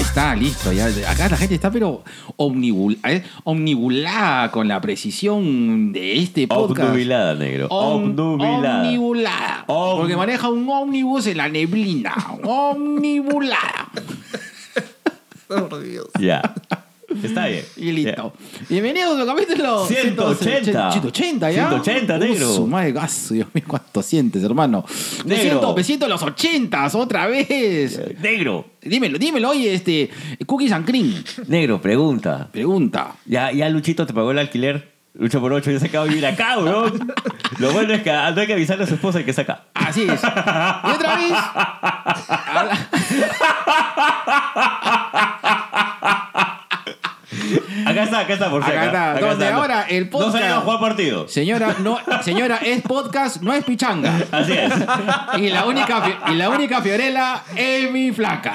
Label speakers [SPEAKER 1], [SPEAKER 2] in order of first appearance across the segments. [SPEAKER 1] está, listo. Ya, acá la gente está, pero omnibul- eh, omnibulada con la precisión de este podcast.
[SPEAKER 2] Obnubilada, negro.
[SPEAKER 1] Om-
[SPEAKER 2] Obnubilada.
[SPEAKER 1] Omnibulada.
[SPEAKER 2] Om-
[SPEAKER 1] Porque maneja un ómnibus en la neblina. Omnibulada.
[SPEAKER 3] Por Dios.
[SPEAKER 2] Ya. Está bien.
[SPEAKER 1] Y listo. Bienvenidos al capítulo
[SPEAKER 2] 180.
[SPEAKER 1] 180 ya.
[SPEAKER 2] 180, negro.
[SPEAKER 1] Uh, su madre, gaso, Dios mío, cuánto sientes, hermano. Me
[SPEAKER 2] Negro.
[SPEAKER 1] siento, me siento en los 80 otra vez.
[SPEAKER 2] Ya. Negro.
[SPEAKER 1] Dímelo, dímelo, oye, este. Cookies and Cream.
[SPEAKER 2] Negro, pregunta.
[SPEAKER 1] Pregunta.
[SPEAKER 2] Ya, ya Luchito te pagó el alquiler. Lucha por ocho, ya se acaba de vivir acá, bro. Lo bueno es que ah, no hay que avisarle a su esposa que está acá.
[SPEAKER 1] Así es. Y otra vez. habla-
[SPEAKER 2] Acá está, acá está, por si
[SPEAKER 1] Acá
[SPEAKER 2] acá.
[SPEAKER 1] está,
[SPEAKER 2] Acá
[SPEAKER 1] donde
[SPEAKER 2] está.
[SPEAKER 1] ahora el
[SPEAKER 2] No
[SPEAKER 1] podcast-
[SPEAKER 2] salieron a jugar partidos.
[SPEAKER 1] Señora, no, señora, es podcast, no es pichanga.
[SPEAKER 2] Así es.
[SPEAKER 1] Y la única, fi- y la única Fiorella es mi flaca.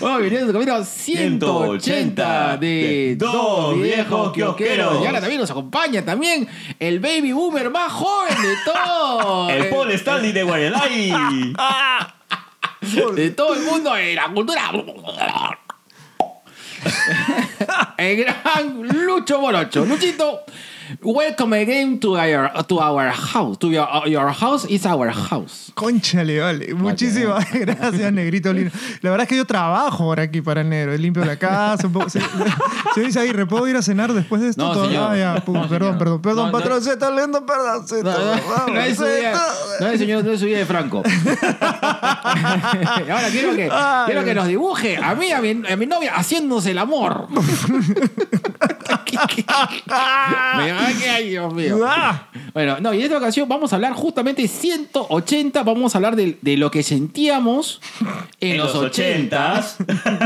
[SPEAKER 1] bueno, bienvenidos al capítulo 180 de
[SPEAKER 2] de Dos Viejos Kiosqueros.
[SPEAKER 1] Y ahora también nos acompaña también el baby boomer más joven de todo.
[SPEAKER 2] El Paul Stanley de Guarelay.
[SPEAKER 1] de todo el mundo de la cultura. el gran Lucho Morocho. Luchito, welcome again to our, to our house. To your, your house is our house.
[SPEAKER 3] Conchale, vale. Muchísimas gracias, negrito lindo. La verdad es que yo trabajo ahora aquí para el negro. Limpio la casa. un poco- se, se dice ahí, ¿puedo ir a cenar después de esto?
[SPEAKER 1] No,
[SPEAKER 3] Todo-
[SPEAKER 1] señor.
[SPEAKER 3] Ah, ya, pu-
[SPEAKER 1] No,
[SPEAKER 3] perdón,
[SPEAKER 1] señor.
[SPEAKER 3] perdón,
[SPEAKER 1] No,
[SPEAKER 3] perdón,
[SPEAKER 1] no.
[SPEAKER 3] patrón, se está leyendo, perdón, se
[SPEAKER 1] No,
[SPEAKER 3] está-
[SPEAKER 1] no, no es su día, no es, señor, no es su día de Franco. Ahora quiero que,
[SPEAKER 3] Ay.
[SPEAKER 1] quiero que nos dibuje a mí, a mi, a mi novia, haciéndose el amor. Me- ay, Dios mío.
[SPEAKER 3] Ah.
[SPEAKER 1] Bueno, no, y en esta ocasión vamos a hablar justamente 180, vamos a hablar de, de lo que sentíamos en, los 80.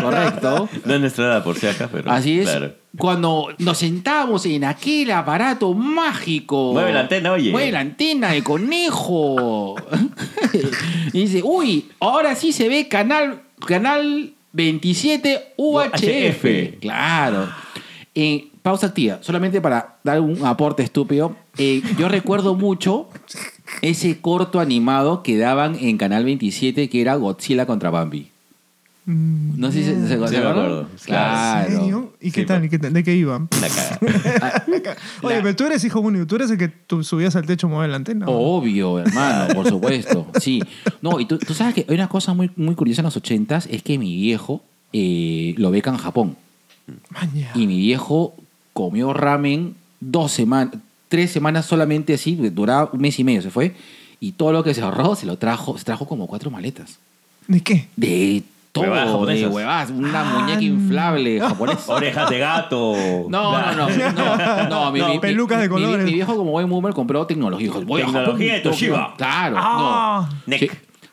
[SPEAKER 1] Correcto.
[SPEAKER 2] No es nuestra edad, por si acaso, pero.
[SPEAKER 1] Así es.
[SPEAKER 2] Claro.
[SPEAKER 1] Cuando nos sentábamos en aquel aparato mágico.
[SPEAKER 2] Mueve la antena, oye.
[SPEAKER 1] Mueve la antena de conejo. y dice, uy, ahora sí se ve canal, canal 27 UHF.
[SPEAKER 2] UHF.
[SPEAKER 1] Claro. Eh, pausa activa, solamente para dar un aporte estúpido. Eh, yo recuerdo mucho ese corto animado que daban en Canal 27 que era Godzilla contra Bambi. No sé si se, se,
[SPEAKER 2] Sí, me
[SPEAKER 1] acuerdan?
[SPEAKER 2] acuerdo.
[SPEAKER 1] Claro.
[SPEAKER 3] Mm. ¿En serio? ¿Y qué
[SPEAKER 2] Sí,
[SPEAKER 3] tal?
[SPEAKER 2] pa-
[SPEAKER 3] ¿Y qué tal? ¿De qué iban?
[SPEAKER 2] La caga.
[SPEAKER 3] Oye,
[SPEAKER 1] pues. La-
[SPEAKER 3] pero tú eres hijo único, tú eres el que tú subías al techo a mover la antena.
[SPEAKER 1] Obvio, hermano, por supuesto. Sí. No, y tú, tú sabes que hay una cosa muy, muy curiosa en los ochentas, es que mi viejo eh, lo beca en Japón.
[SPEAKER 3] Maña.
[SPEAKER 1] Y mi viejo comió ramen dos semanas, tres semanas solamente así, duraba un mes y medio, se fue. Y todo lo que se ahorró se lo trajo, se trajo como cuatro maletas.
[SPEAKER 3] ¿De qué?
[SPEAKER 1] De todo,
[SPEAKER 2] Huevadas
[SPEAKER 1] de
[SPEAKER 2] japonesas.
[SPEAKER 1] huevadas, una
[SPEAKER 3] Ah,
[SPEAKER 1] muñeca inflable japonesa.
[SPEAKER 2] Orejas de gato.
[SPEAKER 1] No,
[SPEAKER 2] La-
[SPEAKER 1] no, no, no, no, mi,
[SPEAKER 2] No,
[SPEAKER 1] mi- mi-
[SPEAKER 3] pelucas de
[SPEAKER 1] mi- mi-
[SPEAKER 3] colores.
[SPEAKER 1] Mi, viejo como buen boomer compró tecnología. Dijo, voy a Japón,
[SPEAKER 2] Tecnología de
[SPEAKER 1] Tokio.
[SPEAKER 2] Toshiba.
[SPEAKER 1] Claro,
[SPEAKER 3] Ah.
[SPEAKER 1] no.
[SPEAKER 2] Neck.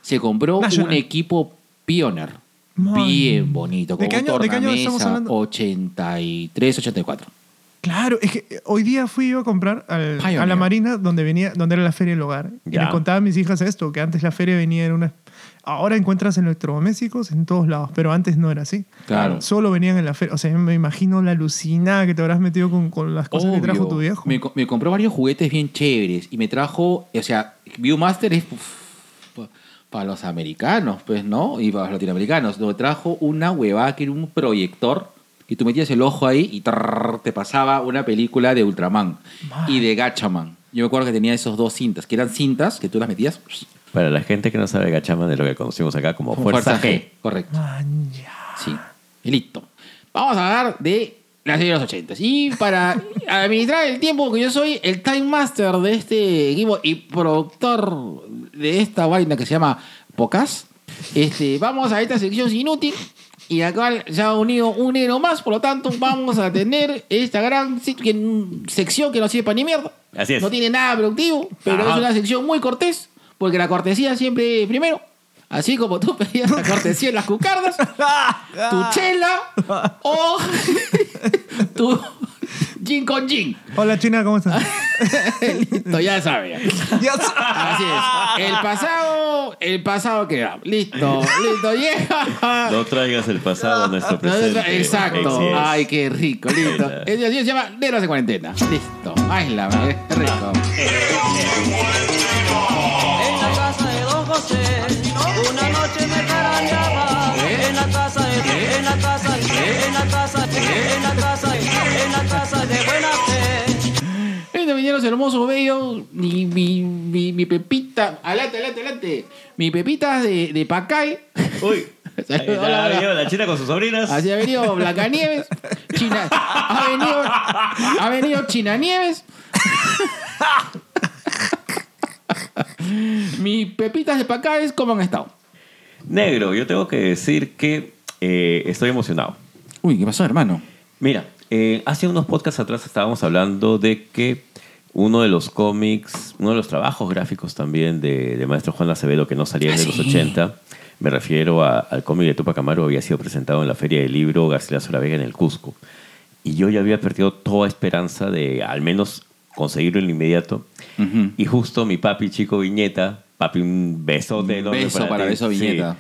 [SPEAKER 1] Se, se compró un
[SPEAKER 3] National.
[SPEAKER 1] equipo Pioneer.
[SPEAKER 3] Man.
[SPEAKER 1] Bien bonito, con
[SPEAKER 3] ¿De
[SPEAKER 1] un
[SPEAKER 3] qué año- de qué año
[SPEAKER 1] tornamesa,
[SPEAKER 3] estamos hablando?
[SPEAKER 1] 83, 84.
[SPEAKER 3] Claro, es que eh, hoy día fui yo a comprar al-
[SPEAKER 1] Pioneer.
[SPEAKER 3] a la Marina, donde venía, donde era la feria del hogar. Y
[SPEAKER 2] Ya.
[SPEAKER 3] les contaba a mis hijas esto, que antes la feria venía en una... Ahora encuentras electrodomésticos en todos lados, pero antes no era así.
[SPEAKER 1] Claro.
[SPEAKER 3] Solo venían en la feria. O sea, me imagino la alucinada que te habrás metido con, con las cosas que trajo
[SPEAKER 1] Obvio.
[SPEAKER 3] tu viejo.
[SPEAKER 1] Me, co- me compró varios juguetes bien chéveres y me trajo, o sea, Viewmaster es para los americanos, pues, ¿no? Y para los latinoamericanos. Me trajo una huevada que era un proyector y tú metías el ojo ahí y trrr, te pasaba una película de Ultraman y de Gachaman. Yo me acuerdo que tenía esos dos cintas, que eran cintas que tú las metías pss,
[SPEAKER 2] Para la gente que no sabe gachaman de lo que conocimos acá como fuerza, G.
[SPEAKER 1] Correcto.
[SPEAKER 3] Maña.
[SPEAKER 1] Sí. Y listo. Vamos a hablar de la serie de los 80. Y para administrar el tiempo, que yo soy el Time Master de este equipo y productor de esta vaina que se llama Pocas, este, vamos a esta sección inútil. Y acá se ha unido un héroe más, por lo tanto, vamos a tener esta gran se- que- sección que no sirve para ni mierda.
[SPEAKER 2] Así es.
[SPEAKER 1] No tiene nada productivo, pero
[SPEAKER 2] Ajá.
[SPEAKER 1] es una sección muy cortés, porque la cortesía siempre primero. Así como tú pedías la cortesía en las cucardas, tu chela o tu gin con gin.
[SPEAKER 3] Hola China, ¿cómo estás?
[SPEAKER 1] Listo, ya sabes.
[SPEAKER 3] Ya sé.
[SPEAKER 1] Así es. El pasado, el pasado queda. Listo, listo, llega.
[SPEAKER 2] No traigas el pasado a nuestro
[SPEAKER 1] Nosotros-
[SPEAKER 2] presente.
[SPEAKER 1] Exacto.
[SPEAKER 2] Así es.
[SPEAKER 1] Ay, qué rico, listo.
[SPEAKER 2] Ahí está.
[SPEAKER 1] Ese así se llama Negros en cuarentena. Listo. Ay, la madre, qué rico.
[SPEAKER 4] En la casa de Don José, una noche me tarareó la casa, en la casa, en la casa, en la casa de buena fe.
[SPEAKER 5] Este vinieron hermosos, bellos. Mi, mi, mi, mi pepita. Adelante, adelante, adelante. Mi pepita de, de Pacay.
[SPEAKER 2] Uy.
[SPEAKER 5] Hola,
[SPEAKER 2] Ahí está,
[SPEAKER 5] hola.
[SPEAKER 2] ha venido la china con sus sobrinas.
[SPEAKER 5] Así ha venido Blancanieves. China. Ha venido, ha venido China Nieves. Mis pepitas de Pacay, ¿cómo han estado?
[SPEAKER 2] Negro, yo tengo que decir que eh, estoy emocionado.
[SPEAKER 5] Uy, ¿qué pasó, hermano?
[SPEAKER 2] Mira, eh, hace unos podcasts atrás estábamos hablando de que uno de los cómics, uno de los trabajos gráficos también de, de maestro Juan Acevedo que no salía
[SPEAKER 5] Ah,
[SPEAKER 2] de
[SPEAKER 5] sí.
[SPEAKER 2] los 80, me refiero a- al cómic de Tupac Amaru, había sido presentado en la Feria del Libro Garcilaso La Vega en el Cusco. Y yo ya había perdido toda esperanza de al menos conseguirlo en lo inmediato. Y justo mi papi, chico Viñeta, papi, un besote enorme
[SPEAKER 5] Beso para
[SPEAKER 2] ti.
[SPEAKER 5] beso,
[SPEAKER 2] Sí,
[SPEAKER 5] viñeta.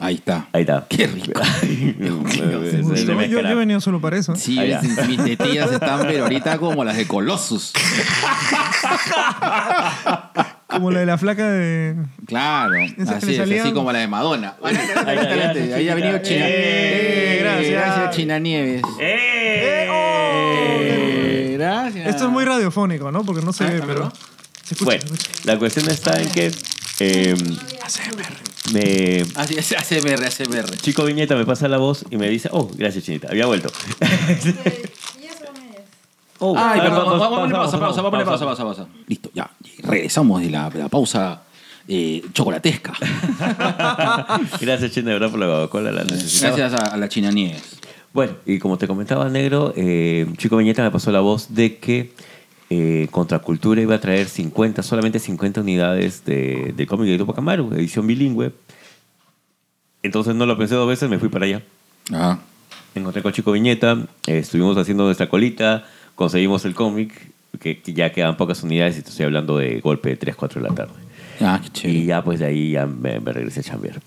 [SPEAKER 5] Ahí está.
[SPEAKER 2] Ahí está.
[SPEAKER 5] Qué rico.
[SPEAKER 2] Se-
[SPEAKER 3] Uy,
[SPEAKER 2] se
[SPEAKER 3] yo, yo,
[SPEAKER 2] mezcla.
[SPEAKER 3] yo he venido solo para eso.
[SPEAKER 5] Sí,
[SPEAKER 2] Ahí
[SPEAKER 5] es- mis tetillas están, pero ahorita como las de Colossus.
[SPEAKER 3] Como la de la flaca de.
[SPEAKER 5] Claro,
[SPEAKER 3] que le
[SPEAKER 5] así es,
[SPEAKER 3] salían-
[SPEAKER 5] así como la de Madonna. Adelante, adelante,
[SPEAKER 2] Ahí está,
[SPEAKER 5] adelante.
[SPEAKER 2] gracias,
[SPEAKER 5] Ahí
[SPEAKER 2] chiquita.
[SPEAKER 5] ha venido China.
[SPEAKER 2] Eh,
[SPEAKER 5] Eh,
[SPEAKER 3] gracias.
[SPEAKER 5] Gracias, China Nieves.
[SPEAKER 2] ¡Eh!
[SPEAKER 5] Eh, Gracias.
[SPEAKER 3] Esto es muy radiofónico, ¿no? Porque no se
[SPEAKER 5] Ah,
[SPEAKER 3] ve,
[SPEAKER 5] ¿a
[SPEAKER 3] pero.
[SPEAKER 5] verdad?
[SPEAKER 3] Se escucha.
[SPEAKER 2] Bueno,
[SPEAKER 3] se escucha.
[SPEAKER 2] la cuestión está en que eh, me-
[SPEAKER 5] Así es, ACMR, ACMR.
[SPEAKER 2] Chico Viñeta me pasa la voz y me dice, oh, gracias Chinita, había vuelto.
[SPEAKER 1] Y eso es.
[SPEAKER 2] Oh,
[SPEAKER 5] Ay,
[SPEAKER 2] ah, pa-
[SPEAKER 5] perdón, vamos
[SPEAKER 2] pa-
[SPEAKER 5] a poner pausa, pausa, vamos a poner pausa,
[SPEAKER 2] pausa.
[SPEAKER 5] pausa, pausa. Listo, ya. Regresamos de la, de la pausa eh, chocolatesca.
[SPEAKER 2] Gracias China, de verdad, por la Coca-Cola, la necesitaba.
[SPEAKER 5] Gracias a, a la China Nieves.
[SPEAKER 2] Bueno, y como te comentaba, Negro, eh, Chico Viñeta me pasó la voz de que eh, Contracultura iba a traer 50, solamente 50 unidades de, de cómic de Grupo Camaro, edición bilingüe. Entonces no lo pensé dos veces, me fui para allá.
[SPEAKER 5] Ajá.
[SPEAKER 2] Encontré con Chico Viñeta, eh, estuvimos haciendo nuestra colita, conseguimos el cómic, que, que ya quedan pocas unidades y te estoy hablando de golpe de 3, 4 de la tarde.
[SPEAKER 5] Ah, qué
[SPEAKER 2] Y
[SPEAKER 5] chévere.
[SPEAKER 2] ya pues de ahí ya me, me regresé a chambear.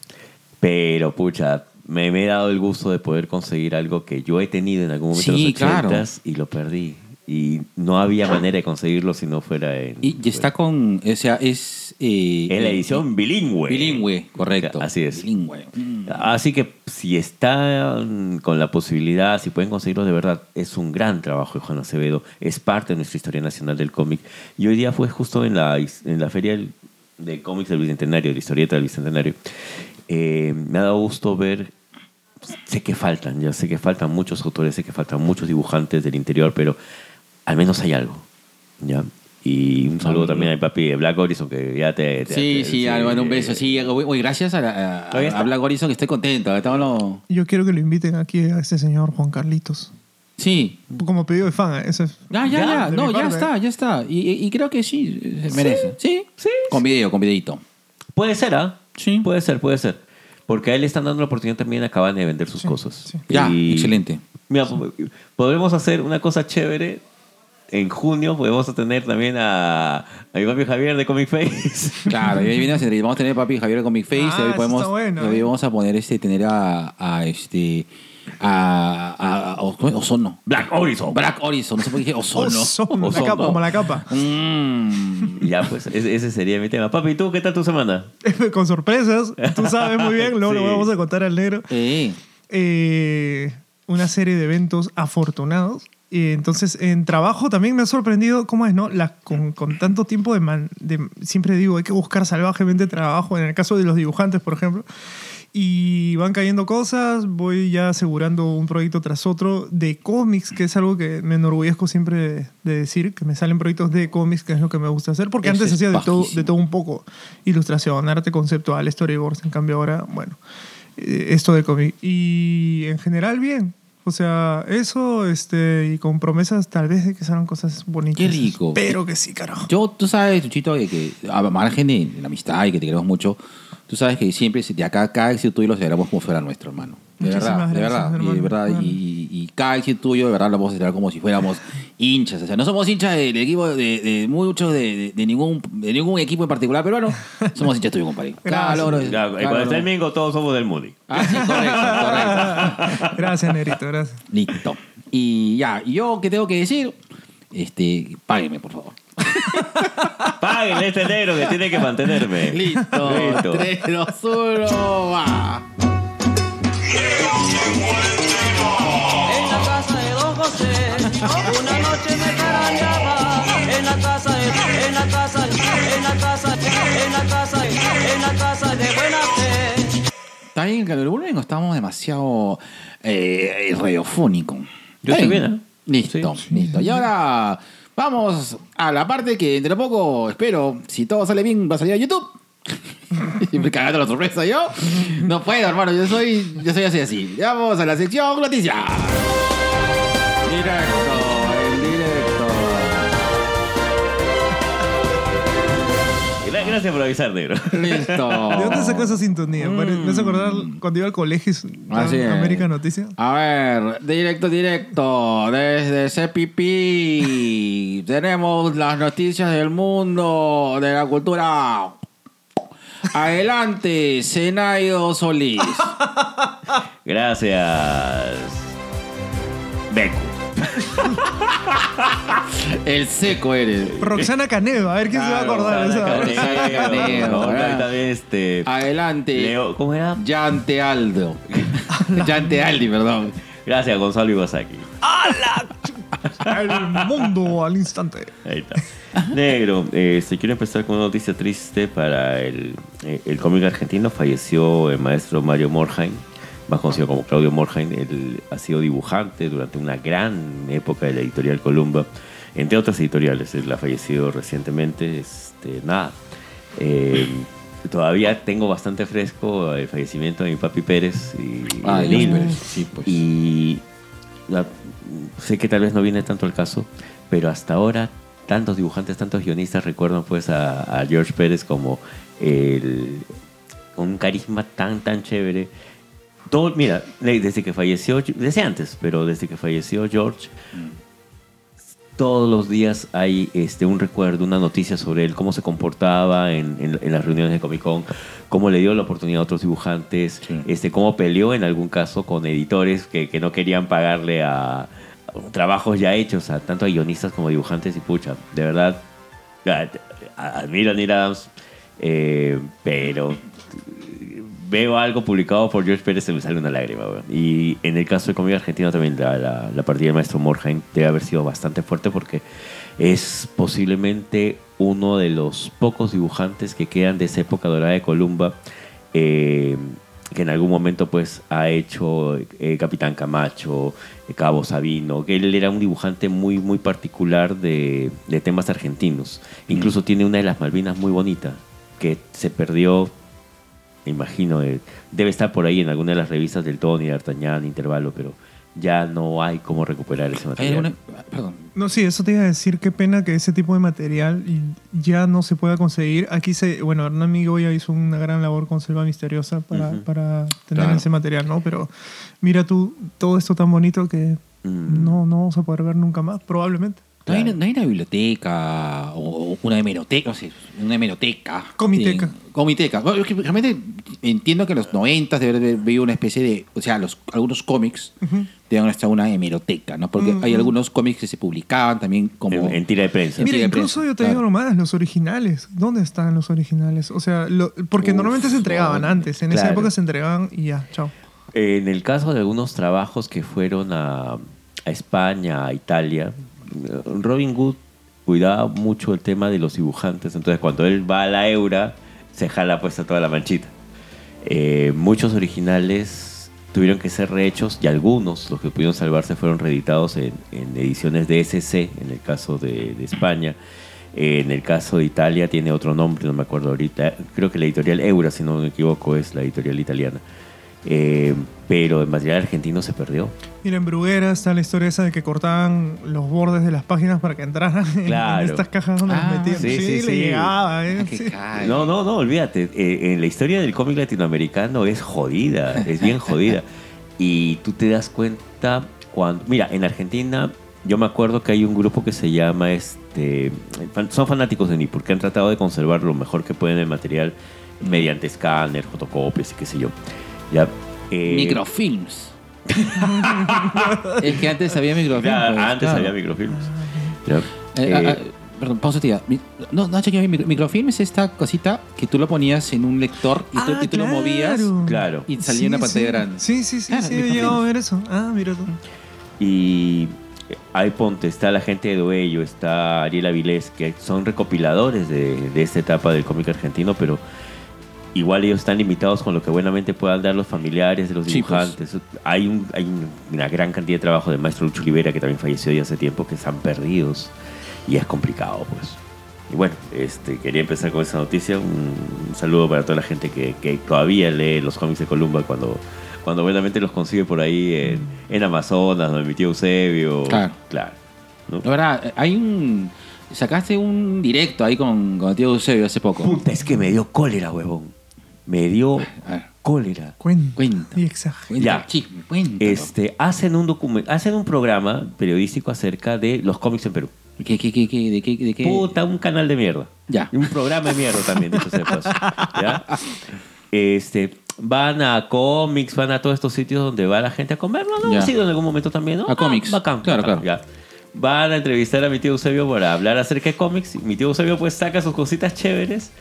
[SPEAKER 2] Pero pucha, me, me he dado el gusto de poder conseguir algo que yo he tenido en algún momento en
[SPEAKER 5] Sí,
[SPEAKER 2] los 80
[SPEAKER 5] claro.
[SPEAKER 2] y lo perdí. Y no había manera de conseguirlo si no fuera en...
[SPEAKER 5] Y, y está con, o sea, es... eh,
[SPEAKER 2] en la edición bilingüe.
[SPEAKER 5] Bilingüe, correcto.
[SPEAKER 2] Así es.
[SPEAKER 5] Bilingüe.
[SPEAKER 2] Así que si están con la posibilidad, si pueden conseguirlo de verdad, es un gran trabajo de Juan Acevedo, es parte de nuestra historia nacional del cómic. Y hoy día fue justo en la, en la feria del- de cómics del Bicentenario, de la historieta del Bicentenario. Eh, me ha dado gusto ver, sé que faltan, ya sé que faltan muchos autores, sé que faltan muchos dibujantes del interior, pero al menos hay algo. ¿ya? Y un saludo también al papi de Black Horizon, que ya te... te-
[SPEAKER 5] Sí,
[SPEAKER 2] te-
[SPEAKER 5] sí, Álvaro, un beso. Sí, oye, gracias a, la- a,
[SPEAKER 2] Ahí está.
[SPEAKER 5] a Black Horizon, que estoy contento. Estamos lo-
[SPEAKER 3] Yo quiero que lo inviten aquí a este señor Juan Carlitos.
[SPEAKER 5] Sí.
[SPEAKER 3] Como pedido de fan, ¿eh? eso es.
[SPEAKER 5] Ya, ya, ya.
[SPEAKER 3] de
[SPEAKER 5] No,
[SPEAKER 3] mi
[SPEAKER 5] ya
[SPEAKER 3] parte.
[SPEAKER 5] está, ya está. Y, y- y creo que sí, se merece. Sí, sí. Con video, con videito.
[SPEAKER 2] Puede ser, ¿ah?
[SPEAKER 5] Sí.
[SPEAKER 2] Puede ser, puede ser. Porque a él le están dando la oportunidad también acaban de vender sus cosas.
[SPEAKER 3] sí.
[SPEAKER 5] Ya, excelente.
[SPEAKER 2] Mira, po- podremos hacer una cosa chévere. En junio podemos tener también a, a mi papi Javier de Comic Face.
[SPEAKER 5] Claro, y ahí viene la entrevista. Vamos a tener papi Javier con mi face.
[SPEAKER 3] Ah,
[SPEAKER 5] y ahí
[SPEAKER 3] eso
[SPEAKER 5] podemos,
[SPEAKER 3] está bueno,
[SPEAKER 5] y ahí
[SPEAKER 3] eh.
[SPEAKER 5] vamos a poner este, tener a, a este, a, a, a- Os- Ozono.
[SPEAKER 2] Black Horizon.
[SPEAKER 5] Black Horizon, no sé por qué dije Ozono.
[SPEAKER 3] Ozono,
[SPEAKER 2] Ozono.
[SPEAKER 3] La capa, como la capa.
[SPEAKER 5] Mm.
[SPEAKER 2] Y Ya, pues ese, ese sería mi tema. Papi, ¿tú qué tal tu semana?
[SPEAKER 3] Con sorpresas. Tú sabes muy bien, luego
[SPEAKER 2] Sí.
[SPEAKER 3] lo vamos a contar al negro.
[SPEAKER 5] Eh,
[SPEAKER 3] eh, una serie de eventos afortunados. Y entonces, en trabajo también me ha sorprendido cómo es, ¿no? Las- con, con tanto tiempo de, man- de- Siempre digo, hay que buscar salvajemente trabajo. En el caso de los dibujantes, por ejemplo. Y van cayendo cosas, voy ya asegurando un proyecto tras otro de cómics, que es algo que me enorgullezco siempre de, de decir, que me salen proyectos de cómics, que es lo que me gusta hacer, porque
[SPEAKER 5] Eso
[SPEAKER 3] antes
[SPEAKER 5] es
[SPEAKER 3] hacía de todo,
[SPEAKER 5] bajísimo.
[SPEAKER 3] de todo un poco, ilustración, arte conceptual, storyboards, en cambio ahora, bueno, eh, esto de cómic. Y en general, bien. O sea, eso, este, y con promesas tal vez de que salgan cosas bonitas.
[SPEAKER 5] Qué rico.
[SPEAKER 3] Pero que sí, carajo.
[SPEAKER 5] yo, tú sabes, Chuchito, que, que a margen de la amistad y que te queremos mucho, tú sabes que siempre, si- de acá, cada éxito tuyo lo celebramos como si fuera nuestro, hermano. De
[SPEAKER 3] Muchísimas
[SPEAKER 5] verdad, de
[SPEAKER 3] gracias,
[SPEAKER 5] verdad. y, de
[SPEAKER 3] hermano.
[SPEAKER 5] verdad
[SPEAKER 3] Bueno.
[SPEAKER 5] y, y- y cada éxito tuyo, de verdad, lo vamos a celebrar como si fuéramos hinchas. O sea, no somos hinchas del equipo de, de muchos, de, de- de ningún, de ningún equipo en particular, pero bueno, somos hinchas tuyos, compadre. Cada
[SPEAKER 3] Gracias.
[SPEAKER 5] logro
[SPEAKER 2] Ya,
[SPEAKER 5] es- cada
[SPEAKER 2] cuando
[SPEAKER 5] logro-
[SPEAKER 2] está el Mingo, todos somos del Moody.
[SPEAKER 5] Ah, sí, correcto, correcto.
[SPEAKER 3] Gracias, Nerito, gracias.
[SPEAKER 5] Listo. Y ya, ¿y yo qué tengo que decir, este, págueme, por favor.
[SPEAKER 2] Páguenle este negro que tiene que mantenerme.
[SPEAKER 5] Listo.
[SPEAKER 2] Listo.
[SPEAKER 5] 3, 2, 1, va.
[SPEAKER 6] Yeah, yeah, yeah.
[SPEAKER 5] claro, el volumen no estamos demasiado eh, radiofónico.
[SPEAKER 2] Yo
[SPEAKER 5] Está
[SPEAKER 2] estoy bien, ¿eh?
[SPEAKER 5] Listo,
[SPEAKER 2] Sí.
[SPEAKER 5] listo. Y ahora vamos a la parte que entre poco, espero, si todo sale bien, va a salir a YouTube. Siempre cagando la sorpresa yo. No puedo, hermano, yo soy, yo soy así, así. Ya Vamos a la sección noticias. Directo, el directo.
[SPEAKER 2] Gra- Gracias por avisar, negro.
[SPEAKER 5] Listo.
[SPEAKER 3] ¿De dónde sacó esa sintonía? Pare- Me hace acordar
[SPEAKER 5] Mm.
[SPEAKER 3] cuando iba al colegio
[SPEAKER 5] Así es.
[SPEAKER 3] América Noticia.
[SPEAKER 5] A ver, directo, directo, desde CPP tenemos las noticias del mundo, de la cultura. Adelante, Zenayo Solís.
[SPEAKER 2] Gracias. Beco.
[SPEAKER 5] El seco eres.
[SPEAKER 3] Roxana Caneva, a ver quién se va a acordar. de
[SPEAKER 2] Roxana
[SPEAKER 3] esa.
[SPEAKER 2] Caneo,
[SPEAKER 5] Caneo,
[SPEAKER 2] por favor,
[SPEAKER 5] ¿verdad?
[SPEAKER 2] ahí también, este.
[SPEAKER 5] Adelante,
[SPEAKER 2] Leo, ¿cómo era?
[SPEAKER 5] Yante Aldo. Yante Aldi, perdón.
[SPEAKER 2] Gracias, Gonzalo Iwasaki.
[SPEAKER 3] Al mundo al instante.
[SPEAKER 2] Ahí está. Negro, este, quiero empezar con una noticia triste para el, eh, el cómic argentino. Falleció el maestro Mario Morheim, más conocido como Claudio Morheim. Él ha sido dibujante durante una gran época de la editorial Columba, entre otras editoriales. Él ha fallecido recientemente. Este, nada. eh, todavía tengo bastante fresco el fallecimiento de mi papi Pérez y, y de
[SPEAKER 5] Dios
[SPEAKER 2] Lil.
[SPEAKER 5] mío. Ah, Sí, pues.
[SPEAKER 2] Y la- sé que tal vez no viene tanto el caso, pero hasta ahora tantos dibujantes, tantos guionistas recuerdan pues a, a George Pérez como el, un carisma tan, tan chévere. Todo, mira, le- desde que falleció, desde antes, pero desde que falleció George, todos los días hay este, un recuerdo, una noticia sobre él, cómo se comportaba en, en- en las reuniones de Comic Con, cómo le dio la oportunidad a otros dibujantes,
[SPEAKER 5] Sí.
[SPEAKER 2] este, cómo peleó en algún caso con editores que, que no querían pagarle a, a trabajos ya hechos, a tanto a guionistas como dibujantes y pucha, de verdad, a- a- admiro a Neil Adams, eh, pero veo algo publicado por George Pérez se me sale una lágrima. weón. Y en el caso de Comida Argentina también la, la- la partida del maestro Morheim debe haber sido bastante fuerte porque es posiblemente uno de los pocos dibujantes que quedan de esa época dorada de Columba eh, que en algún momento pues ha hecho eh, Capitán Camacho, eh, Cabo Sabino, que él era un dibujante muy muy particular de, de temas argentinos. Incluso tiene una de las Malvinas muy bonita que se perdió me imagino, eh, debe estar por ahí en alguna de las revistas del Tony, D'Artagnan, Intervalo, pero ya no hay cómo recuperar ese
[SPEAKER 5] ¿Hay
[SPEAKER 2] material.
[SPEAKER 5] alguna- Perdón.
[SPEAKER 3] No, sí, eso te iba a decir. Qué pena que ese tipo de material ya no se pueda conseguir. Aquí se. Bueno, Hernán Migoya hizo una gran labor con Selva Misteriosa para, para tener
[SPEAKER 5] Claro.
[SPEAKER 3] ese material, ¿no? Pero mira tú, todo esto tan bonito que
[SPEAKER 2] Mm.
[SPEAKER 3] no, no vamos a poder ver nunca más, probablemente.
[SPEAKER 5] ¿No hay,
[SPEAKER 2] Claro.
[SPEAKER 5] no hay una biblioteca o o una hemeroteca? O sea, una hemeroteca.
[SPEAKER 3] Comiteca.
[SPEAKER 5] Sí, comiteca. Bueno, yo que realmente entiendo que en los 90 debe haber habido una especie de. O sea, los, algunos cómics tenían hasta una hemeroteca, ¿no? Porque hay algunos cómics que se publicaban también como.
[SPEAKER 2] En, en tira de prensa.
[SPEAKER 5] Sí,
[SPEAKER 3] Mira,
[SPEAKER 5] de
[SPEAKER 3] incluso
[SPEAKER 5] prensa,
[SPEAKER 3] yo te digo
[SPEAKER 5] claro.
[SPEAKER 3] nomás, los originales. ¿Dónde están los originales? O sea, lo- porque
[SPEAKER 2] Uf,
[SPEAKER 3] normalmente se entregaban
[SPEAKER 2] no,
[SPEAKER 3] antes. En esa
[SPEAKER 2] claro.
[SPEAKER 3] época se entregaban y ya, chao.
[SPEAKER 2] En el caso de algunos trabajos que fueron a, a España, a Italia, eh, Robin Hood cuidaba mucho el tema de los dibujantes, entonces cuando él va a la Eura, se jala puesta toda la manchita. Eh, muchos originales tuvieron que ser rehechos y algunos, los que pudieron salvarse, fueron reeditados en, en ediciones de SC, en el caso de, de España. Eh, en el caso de Italia tiene otro nombre, no me acuerdo ahorita. Creo que la editorial Eura, si no me equivoco, es la editorial italiana. Eh, pero el material argentino se perdió.
[SPEAKER 3] Mira, en Bruguera está la historia esa de que cortaban los bordes de las páginas para que entraran en-
[SPEAKER 2] Claro.
[SPEAKER 3] en estas cajas donde
[SPEAKER 5] Ah,
[SPEAKER 3] las metían.
[SPEAKER 2] sí,
[SPEAKER 3] Sí,
[SPEAKER 2] sí,
[SPEAKER 3] le
[SPEAKER 2] sí.
[SPEAKER 3] llegaba, ¿eh?
[SPEAKER 5] Ah, qué
[SPEAKER 3] Sí.
[SPEAKER 5] cae.
[SPEAKER 2] No, no, no, olvídate. Eh, en la historia del cómic latinoamericano es jodida, es bien jodida. Y tú te das cuenta cuando... Mira, en Argentina yo me acuerdo que hay un grupo que se llama... este fan- Son fanáticos de Nippur, que han tratado de conservar lo mejor que pueden el material mediante escáner, fotocopias y qué sé yo. Ya, eh,
[SPEAKER 5] Microfilms. es que antes había microfilms.
[SPEAKER 2] claro,
[SPEAKER 5] pues,
[SPEAKER 2] antes
[SPEAKER 5] claro.
[SPEAKER 2] había microfilms. Ya,
[SPEAKER 5] Eh, ah,
[SPEAKER 2] eh,
[SPEAKER 5] ah, perdón, pausa, tía. Mi- No, no, chequeé, mi- microfilm es esta cosita que tú lo ponías en un lector y, tú,
[SPEAKER 3] Ah,
[SPEAKER 5] y tú lo
[SPEAKER 3] claro.
[SPEAKER 5] movías
[SPEAKER 2] claro.
[SPEAKER 5] y salía
[SPEAKER 3] Sí,
[SPEAKER 5] una pantalla
[SPEAKER 3] sí.
[SPEAKER 5] grande.
[SPEAKER 3] Sí, sí, sí,
[SPEAKER 5] Claro,
[SPEAKER 3] sí,
[SPEAKER 5] mi
[SPEAKER 3] he llegado a
[SPEAKER 5] familia.
[SPEAKER 3] ver eso. Ah, mira tú.
[SPEAKER 2] Y ahí ponte, está la gente de Doello, está Ariel Avilés, que son recopiladores de, de esta etapa del cómic argentino, pero igual ellos están limitados con lo que buenamente puedan dar los familiares de los
[SPEAKER 5] Sí, pues.
[SPEAKER 2] dibujantes. Hay, un- hay un- una gran cantidad de trabajo del maestro Lucho Olivera, que también falleció ya hace tiempo, que están perdidos. Y es complicado, pues. Y bueno, este, quería empezar con esa noticia. Un saludo para toda la gente que, que todavía lee los cómics de Columba cuando, cuando buenamente los consigue por ahí en, en Amazonas, donde mi tío Eusebio.
[SPEAKER 5] Claro.
[SPEAKER 2] Claro. ¿no?
[SPEAKER 5] Ahora, eh, hay un. Sacaste un directo ahí con, con Tío Eusebio hace poco.
[SPEAKER 2] Puta, es que me dio cólera, huevón. Me dio
[SPEAKER 5] A ver,
[SPEAKER 2] cólera.
[SPEAKER 3] Cuenta.
[SPEAKER 5] Cuenta.
[SPEAKER 3] Y exagera.
[SPEAKER 5] cuenta
[SPEAKER 2] Ya.
[SPEAKER 5] el chisme, cuéntalo.
[SPEAKER 2] Este, hacen un document- hacen un programa periodístico acerca de los cómics en Perú.
[SPEAKER 5] ¿Qué, qué, qué, qué, de qué, de qué?
[SPEAKER 2] Puta, un canal de mierda.
[SPEAKER 5] Ya.
[SPEAKER 2] Y Un programa de mierda también, dicho sea de paso. ¿Ya? Este, van a cómics, van a todos estos sitios donde va la gente a comer. No, no,
[SPEAKER 5] Ya.
[SPEAKER 2] sí, en algún momento también, ¿no? Ah,
[SPEAKER 5] A cómics.
[SPEAKER 2] bacán,
[SPEAKER 5] Claro,
[SPEAKER 2] bacán,
[SPEAKER 5] claro.
[SPEAKER 2] ya. Van a entrevistar a mi tío Eusebio para hablar acerca de cómics. Y Mi tío Eusebio pues saca sus cositas chéveres.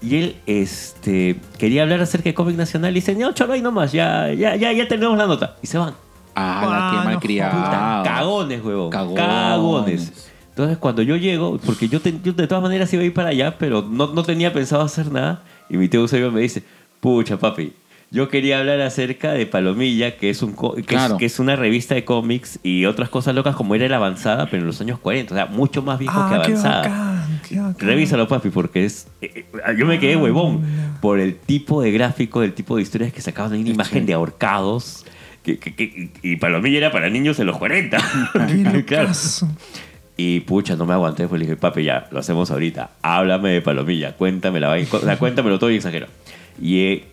[SPEAKER 2] Y él este, quería hablar acerca de cómic nacional. Y dice, no, cholo, ahí nomás, ya, ya, ya, ya tenemos la nota. Y se van.
[SPEAKER 5] Ah, la
[SPEAKER 3] Ah,
[SPEAKER 5] que
[SPEAKER 3] no,
[SPEAKER 2] Puta,
[SPEAKER 5] malcriada.
[SPEAKER 2] cagones, huevón.
[SPEAKER 5] Cagones.
[SPEAKER 2] Cagones. Entonces, cuando yo llego, porque yo, ten- yo de todas maneras iba a ir para allá, pero no, no tenía pensado hacer nada, y mi tío Eusebio me dice, pucha, papi, yo quería hablar acerca de Palomilla, que es, un co- que,
[SPEAKER 5] Claro.
[SPEAKER 2] es, que es una revista de cómics y otras cosas locas como era la avanzada, pero en los años 40, o sea, mucho más viejo que
[SPEAKER 3] Ah, qué
[SPEAKER 2] avanzada.
[SPEAKER 3] bacán, qué bacán.
[SPEAKER 2] Revísalo, papi, porque es. eh, eh, yo me quedé huevón por el tipo de gráfico, el tipo de historias que sacaban. Hay una imagen de ahorcados. Que, que- que- y Palomilla era para niños en los 40.
[SPEAKER 3] Qué
[SPEAKER 2] Claro.
[SPEAKER 3] locazo.
[SPEAKER 2] Y pucha, no me aguanté. Pues le dije, papi, ya, lo hacemos ahorita. Háblame de Palomilla. Cuéntame la vaina. O sea, cuéntamelo todo y exagero. Y eh,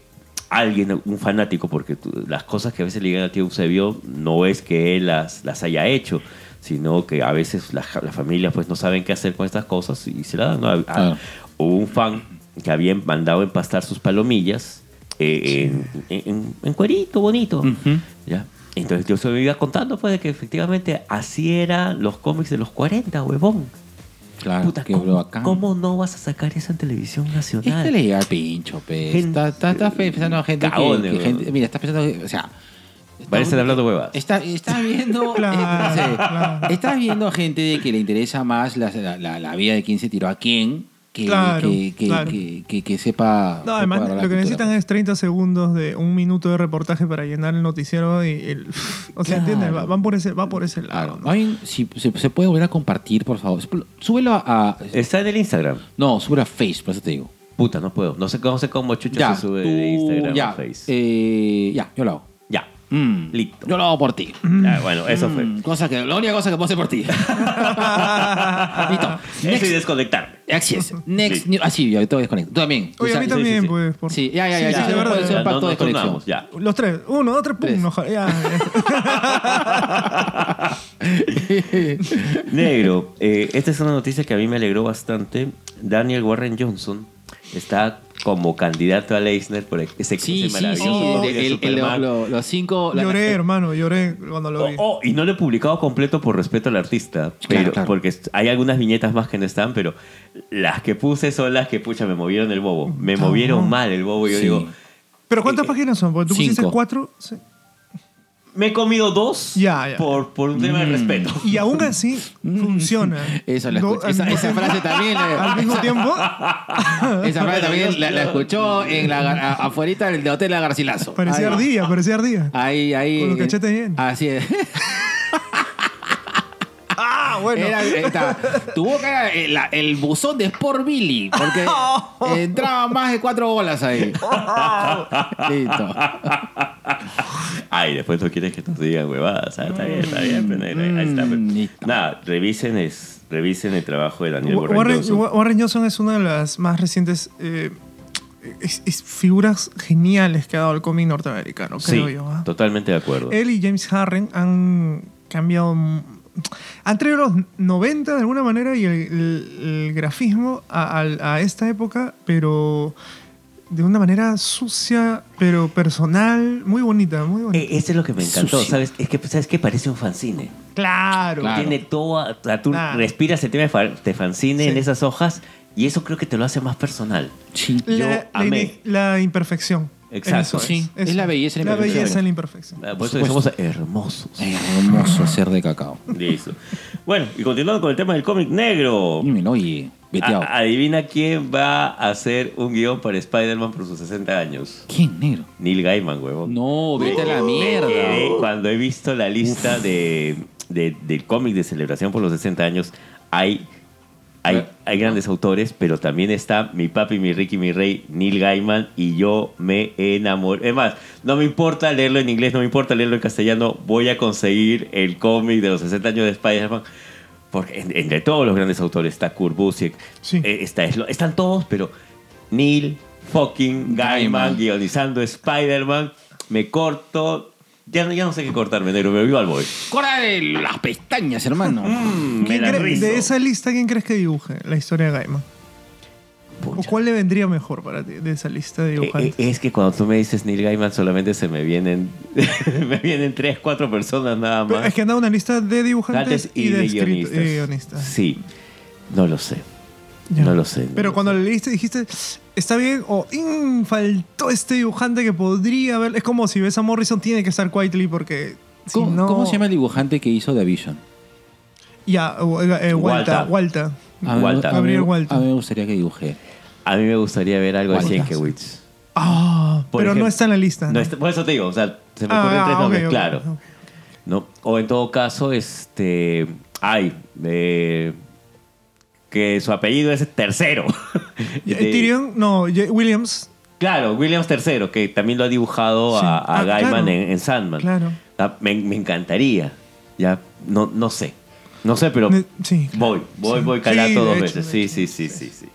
[SPEAKER 2] alguien, un fanático, porque tú- las cosas que a veces le llegan a tío Eusebio no es que él las, las haya hecho, sino que a veces las las familias pues no saben qué hacer con estas cosas y se la dan. ¿no? A- a-
[SPEAKER 5] Claro.
[SPEAKER 2] Hubo un fan que había mandado empastar sus palomillas eh, en, en- en cuerito bonito. ¿ya? Entonces yo se me iba contando pues de que efectivamente así eran los cómics de los 40, huevón.
[SPEAKER 5] Claro,
[SPEAKER 2] Puta,
[SPEAKER 5] qué
[SPEAKER 2] ¿cómo,
[SPEAKER 5] bacán.
[SPEAKER 2] cómo no vas a sacar eso en televisión nacional?
[SPEAKER 5] Este le llega al pincho, pe.
[SPEAKER 2] Gente-
[SPEAKER 5] Estás está, está pensando en gente, que-
[SPEAKER 2] Cagones,
[SPEAKER 5] que,
[SPEAKER 2] weón.
[SPEAKER 5] gente- Mira, estás pensando. que- O sea.
[SPEAKER 2] Van a estar
[SPEAKER 5] está-
[SPEAKER 2] hablando huevas.
[SPEAKER 5] Está, estás viendo. eh,
[SPEAKER 3] Claro,
[SPEAKER 5] no sé,
[SPEAKER 3] claro.
[SPEAKER 5] Estás viendo a gente de que le interesa más la, la, la- la vida de quién se tiró a quién. Que,
[SPEAKER 3] Claro,
[SPEAKER 5] que, que,
[SPEAKER 3] claro.
[SPEAKER 5] que, que- que sepa.
[SPEAKER 3] No, además lo que necesitan es 30 segundos de un minuto de reportaje para llenar el noticiero y el... O sea,
[SPEAKER 5] Claro.
[SPEAKER 3] ¿entiendes? Va, van por ese, va por ese lado.
[SPEAKER 5] Claro.
[SPEAKER 3] ¿no?
[SPEAKER 5] Más bien, si se, se puede volver a compartir, por favor. Súbelo a.
[SPEAKER 2] Está en el Instagram.
[SPEAKER 5] No, súbelo a Facebook, por eso te digo.
[SPEAKER 2] Puta, no puedo. No sé, no sé cómo Chucho se sube
[SPEAKER 5] tú-
[SPEAKER 2] de Instagram
[SPEAKER 5] ya,
[SPEAKER 2] a Face.
[SPEAKER 5] eh, ya, yo lo hago.
[SPEAKER 2] ya.
[SPEAKER 5] Mm,
[SPEAKER 2] Listo.
[SPEAKER 5] Yo lo hago por ti.
[SPEAKER 2] Ya, bueno, eso fue.
[SPEAKER 5] Mm, cosa que, la única cosa que puedo hacer por ti. Listo.
[SPEAKER 2] Eso y
[SPEAKER 5] Next.
[SPEAKER 2] desconectarme.
[SPEAKER 5] Así es. Next.
[SPEAKER 2] Sí.
[SPEAKER 5] new- Ah, sí, ya te desconecto. Tú también.
[SPEAKER 3] Oye, a
[SPEAKER 5] Tú
[SPEAKER 3] mí
[SPEAKER 2] sí,
[SPEAKER 5] sabes.
[SPEAKER 3] también,
[SPEAKER 2] sí.
[SPEAKER 3] pues. por-
[SPEAKER 5] Sí, ya, ya, ya.
[SPEAKER 3] Sí,
[SPEAKER 5] ya,
[SPEAKER 3] sí,
[SPEAKER 5] se
[SPEAKER 3] de
[SPEAKER 5] puede
[SPEAKER 3] verdad.
[SPEAKER 5] hacer un
[SPEAKER 2] Ya,
[SPEAKER 5] pacto
[SPEAKER 2] no
[SPEAKER 5] de
[SPEAKER 2] nos
[SPEAKER 5] conexión.
[SPEAKER 2] turnamos, ya.
[SPEAKER 3] Los tres. Uno, otro,
[SPEAKER 5] Tres.
[SPEAKER 3] pum. no jodas. Ya,
[SPEAKER 2] Negro, eh, esta es una noticia que a mí me alegró bastante. Daniel Warren Johnson está como candidato a Leisner por ese
[SPEAKER 5] Sí, sí, sí.
[SPEAKER 2] maravilloso
[SPEAKER 5] el-
[SPEAKER 2] de
[SPEAKER 5] el- el-
[SPEAKER 2] Superman.
[SPEAKER 5] lo- los cinco.
[SPEAKER 3] ya.
[SPEAKER 5] la-
[SPEAKER 3] Lloré, hermano, lloré cuando lo
[SPEAKER 2] Oh,
[SPEAKER 3] vi.
[SPEAKER 2] oh, y no lo he publicado completo por respeto al artista, pero
[SPEAKER 5] claro.
[SPEAKER 2] porque est- hay algunas viñetas más que no están, pero las que puse son las que pucha me movieron el bobo, me
[SPEAKER 3] Puta,
[SPEAKER 2] movieron
[SPEAKER 3] no.
[SPEAKER 2] mal el bobo. Yo
[SPEAKER 5] Ah. Sí.
[SPEAKER 2] digo,
[SPEAKER 3] Pero ¿cuántas
[SPEAKER 2] eh,
[SPEAKER 3] páginas son? Porque tú pusiste
[SPEAKER 5] cinco.
[SPEAKER 3] cuatro. sí.
[SPEAKER 2] me he comido dos
[SPEAKER 3] Ya, ya.
[SPEAKER 2] por por un
[SPEAKER 5] Mm.
[SPEAKER 2] tema de respeto.
[SPEAKER 3] Y aún así funciona.
[SPEAKER 5] Eso lo
[SPEAKER 3] Do-
[SPEAKER 5] escuché.
[SPEAKER 3] al
[SPEAKER 5] Esa,
[SPEAKER 3] mismo
[SPEAKER 5] esa
[SPEAKER 3] tiempo-
[SPEAKER 5] frase también. eh.
[SPEAKER 3] Al
[SPEAKER 5] la-
[SPEAKER 3] mismo tiempo.
[SPEAKER 5] Esa frase también la, la escuchó en la, gar- a- afuerita del hotel de Garcilaso.
[SPEAKER 3] Parecía
[SPEAKER 5] Ahí. Ah,
[SPEAKER 3] ardilla, parecía ardilla.
[SPEAKER 5] Ahí, ahí.
[SPEAKER 3] Con los cachetes bien.
[SPEAKER 5] Así es.
[SPEAKER 3] Ah, bueno.
[SPEAKER 5] Era, está, tu boca era el, la- el buzón de Sport Billy, porque entraban más de cuatro bolas ahí. Listo.
[SPEAKER 2] Ay, después tú quieres que nos digan huevadas. Ah, está bien, está bien. pero ahí- ahí está, pero-
[SPEAKER 5] Mm, listo.
[SPEAKER 2] Nada, revisen, es, revisen el trabajo de Daniel
[SPEAKER 3] Wa-
[SPEAKER 2] Warren,
[SPEAKER 3] Warren,
[SPEAKER 2] Johnson.
[SPEAKER 3] Wa- Warren Johnson es una de las más recientes eh, es- es figuras geniales que ha dado el cómic norteamericano,
[SPEAKER 2] sí,
[SPEAKER 3] creo yo. ¿ah?
[SPEAKER 2] totalmente de acuerdo.
[SPEAKER 3] Él y James Harren han cambiado. m- Han traído los 90 de alguna manera y el, el- el grafismo a, al- a esta época, pero de una manera sucia, pero personal, muy bonita, muy bonita.
[SPEAKER 2] Eh, ese es lo que me encantó,
[SPEAKER 5] Sucio.
[SPEAKER 2] ¿sabes? Es que, ¿sabes qué? Parece un fanzine.
[SPEAKER 3] claro.
[SPEAKER 5] Claro.
[SPEAKER 2] Tiene toda... o sea, tú
[SPEAKER 3] Nada.
[SPEAKER 2] respiras el tema de fa- de fanzine
[SPEAKER 3] Sí.
[SPEAKER 2] en esas hojas y eso creo que te lo hace más personal.
[SPEAKER 5] Sí.
[SPEAKER 2] Yo
[SPEAKER 3] La, la
[SPEAKER 2] amé.
[SPEAKER 3] ini- la imperfección.
[SPEAKER 2] Exacto.
[SPEAKER 3] Eso es,
[SPEAKER 5] Sí, es
[SPEAKER 3] eso.
[SPEAKER 5] la belleza en la
[SPEAKER 3] La
[SPEAKER 5] imperfección.
[SPEAKER 3] belleza en la imperfección.
[SPEAKER 2] Ah, Por Eh, eso que somos hermosos.
[SPEAKER 5] Hermoso ser de cacao.
[SPEAKER 2] Listo. Bueno, y continuando con el tema del cómic negro.
[SPEAKER 5] Dímelo, oye. Veteado.
[SPEAKER 2] A- adivina quién va a hacer un guión para Spider-Man por sus 60 años.
[SPEAKER 5] ¿Quién, negro? Uh,
[SPEAKER 2] Neil Gaiman, huevón.
[SPEAKER 5] No, vete a la mierda.
[SPEAKER 2] Eh, cuando he visto la lista de, de- del cómic de celebración por los 60 años, hay, hay, hay grandes autores, pero también está mi papi, mi Ricky, mi rey, Neil Gaiman, y yo me enamoré. Es más, no me importa leerlo en inglés, no me importa leerlo en castellano, voy a conseguir el cómic de los 60 años de Spider-Man. Porque en- entre todos los grandes autores está Kurt Busiek,
[SPEAKER 3] Sí.
[SPEAKER 2] eh, está Slo- están todos, pero Neil fucking Gaiman
[SPEAKER 5] Gaiman.
[SPEAKER 2] guionizando Spider-Man, me corto. Ya, no- ya no sé qué cortarme, negro, me vivo al boy.
[SPEAKER 5] Cora de eh, las pestañas, hermano.
[SPEAKER 2] Mm, me
[SPEAKER 3] ¿Quién
[SPEAKER 2] la
[SPEAKER 3] cree-
[SPEAKER 2] rizo.
[SPEAKER 3] de esa lista, ¿quién crees que dibuje la historia de Gaiman? ¿O
[SPEAKER 2] Pucha.
[SPEAKER 3] cuál le vendría mejor para ti de esa lista de
[SPEAKER 2] Eh, eh,
[SPEAKER 3] dibujantes?
[SPEAKER 2] es que cuando tú me dices Neil Gaiman solamente se me vienen me vienen tres, cuatro personas nada
[SPEAKER 3] Pero
[SPEAKER 2] más.
[SPEAKER 3] es que anda una lista de dibujantes
[SPEAKER 2] Antes
[SPEAKER 3] y, de, escrit-
[SPEAKER 2] guionistas.
[SPEAKER 3] y de guionistas.
[SPEAKER 2] Sí, no lo sé.
[SPEAKER 3] Ya.
[SPEAKER 2] No lo sé. no
[SPEAKER 3] Pero
[SPEAKER 2] lo
[SPEAKER 3] cuando
[SPEAKER 2] sé.
[SPEAKER 3] lo leíste dijiste, está bien, o "Mm, faltó este dibujante que podría haber. Es como si ves a Morrison, tiene que estar Quietly porque. si
[SPEAKER 5] ¿Cómo,
[SPEAKER 3] no-
[SPEAKER 5] cómo se llama el dibujante que hizo The Vision?
[SPEAKER 3] Ya, o- eh, eh, Walta.
[SPEAKER 2] Walta.
[SPEAKER 3] Walta.
[SPEAKER 5] A mí-
[SPEAKER 2] Walter.
[SPEAKER 5] a mí-
[SPEAKER 3] Gabriel Walter.
[SPEAKER 5] A mí me gustaría que dibuje.
[SPEAKER 2] A mí me gustaría ver algo de
[SPEAKER 5] Walter.
[SPEAKER 2] Sienkiewicz.
[SPEAKER 3] Ah,
[SPEAKER 2] Por
[SPEAKER 3] pero no
[SPEAKER 2] ejemplo,
[SPEAKER 3] está en la lista.
[SPEAKER 2] No está- por eso te digo, o sea, se me
[SPEAKER 3] Ah,
[SPEAKER 2] ocurren tres
[SPEAKER 3] ah, ok,
[SPEAKER 2] nombres,
[SPEAKER 3] ok,
[SPEAKER 2] claro.
[SPEAKER 3] ok.
[SPEAKER 2] ¿no? O en todo caso, este. Ay, eh, que su apellido es tercero.
[SPEAKER 3] Ya,
[SPEAKER 2] De-
[SPEAKER 3] Eh, Tyrion, no, Ye- Williams.
[SPEAKER 2] Claro, Williams tercero, que también lo ha dibujado
[SPEAKER 3] Sí.
[SPEAKER 2] a, a
[SPEAKER 3] Ah,
[SPEAKER 2] Gaiman
[SPEAKER 3] claro.
[SPEAKER 2] en, en Sandman.
[SPEAKER 3] Claro.
[SPEAKER 2] Ah, Me, me encantaría. Ya, no, no sé. No sé, pero
[SPEAKER 3] Ne- Sí.
[SPEAKER 2] voy, voy,
[SPEAKER 3] Sí.
[SPEAKER 2] voy
[SPEAKER 3] Sí,
[SPEAKER 2] calato
[SPEAKER 3] de
[SPEAKER 2] dos
[SPEAKER 3] hecho,
[SPEAKER 2] veces.
[SPEAKER 3] de
[SPEAKER 2] Sí,
[SPEAKER 3] hecho,
[SPEAKER 2] sí, sí, sí, sí.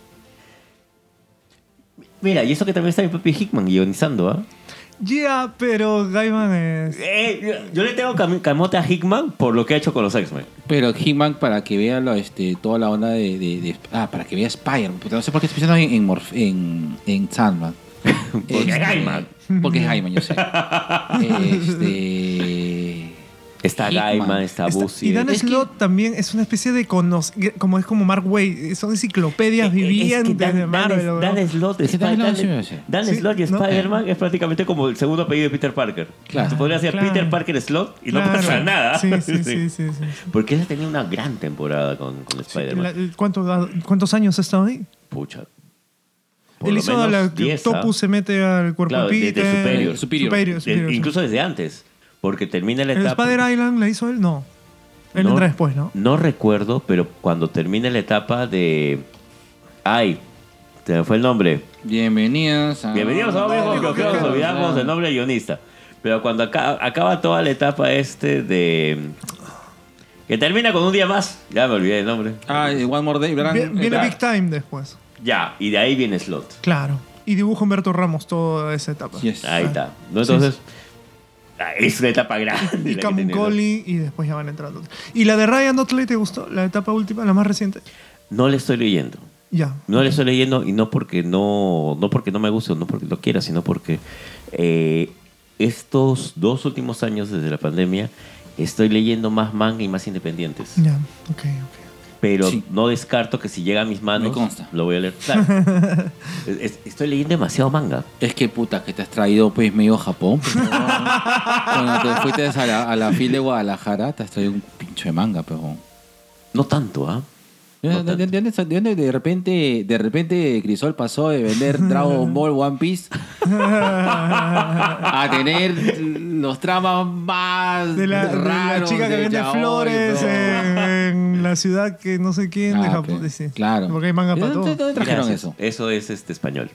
[SPEAKER 2] Mira, y eso que también está mi papi Hickman guionizando, ¿ah?
[SPEAKER 3] Ya, pero Gaiman es.
[SPEAKER 2] Eh, yo yo le tengo cam- camote a Hickman por lo que ha hecho con los X-Men.
[SPEAKER 5] Pero He-Man para que vea lo, este, toda la onda de, de- de- Ah, para que vea Spider-Man. Puta, No sé por qué estoy pensando en, en, Morf- en, en Sandman. Este,
[SPEAKER 2] Porque es Gaiman.
[SPEAKER 5] Porque es Gaiman, yo sé. este...
[SPEAKER 2] Está
[SPEAKER 5] Hickman.
[SPEAKER 2] Gaiman, está
[SPEAKER 3] Está-
[SPEAKER 2] Bussi.
[SPEAKER 3] y Dan
[SPEAKER 5] Es que-
[SPEAKER 3] Slott también es una especie de conos- como es como Mark Wade, son enciclopedias vivientes de Marvel. ¿no?
[SPEAKER 2] Dan, Slott,
[SPEAKER 5] Es que Dan
[SPEAKER 2] Spi-
[SPEAKER 5] Slott
[SPEAKER 2] Dan-
[SPEAKER 5] sí me hace.
[SPEAKER 2] Dan
[SPEAKER 3] Sí,
[SPEAKER 2] Slott y
[SPEAKER 3] ¿no?
[SPEAKER 2] Spider-Man es prácticamente como el segundo apellido de Peter Parker.
[SPEAKER 5] Claro.
[SPEAKER 2] Se podría hacer
[SPEAKER 3] Claro.
[SPEAKER 2] Peter Parker Slott y no
[SPEAKER 3] Claro.
[SPEAKER 2] pasa nada.
[SPEAKER 3] Sí, sí, sí, sí, sí.
[SPEAKER 2] Porque él tenía una gran temporada con, con Spider-Man.
[SPEAKER 3] La- ¿cuánto da- ¿Cuántos años ha estado ahí?
[SPEAKER 2] Pucha. Por
[SPEAKER 3] Él
[SPEAKER 2] lo
[SPEAKER 3] hizo la
[SPEAKER 2] menos
[SPEAKER 3] que
[SPEAKER 2] 10, ¿ah?
[SPEAKER 3] Topus se mete al cuerpo
[SPEAKER 2] Claro,
[SPEAKER 3] de
[SPEAKER 2] de- de
[SPEAKER 3] Peter.
[SPEAKER 2] Superior.
[SPEAKER 5] Superior.
[SPEAKER 3] Superior,
[SPEAKER 2] De-
[SPEAKER 3] Superior, sí.
[SPEAKER 2] incluso desde antes. Porque termina la
[SPEAKER 3] ¿El
[SPEAKER 2] etapa.
[SPEAKER 3] Spider Island la hizo él? No. Él
[SPEAKER 2] No-
[SPEAKER 3] entra después, ¿no?
[SPEAKER 2] No recuerdo, pero cuando termina la etapa de. Ay, se me fue el nombre.
[SPEAKER 5] Bienvenidos a...
[SPEAKER 2] Bienvenidos a Hombre Joven, que nos olvidamos del nombre del guionista. Pero cuando aca- acaba toda la etapa este de. Que termina con un día más. Ya me olvidé el nombre.
[SPEAKER 5] Ah, eh, One More Day. Blanc,
[SPEAKER 3] Vi- Viene
[SPEAKER 5] eh,
[SPEAKER 3] Big Time después.
[SPEAKER 2] Ya, y de ahí viene Slot.
[SPEAKER 3] Claro. Y dibuja Humberto Ramos toda esa etapa.
[SPEAKER 5] Yes.
[SPEAKER 2] Ahí está. ¿No? Entonces. ah, Es una etapa grande.
[SPEAKER 3] Y
[SPEAKER 2] la que tiene Slot.
[SPEAKER 3] Camuncoli y después ya van entrando. ¿Y la de Ryan Notley te gustó? ¿La etapa última, la más reciente?
[SPEAKER 2] No le estoy leyendo.
[SPEAKER 3] Ya.
[SPEAKER 2] No le estoy leyendo y no porque no, no porque no me guste o no porque lo quiera, sino porque eh, estos dos últimos años desde la pandemia estoy leyendo más manga y más independientes.
[SPEAKER 3] Ya. Ok, ok.
[SPEAKER 2] Pero
[SPEAKER 5] Sí.
[SPEAKER 2] no descarto que si llega a mis manos,
[SPEAKER 5] Me consta.
[SPEAKER 2] lo voy a leer. Claro. Es- es- estoy leyendo demasiado manga.
[SPEAKER 5] Es que puta, que te has traído pues medio Japón. pues, ¿no? Cuando te fuiste a la, a la fil de Guadalajara, te has traído un pincho de manga, pero...
[SPEAKER 2] No tanto, ¿ah?
[SPEAKER 5] ¿De,
[SPEAKER 2] No
[SPEAKER 5] de- de- de- de- de- de- de repente, de repente Crisol pasó de vender Dragon Ball One Piece a tener los tramas más
[SPEAKER 3] De la, de la
[SPEAKER 5] raros
[SPEAKER 3] chica que
[SPEAKER 5] de
[SPEAKER 3] vende
[SPEAKER 5] yaoi,
[SPEAKER 3] flores
[SPEAKER 5] bro.
[SPEAKER 3] en, en la ciudad que no sé quién de
[SPEAKER 5] Ah,
[SPEAKER 3] Japón.
[SPEAKER 5] pues,
[SPEAKER 3] sí.
[SPEAKER 5] Claro.
[SPEAKER 3] Porque hay manga para todo.
[SPEAKER 5] ¿Dónde- ¿Dónde trajeron
[SPEAKER 2] Gracias.
[SPEAKER 5] eso?
[SPEAKER 2] Eso es este español.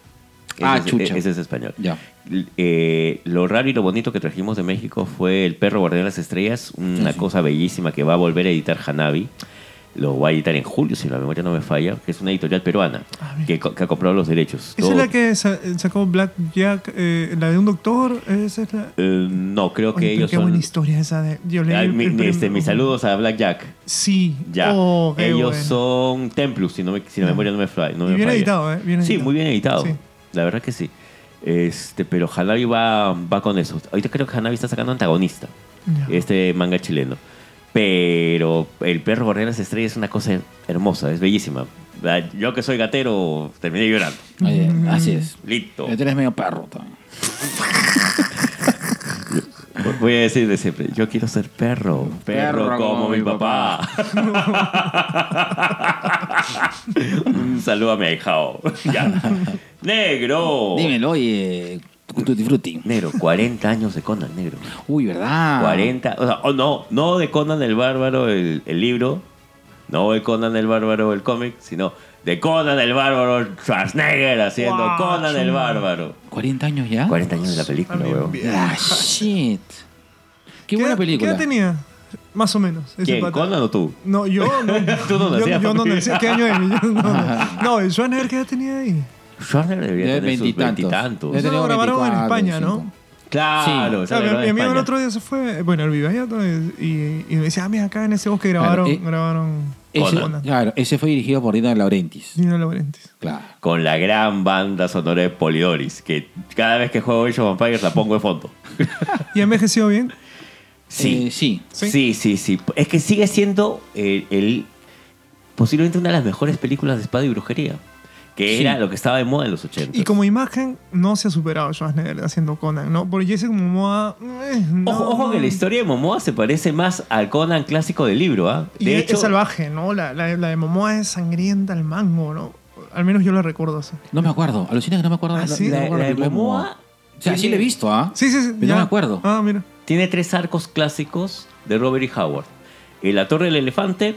[SPEAKER 5] Ah,
[SPEAKER 2] ese, es-
[SPEAKER 5] chucha.
[SPEAKER 2] Ese es español.
[SPEAKER 5] Ya.
[SPEAKER 2] L- eh, lo raro y lo bonito que trajimos de México fue El perro guardián de las estrellas, una
[SPEAKER 5] Sí, sí.
[SPEAKER 2] cosa bellísima que va a volver a editar Hanabi. Lo va a editar en julio, si la memoria no me falla, que es una editorial peruana
[SPEAKER 3] Ah, mira.
[SPEAKER 2] que, co- que ha comprado los derechos.
[SPEAKER 3] ¿Esa es
[SPEAKER 2] Todo-
[SPEAKER 3] la que sa- eh, sacó Black Jack, eh, la de un doctor? ¿Esa es la...
[SPEAKER 2] Eh, no, creo que
[SPEAKER 3] Oye, pero
[SPEAKER 2] ellos
[SPEAKER 3] qué
[SPEAKER 2] son.
[SPEAKER 3] buena historia esa de... Yo leí
[SPEAKER 2] Ah,
[SPEAKER 3] el-
[SPEAKER 2] mi-
[SPEAKER 3] el
[SPEAKER 2] mi- este,
[SPEAKER 3] primer-
[SPEAKER 2] mis saludos a Black Jack.
[SPEAKER 3] Sí.
[SPEAKER 2] Ya.
[SPEAKER 3] Oh, qué
[SPEAKER 2] ellos
[SPEAKER 3] bueno.
[SPEAKER 2] son Templus, si, no me- si la memoria no me, falla. no
[SPEAKER 3] Y
[SPEAKER 2] me
[SPEAKER 3] bien
[SPEAKER 2] falla.
[SPEAKER 3] editado, ¿eh? Bien
[SPEAKER 2] Sí,
[SPEAKER 3] editado.
[SPEAKER 2] muy bien editado.
[SPEAKER 3] Sí.
[SPEAKER 2] La verdad que sí. Este, pero Hanabi va, va con eso. Ahorita creo que Hanabi está sacando antagonista.
[SPEAKER 3] Ya.
[SPEAKER 2] Este manga chileno. Pero el perro guardián de las estrellas es una cosa hermosa, es bellísima. La- Yo que soy gatero, terminé llorando.
[SPEAKER 5] Oye, así es.
[SPEAKER 2] Listo.
[SPEAKER 5] Pero tú eres medio perro también.
[SPEAKER 2] Voy a decir de siempre, yo quiero ser perro. Perro, como, mi papá. Un saludo a mi ahijao. Ya. Negro.
[SPEAKER 5] Dímelo, oye. Tutti frutti.
[SPEAKER 2] Negro, 40 años de Conan, negro.
[SPEAKER 5] Uy, ¿verdad?
[SPEAKER 2] 40, o sea, oh, no, no de Conan el Bárbaro el, el libro, no de Conan el Bárbaro el cómic, sino de Conan el Bárbaro Schwarzenegger haciendo
[SPEAKER 3] Guau,
[SPEAKER 2] Conan el
[SPEAKER 3] chuma.
[SPEAKER 2] Bárbaro.
[SPEAKER 5] 40 años ya.
[SPEAKER 2] 40 años de la película,
[SPEAKER 3] También
[SPEAKER 2] weón.
[SPEAKER 3] bien.
[SPEAKER 5] Ah, shit. Qué, buena
[SPEAKER 3] edad-
[SPEAKER 5] película.
[SPEAKER 3] ¿Qué edad tenía? Más o menos. ese
[SPEAKER 2] ¿Quién,
[SPEAKER 3] pata.
[SPEAKER 2] Conan o tú?
[SPEAKER 3] No, yo no.
[SPEAKER 2] Tú no
[SPEAKER 3] yo,
[SPEAKER 2] nacías,
[SPEAKER 3] yo no
[SPEAKER 2] papi.
[SPEAKER 3] nací. ¿Qué año era? Yo no, no. No, el Schwarzenegger, ¿qué edad tenía ahí?
[SPEAKER 2] Schwarzenegger debería
[SPEAKER 5] Debe
[SPEAKER 2] tener sus
[SPEAKER 5] veintitantos.
[SPEAKER 2] veintitantos.
[SPEAKER 5] Debe-
[SPEAKER 3] Eso lo
[SPEAKER 5] tenía
[SPEAKER 3] grabaron en
[SPEAKER 5] 24,
[SPEAKER 3] España, ¿no?
[SPEAKER 5] cinco.
[SPEAKER 2] Claro,
[SPEAKER 5] Sí.
[SPEAKER 2] o sea, de
[SPEAKER 3] Claro, mi, mi amigo el
[SPEAKER 2] España.
[SPEAKER 3] otro día se fue, bueno, el Vivallato, y, y me decía, ah, mira, acá en ese bosque
[SPEAKER 5] Claro,
[SPEAKER 3] grabaron,
[SPEAKER 5] eh,
[SPEAKER 3] grabaron
[SPEAKER 5] Ese,
[SPEAKER 3] Conan.
[SPEAKER 5] claro, ese fue dirigido por Dino Laurentiis.
[SPEAKER 3] Dino Laurentiis.
[SPEAKER 5] Claro.
[SPEAKER 2] Con la gran banda sonora de Polidoris, que cada vez que juego Age of Vampires la pongo de fondo.
[SPEAKER 3] ¿Y ha envejecido bien?
[SPEAKER 2] Sí.
[SPEAKER 5] Eh, sí.
[SPEAKER 3] Sí.
[SPEAKER 2] ¿Sí? sí, sí, Es que sigue siendo eh, el- posiblemente una de las mejores películas de espada y brujería. Que
[SPEAKER 5] Sí.
[SPEAKER 2] era lo que estaba de moda en los 80.
[SPEAKER 3] Y como imagen, no se ha superado Schwarzenegger haciendo Conan, ¿no? Porque Jason Momoa... eh, no,
[SPEAKER 2] Ojo, ojo que la historia de Momoa se parece más al Conan clásico del libro, ¿ah?
[SPEAKER 3] Y
[SPEAKER 2] De
[SPEAKER 3] es-
[SPEAKER 2] hecho,
[SPEAKER 3] es salvaje, ¿no? La, la- la de Momoa es sangrienta al mango, ¿no? Al menos yo la recuerdo así.
[SPEAKER 5] No me acuerdo. Alucina que no me acuerdo.
[SPEAKER 3] Ah,
[SPEAKER 5] no-
[SPEAKER 3] sí.
[SPEAKER 5] no me
[SPEAKER 2] La-
[SPEAKER 5] acuerdo
[SPEAKER 2] la de
[SPEAKER 5] película
[SPEAKER 2] Momoa
[SPEAKER 5] O sea, sí
[SPEAKER 2] tiene-
[SPEAKER 5] la he visto, ¿ah?
[SPEAKER 3] Sí, sí, sí.
[SPEAKER 5] Pero no me acuerdo.
[SPEAKER 3] Ah, mira.
[SPEAKER 2] tiene tres arcos clásicos de Robert y Howard. Eh, la Torre del Elefante,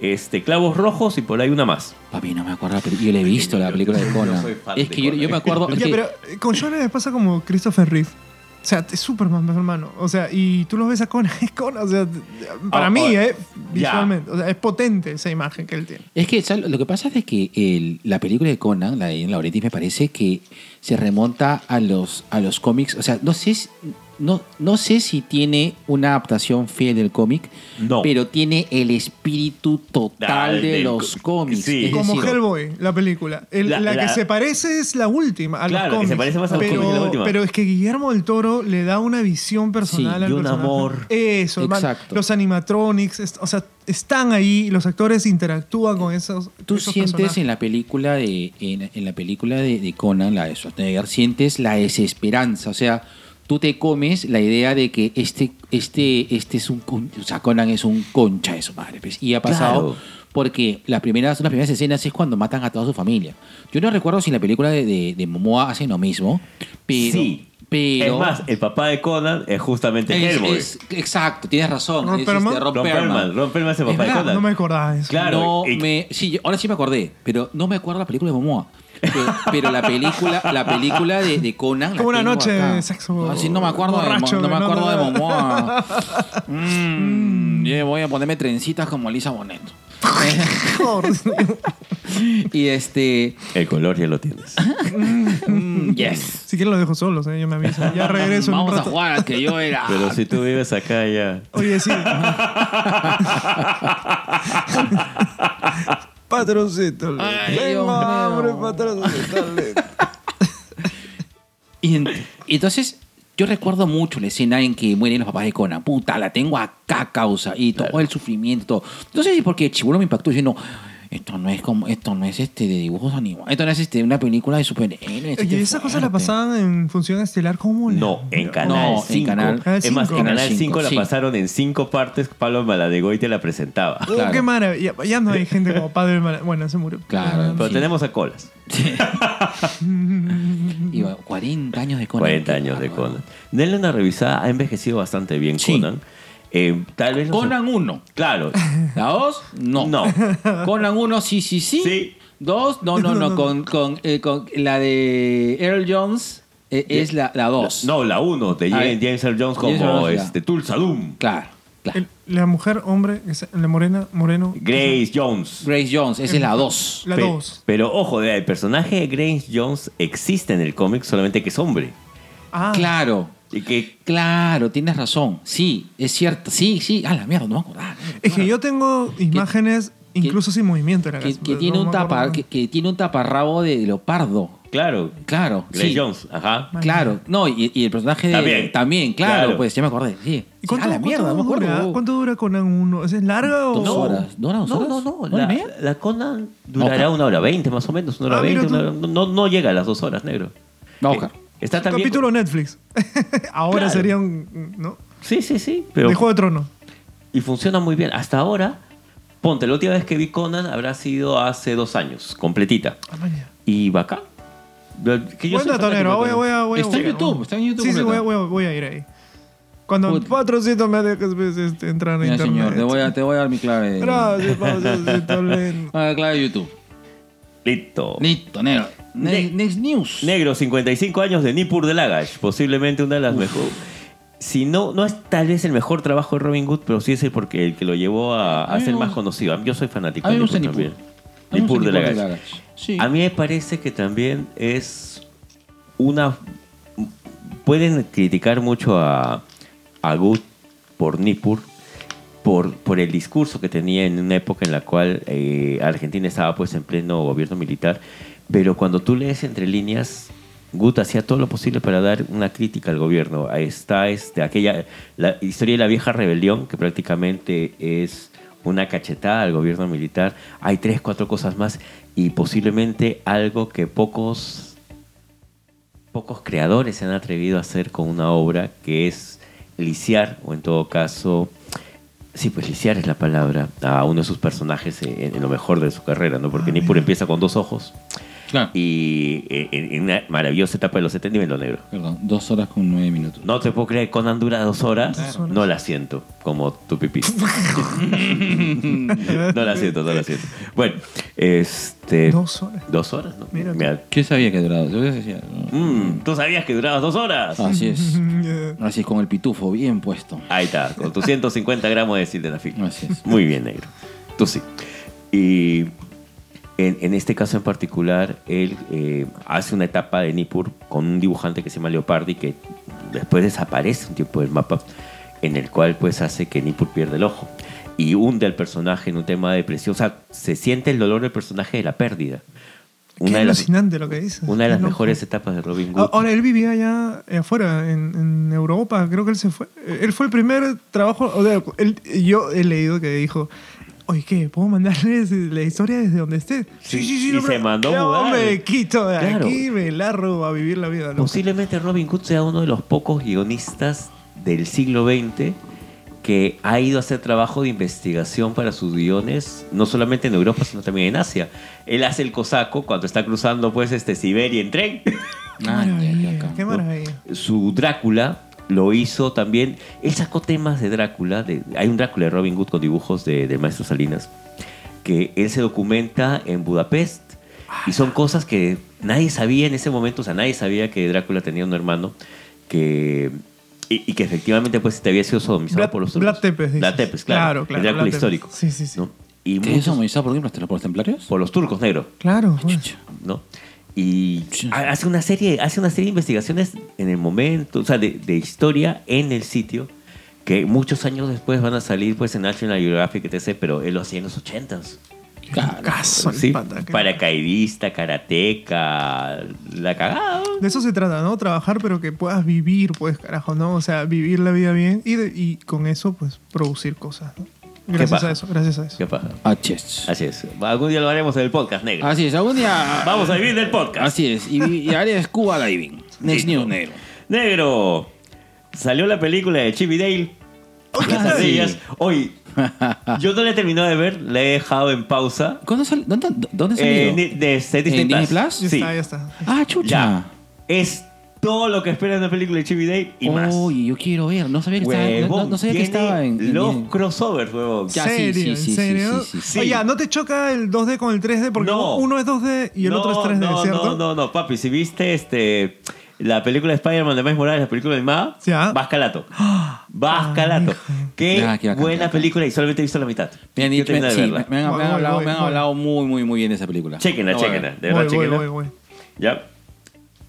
[SPEAKER 2] este, Clavos Rojos y por ahí una más.
[SPEAKER 5] Papi, no me acuerdo. la peli- Yo le he visto la película de
[SPEAKER 2] yo
[SPEAKER 5] Conan.
[SPEAKER 2] soy fan
[SPEAKER 5] es
[SPEAKER 2] de
[SPEAKER 5] que yo, yo
[SPEAKER 2] Conan.
[SPEAKER 5] me acuerdo. es
[SPEAKER 3] Ya,
[SPEAKER 5] que-
[SPEAKER 3] pero eh, con Schwarzenegger pasa como Christopher Reeve. O sea, es Superman, mi hermano. O sea, y tú lo ves a Conan, es Conan. O sea, para
[SPEAKER 2] Ah,
[SPEAKER 3] mí,
[SPEAKER 2] ah,
[SPEAKER 3] ¿eh?
[SPEAKER 2] ya.
[SPEAKER 3] Visualmente. O sea, es potente esa imagen que él tiene.
[SPEAKER 5] Es que ¿sabes? lo que pasa es de que el- la película de Conan, la de Ian Laurentis, me parece que se remonta a los, a los cómics. O sea, no sé, si- no, no sé si tiene una adaptación fiel del cómic,
[SPEAKER 2] No.
[SPEAKER 5] pero tiene el espíritu total
[SPEAKER 2] Dal
[SPEAKER 5] de
[SPEAKER 2] del
[SPEAKER 5] los
[SPEAKER 2] co-
[SPEAKER 5] cómics.
[SPEAKER 2] sí.
[SPEAKER 5] Es
[SPEAKER 3] Como
[SPEAKER 5] decir,
[SPEAKER 3] Hellboy, la película. El-
[SPEAKER 2] La-
[SPEAKER 3] la,
[SPEAKER 2] la-
[SPEAKER 3] que se parece es la última. A
[SPEAKER 2] Claro,
[SPEAKER 3] los
[SPEAKER 2] la que
[SPEAKER 3] cómics,
[SPEAKER 2] se parece más a los
[SPEAKER 3] pero,
[SPEAKER 2] cómics, la última.
[SPEAKER 3] Pero es que Guillermo del Toro le da una visión personal
[SPEAKER 2] Sí,
[SPEAKER 3] al
[SPEAKER 2] y un
[SPEAKER 3] personaje.
[SPEAKER 2] amor.
[SPEAKER 3] Eso, hermano.
[SPEAKER 5] Exacto.
[SPEAKER 3] Los animatronics, es- o sea, están ahí, los actores interactúan con esos.
[SPEAKER 5] Tú
[SPEAKER 3] esos
[SPEAKER 5] sientes
[SPEAKER 3] personajes.
[SPEAKER 5] en la película de en, en la película de, de Conan, la de Schwarzenegger, sientes la desesperanza, o sea, tú te comes la idea de que este este este es un con- o sea, Conan es un concha de su madre, pues, y ha pasado
[SPEAKER 2] Claro.
[SPEAKER 5] porque las primeras las primeras escenas es cuando matan a toda su familia. Yo no recuerdo si en la película de, de- de Momoa hacen lo mismo, pero
[SPEAKER 2] sí.
[SPEAKER 5] pero
[SPEAKER 2] es más, el papá de Conan es justamente
[SPEAKER 5] es-
[SPEAKER 2] Hellboy.
[SPEAKER 5] es- exacto, tienes razón,
[SPEAKER 3] Ron
[SPEAKER 5] es
[SPEAKER 3] Perlman.
[SPEAKER 5] este, Ron
[SPEAKER 2] Ron
[SPEAKER 5] Perlman.
[SPEAKER 2] Perlman. Ron Perlman es el
[SPEAKER 5] Es
[SPEAKER 2] papá de
[SPEAKER 5] verdad,
[SPEAKER 2] Conan.
[SPEAKER 3] Ah, No me acordaba de eso.
[SPEAKER 2] Claro,
[SPEAKER 5] No
[SPEAKER 2] y-
[SPEAKER 5] me- sí, yo- ahora sí me acordé, pero no me acuerdo la película de Momoa. Pero, pero la película, la película de, de Conan. la
[SPEAKER 3] Como una
[SPEAKER 5] tengo
[SPEAKER 3] noche
[SPEAKER 5] acá.
[SPEAKER 3] de sexo
[SPEAKER 5] Ah, sí, no me acuerdo
[SPEAKER 3] borracho,
[SPEAKER 5] de, Mo- no me
[SPEAKER 3] ¿no?
[SPEAKER 5] acuerdo de Momoa. Mm, yo voy a ponerme trencitas como Lisa Bonet. y este.
[SPEAKER 2] El color ya lo tienes.
[SPEAKER 5] mm, yes.
[SPEAKER 3] Si quieren lo dejo solos, ¿eh? yo me aviso. Ya regreso. en un
[SPEAKER 5] Vamos a
[SPEAKER 3] rato.
[SPEAKER 5] jugar al que yo era.
[SPEAKER 2] Pero si tú vives acá ya.
[SPEAKER 3] Oye, sí. patrocito.
[SPEAKER 5] Ay,
[SPEAKER 3] Ven,
[SPEAKER 5] Dios
[SPEAKER 3] hombre,
[SPEAKER 5] mío.
[SPEAKER 3] patrocítale.
[SPEAKER 5] Y ent- entonces, yo recuerdo mucho la escena en que mueren los papás de Conan. Puta, la tengo acá, causa. Y todo el sufrimiento, todo. No sé si porque Chibulo me impactó diciendo. Esto no es como, esto no es este de dibujos animados. Esto no es este una película de superhéroes.
[SPEAKER 3] Oye,
[SPEAKER 5] este
[SPEAKER 3] esas cosas
[SPEAKER 5] fuerte".
[SPEAKER 3] las pasaban en función estelar como
[SPEAKER 2] No, en Canal
[SPEAKER 5] No, en
[SPEAKER 2] 5.
[SPEAKER 5] Canal-
[SPEAKER 3] Canal
[SPEAKER 2] es más, en
[SPEAKER 3] cinco.
[SPEAKER 2] Canal
[SPEAKER 5] Canal
[SPEAKER 2] 5 la
[SPEAKER 5] cinco, sí.
[SPEAKER 2] pasaron en cinco partes. Pablo Maladegoy te la presentaba.
[SPEAKER 3] Oh,
[SPEAKER 5] Claro.
[SPEAKER 3] qué maravilla. Ya no hay gente como padre. hermana. Bueno, se murió. Ah,
[SPEAKER 5] Claro.
[SPEAKER 2] Pero
[SPEAKER 5] Sí.
[SPEAKER 2] tenemos a Colas.
[SPEAKER 5] Y bueno, 40 años de Conan.
[SPEAKER 2] 40 años de Conan. Denle una revisada. Ha envejecido bastante bien
[SPEAKER 5] Sí.
[SPEAKER 2] Conan. Eh, tal vez los-
[SPEAKER 5] Conan 1.
[SPEAKER 2] Claro.
[SPEAKER 5] ¿La 2? No.
[SPEAKER 2] No.
[SPEAKER 5] Conan 1, sí, sí, sí.
[SPEAKER 2] Sí.
[SPEAKER 5] 2, no, no, no. Con, con, eh, con la de Earl Jones eh, es la 2.
[SPEAKER 2] No, la 1 de
[SPEAKER 5] A ver.
[SPEAKER 2] James, James Earl Jones como
[SPEAKER 5] James Earl Jones, ya.
[SPEAKER 2] este, Tulsa Doom.
[SPEAKER 5] Claro, claro.
[SPEAKER 3] El- la mujer, hombre, esa- la morena, moreno.
[SPEAKER 2] Grace Jones.
[SPEAKER 5] Grace Jones, esa es la 2.
[SPEAKER 3] La
[SPEAKER 2] Pe-
[SPEAKER 3] 2.
[SPEAKER 2] Pero ojo, el personaje de Grace Jones existe en el cómic, solamente que es hombre.
[SPEAKER 3] Ah,
[SPEAKER 5] Claro,
[SPEAKER 2] Y que
[SPEAKER 5] claro, tienes razón. Sí, es cierto. Sí, sí. Ah, la mierda, no me acordaba.
[SPEAKER 3] Es que yo tengo imágenes incluso sin movimiento en la
[SPEAKER 5] Que,
[SPEAKER 3] casa.
[SPEAKER 5] que
[SPEAKER 3] No
[SPEAKER 5] tiene,
[SPEAKER 3] me
[SPEAKER 5] un tapa,
[SPEAKER 3] acuerdo.
[SPEAKER 5] que, que tiene un taparrabo de leopardo.
[SPEAKER 2] Claro.
[SPEAKER 5] Claro,
[SPEAKER 2] Grace
[SPEAKER 5] sí.
[SPEAKER 2] Jones, ajá.
[SPEAKER 5] Claro, no, y, y el personaje de.
[SPEAKER 2] También.
[SPEAKER 5] claro,
[SPEAKER 2] Claro.
[SPEAKER 5] pues ya me acordé. Sí.
[SPEAKER 3] ¿Y cuánto,
[SPEAKER 5] ah, la mierda, no me
[SPEAKER 3] cuánto
[SPEAKER 5] acuerdo.
[SPEAKER 3] dura? ¿Cuánto dura Conan 1? ¿Es larga o...?
[SPEAKER 5] Dos
[SPEAKER 2] No.
[SPEAKER 5] horas. ¿No eran dos
[SPEAKER 2] no,
[SPEAKER 5] horas?
[SPEAKER 2] No, no,
[SPEAKER 5] ¿Hora y
[SPEAKER 2] La,
[SPEAKER 5] media?
[SPEAKER 2] la Conan durará
[SPEAKER 5] Ojo.
[SPEAKER 2] una hora veinte, más o menos. Una hora
[SPEAKER 3] Ah, mira
[SPEAKER 2] veinte. una
[SPEAKER 3] tú.
[SPEAKER 2] hora- No, no llega a las dos horas, negro.
[SPEAKER 5] Va a
[SPEAKER 2] Eh,
[SPEAKER 5] buscar.
[SPEAKER 2] Está también.
[SPEAKER 3] Capítulo Netflix. Ahora
[SPEAKER 2] Claro.
[SPEAKER 3] sería un... ¿no?
[SPEAKER 2] Sí, sí, sí. Pero,
[SPEAKER 3] De Juego de Tronos.
[SPEAKER 2] y funciona muy bien. Hasta ahora, Ponte, la última vez que vi Conan habrá sido hace dos años, completita.
[SPEAKER 3] Ah, maña.
[SPEAKER 2] Y bacán. Que yo soy
[SPEAKER 3] Buen datonero,
[SPEAKER 2] fanático de
[SPEAKER 3] voy a-
[SPEAKER 2] Conan.
[SPEAKER 3] voy a- voy a-
[SPEAKER 5] Está
[SPEAKER 3] voy
[SPEAKER 5] en
[SPEAKER 3] a-
[SPEAKER 5] YouTube, está en YouTube.
[SPEAKER 3] Sí, sí, voy, a-
[SPEAKER 5] completo.
[SPEAKER 3] voy a- voy a ir ahí. Cuando
[SPEAKER 5] Puta.
[SPEAKER 3] 400 me dejes pues, este, entrar a
[SPEAKER 5] Mira,
[SPEAKER 3] internet.
[SPEAKER 5] señor, te voy, a, te voy a dar mi clave. de-
[SPEAKER 3] Gracias, gracias, te hablen.
[SPEAKER 5] Ah, clave de YouTube.
[SPEAKER 2] Listo.
[SPEAKER 5] Listo, negro. Ne-
[SPEAKER 2] Ne-
[SPEAKER 5] Next News.
[SPEAKER 2] Negro, 55 años de Nipur de Lagash, posiblemente una de las mejores. Si no, no es tal vez el mejor trabajo de Robin Hood, pero sí es el, porque, el que lo llevó a, a
[SPEAKER 5] A mí
[SPEAKER 2] ser
[SPEAKER 5] me
[SPEAKER 2] más
[SPEAKER 5] gusta-
[SPEAKER 2] conocido. Yo soy fanático
[SPEAKER 5] a mí me gusta
[SPEAKER 2] también.
[SPEAKER 5] Nipur. A mí me gusta
[SPEAKER 2] Nipur de
[SPEAKER 5] Nipur de
[SPEAKER 2] Lagash.
[SPEAKER 5] Lagash. Sí.
[SPEAKER 2] A mí me parece que también es una... Pueden criticar mucho a, a Good por Nipur, por, por el discurso que tenía en una época en la cual eh, Argentina estaba pues en pleno gobierno militar, pero cuando tú lees entre líneas, Gut hacía todo lo posible para dar una crítica al gobierno. Ahí está este, aquella, la historia de la vieja rebelión, que prácticamente es una cachetada al gobierno militar. Hay tres, cuatro cosas más y posiblemente algo que pocos pocos creadores se han atrevido a hacer con una obra que es lisiar, o en todo caso, sí, pues lisiar es la palabra, a uno de sus personajes en, en lo mejor de su carrera, ¿no? Porque Nipur empieza con dos ojos
[SPEAKER 5] Claro.
[SPEAKER 2] y eh, en, en una maravillosa etapa de los 70 y en lo negro.
[SPEAKER 5] Perdón, dos horas con nueve minutos.
[SPEAKER 2] No te puedo creer, Conan dura dos horas,
[SPEAKER 3] Dos horas.
[SPEAKER 2] no la siento, como tu pipí. no la siento, no la siento. Bueno, este...
[SPEAKER 5] Eh,
[SPEAKER 3] Dos horas.
[SPEAKER 2] Dos horas, ¿no?
[SPEAKER 3] Mira.
[SPEAKER 2] Mira,
[SPEAKER 5] ¿Qué sabía que duraba? Yo les decía, ¿no?
[SPEAKER 2] mm, tú sabías que durabas dos horas.
[SPEAKER 3] Ah.
[SPEAKER 5] Así es.
[SPEAKER 3] Yeah.
[SPEAKER 5] Así es, con el pitufo bien puesto.
[SPEAKER 2] Ahí está, con tus 150 gramos de sildenafil.
[SPEAKER 5] Así es.
[SPEAKER 2] Muy bien, negro. Tú sí. Y en, en este caso en particular, él eh, hace una etapa de Nippur con un dibujante que se llama Leopardi, que después desaparece un tiempo del mapa, en el cual pues hace que Nippur pierda el ojo y hunde al personaje en un tema de depresión. O sea, se siente el dolor del personaje de la pérdida.
[SPEAKER 3] Qué
[SPEAKER 2] Una de las,
[SPEAKER 3] alucinante lo que dices.
[SPEAKER 2] una de las
[SPEAKER 3] Qué loco.
[SPEAKER 2] mejores etapas de Robin
[SPEAKER 3] Ah,
[SPEAKER 2] Hood.
[SPEAKER 3] Ahora, él vivía allá eh, afuera, en, en Europa. Creo que él se fue. Eh, Él fue el primer trabajo. o sea, él- yo he leído que dijo. Oye, ¿qué? ¿Puedo mandarles la historia desde donde esté?
[SPEAKER 2] Sí, y se mandó a
[SPEAKER 3] Yo
[SPEAKER 2] mudar.
[SPEAKER 3] me quito de
[SPEAKER 2] Claro. Pues,
[SPEAKER 3] aquí, me largo a vivir la vida. loca.
[SPEAKER 2] Posiblemente Robin Hood sea uno de los pocos guionistas del siglo XX que ha ido a hacer trabajo de investigación para sus guiones, no solamente en Europa, sino también en Asia. Él hace el cosaco cuando está cruzando pues este Siberia en tren.
[SPEAKER 3] Qué
[SPEAKER 5] Ah, ya,
[SPEAKER 3] maravilla,
[SPEAKER 5] ya, acá.
[SPEAKER 3] qué
[SPEAKER 2] pues.
[SPEAKER 3] maravilla.
[SPEAKER 2] Su Drácula lo hizo también. Él sacó temas de Drácula. de- hay un Drácula de Robin Hood con dibujos de- del maestro Salinas, que él se documenta en Budapest. Y son cosas que nadie sabía en ese momento. O sea, nadie sabía que Drácula tenía un hermano que... Y, y que efectivamente pues te había sido sodomizado
[SPEAKER 3] Vlad-
[SPEAKER 2] por los
[SPEAKER 3] Vlad
[SPEAKER 2] turcos.
[SPEAKER 3] Tepes, dices.
[SPEAKER 2] Vlad Tepes, claro.
[SPEAKER 3] Claro, claro,
[SPEAKER 2] El Drácula
[SPEAKER 3] Vlad Tepes.
[SPEAKER 2] histórico.
[SPEAKER 3] Sí, sí, sí.
[SPEAKER 2] ¿no? Y
[SPEAKER 5] ¿Qué es
[SPEAKER 2] muchos-
[SPEAKER 5] eso, Moisés, por ejemplo, por los templarios?
[SPEAKER 2] por los turcos, negro.
[SPEAKER 3] Claro. pues.
[SPEAKER 2] ¿no? Y ha- hace una serie, hace una serie de investigaciones en el momento, o sea, de, de historia en el sitio, que muchos años después van a salir pues en National Geographic, etc., pero él lo hacía en los ochentas.
[SPEAKER 5] Claro.
[SPEAKER 3] Caso el
[SPEAKER 2] Pues ¿sí?
[SPEAKER 3] pata, qué-
[SPEAKER 2] Paracaidista, karateca, la cagada.
[SPEAKER 3] De eso se trata, ¿no? Trabajar, pero que puedas vivir, pues, carajo, ¿no? O sea, vivir la vida bien y, de- y con eso, pues, producir cosas, ¿no? Gracias
[SPEAKER 2] paja.
[SPEAKER 3] a eso, gracias a eso.
[SPEAKER 2] ¿Qué pasa?
[SPEAKER 5] Así es.
[SPEAKER 2] Así es. Algún día lo haremos en el podcast, negro.
[SPEAKER 5] Así es, algún día.
[SPEAKER 2] Vamos a vivir del podcast.
[SPEAKER 5] Así es, y, y área es Cuba Diving. Next News negro.
[SPEAKER 2] Negro. Salió la película de Chip y Dale. Pesadillas. Hoy,
[SPEAKER 5] Ah.
[SPEAKER 2] yo no la he terminado de ver, la he dejado en pausa.
[SPEAKER 5] ¿Cuándo sal- ¿Dónde, dónde salió?
[SPEAKER 2] Eh, ni- de este Disney
[SPEAKER 5] ¿En Disney Plus?
[SPEAKER 3] Ya
[SPEAKER 2] Sí.
[SPEAKER 3] está, ya está.
[SPEAKER 5] Ah, chucha.
[SPEAKER 2] Ya. Es todo lo que espera de una película de Chibi Day y más.
[SPEAKER 5] Oye, yo quiero ver. Oh, No sabía que estaba, no- no,
[SPEAKER 2] Huevón,
[SPEAKER 5] no sabía que
[SPEAKER 2] tiene
[SPEAKER 5] estaba en. en-
[SPEAKER 2] Los crossovers, huevón.
[SPEAKER 5] Ya, sí,
[SPEAKER 3] ¿Serio?
[SPEAKER 5] sí,
[SPEAKER 3] ¿En
[SPEAKER 5] sí, sí,
[SPEAKER 3] serio?
[SPEAKER 5] sí, sí,
[SPEAKER 2] sí.
[SPEAKER 3] Oye, ya, ¿no te choca el 2D con el 3D? Porque
[SPEAKER 2] No.
[SPEAKER 3] uno es 2D y el
[SPEAKER 2] No,
[SPEAKER 3] otro es 3D,
[SPEAKER 2] no,
[SPEAKER 3] ¿cierto?
[SPEAKER 2] No, no, no, papi. Si viste este, la película de Spider-Man de Miles Morales, la película animada,
[SPEAKER 3] Ya.
[SPEAKER 2] vas calato.
[SPEAKER 5] Ah,
[SPEAKER 2] Vas calato. Qué
[SPEAKER 5] Ya, qué bacán,
[SPEAKER 2] buena
[SPEAKER 5] qué bacán.
[SPEAKER 2] película y solamente he visto la mitad.
[SPEAKER 5] Me han,
[SPEAKER 2] Yo
[SPEAKER 5] dicho,
[SPEAKER 2] terminé de
[SPEAKER 5] me, sí,
[SPEAKER 2] verla.
[SPEAKER 5] me- me han- me han
[SPEAKER 3] Voy,
[SPEAKER 5] hablado,
[SPEAKER 3] voy,
[SPEAKER 5] me han
[SPEAKER 3] voy.
[SPEAKER 5] hablado muy, muy, muy bien de esa película.
[SPEAKER 2] Chéquenla,
[SPEAKER 5] No,
[SPEAKER 2] chéquenla. De verdad,
[SPEAKER 3] Voy, voy,
[SPEAKER 2] chéquenla.
[SPEAKER 3] voy, voy.
[SPEAKER 2] Ya.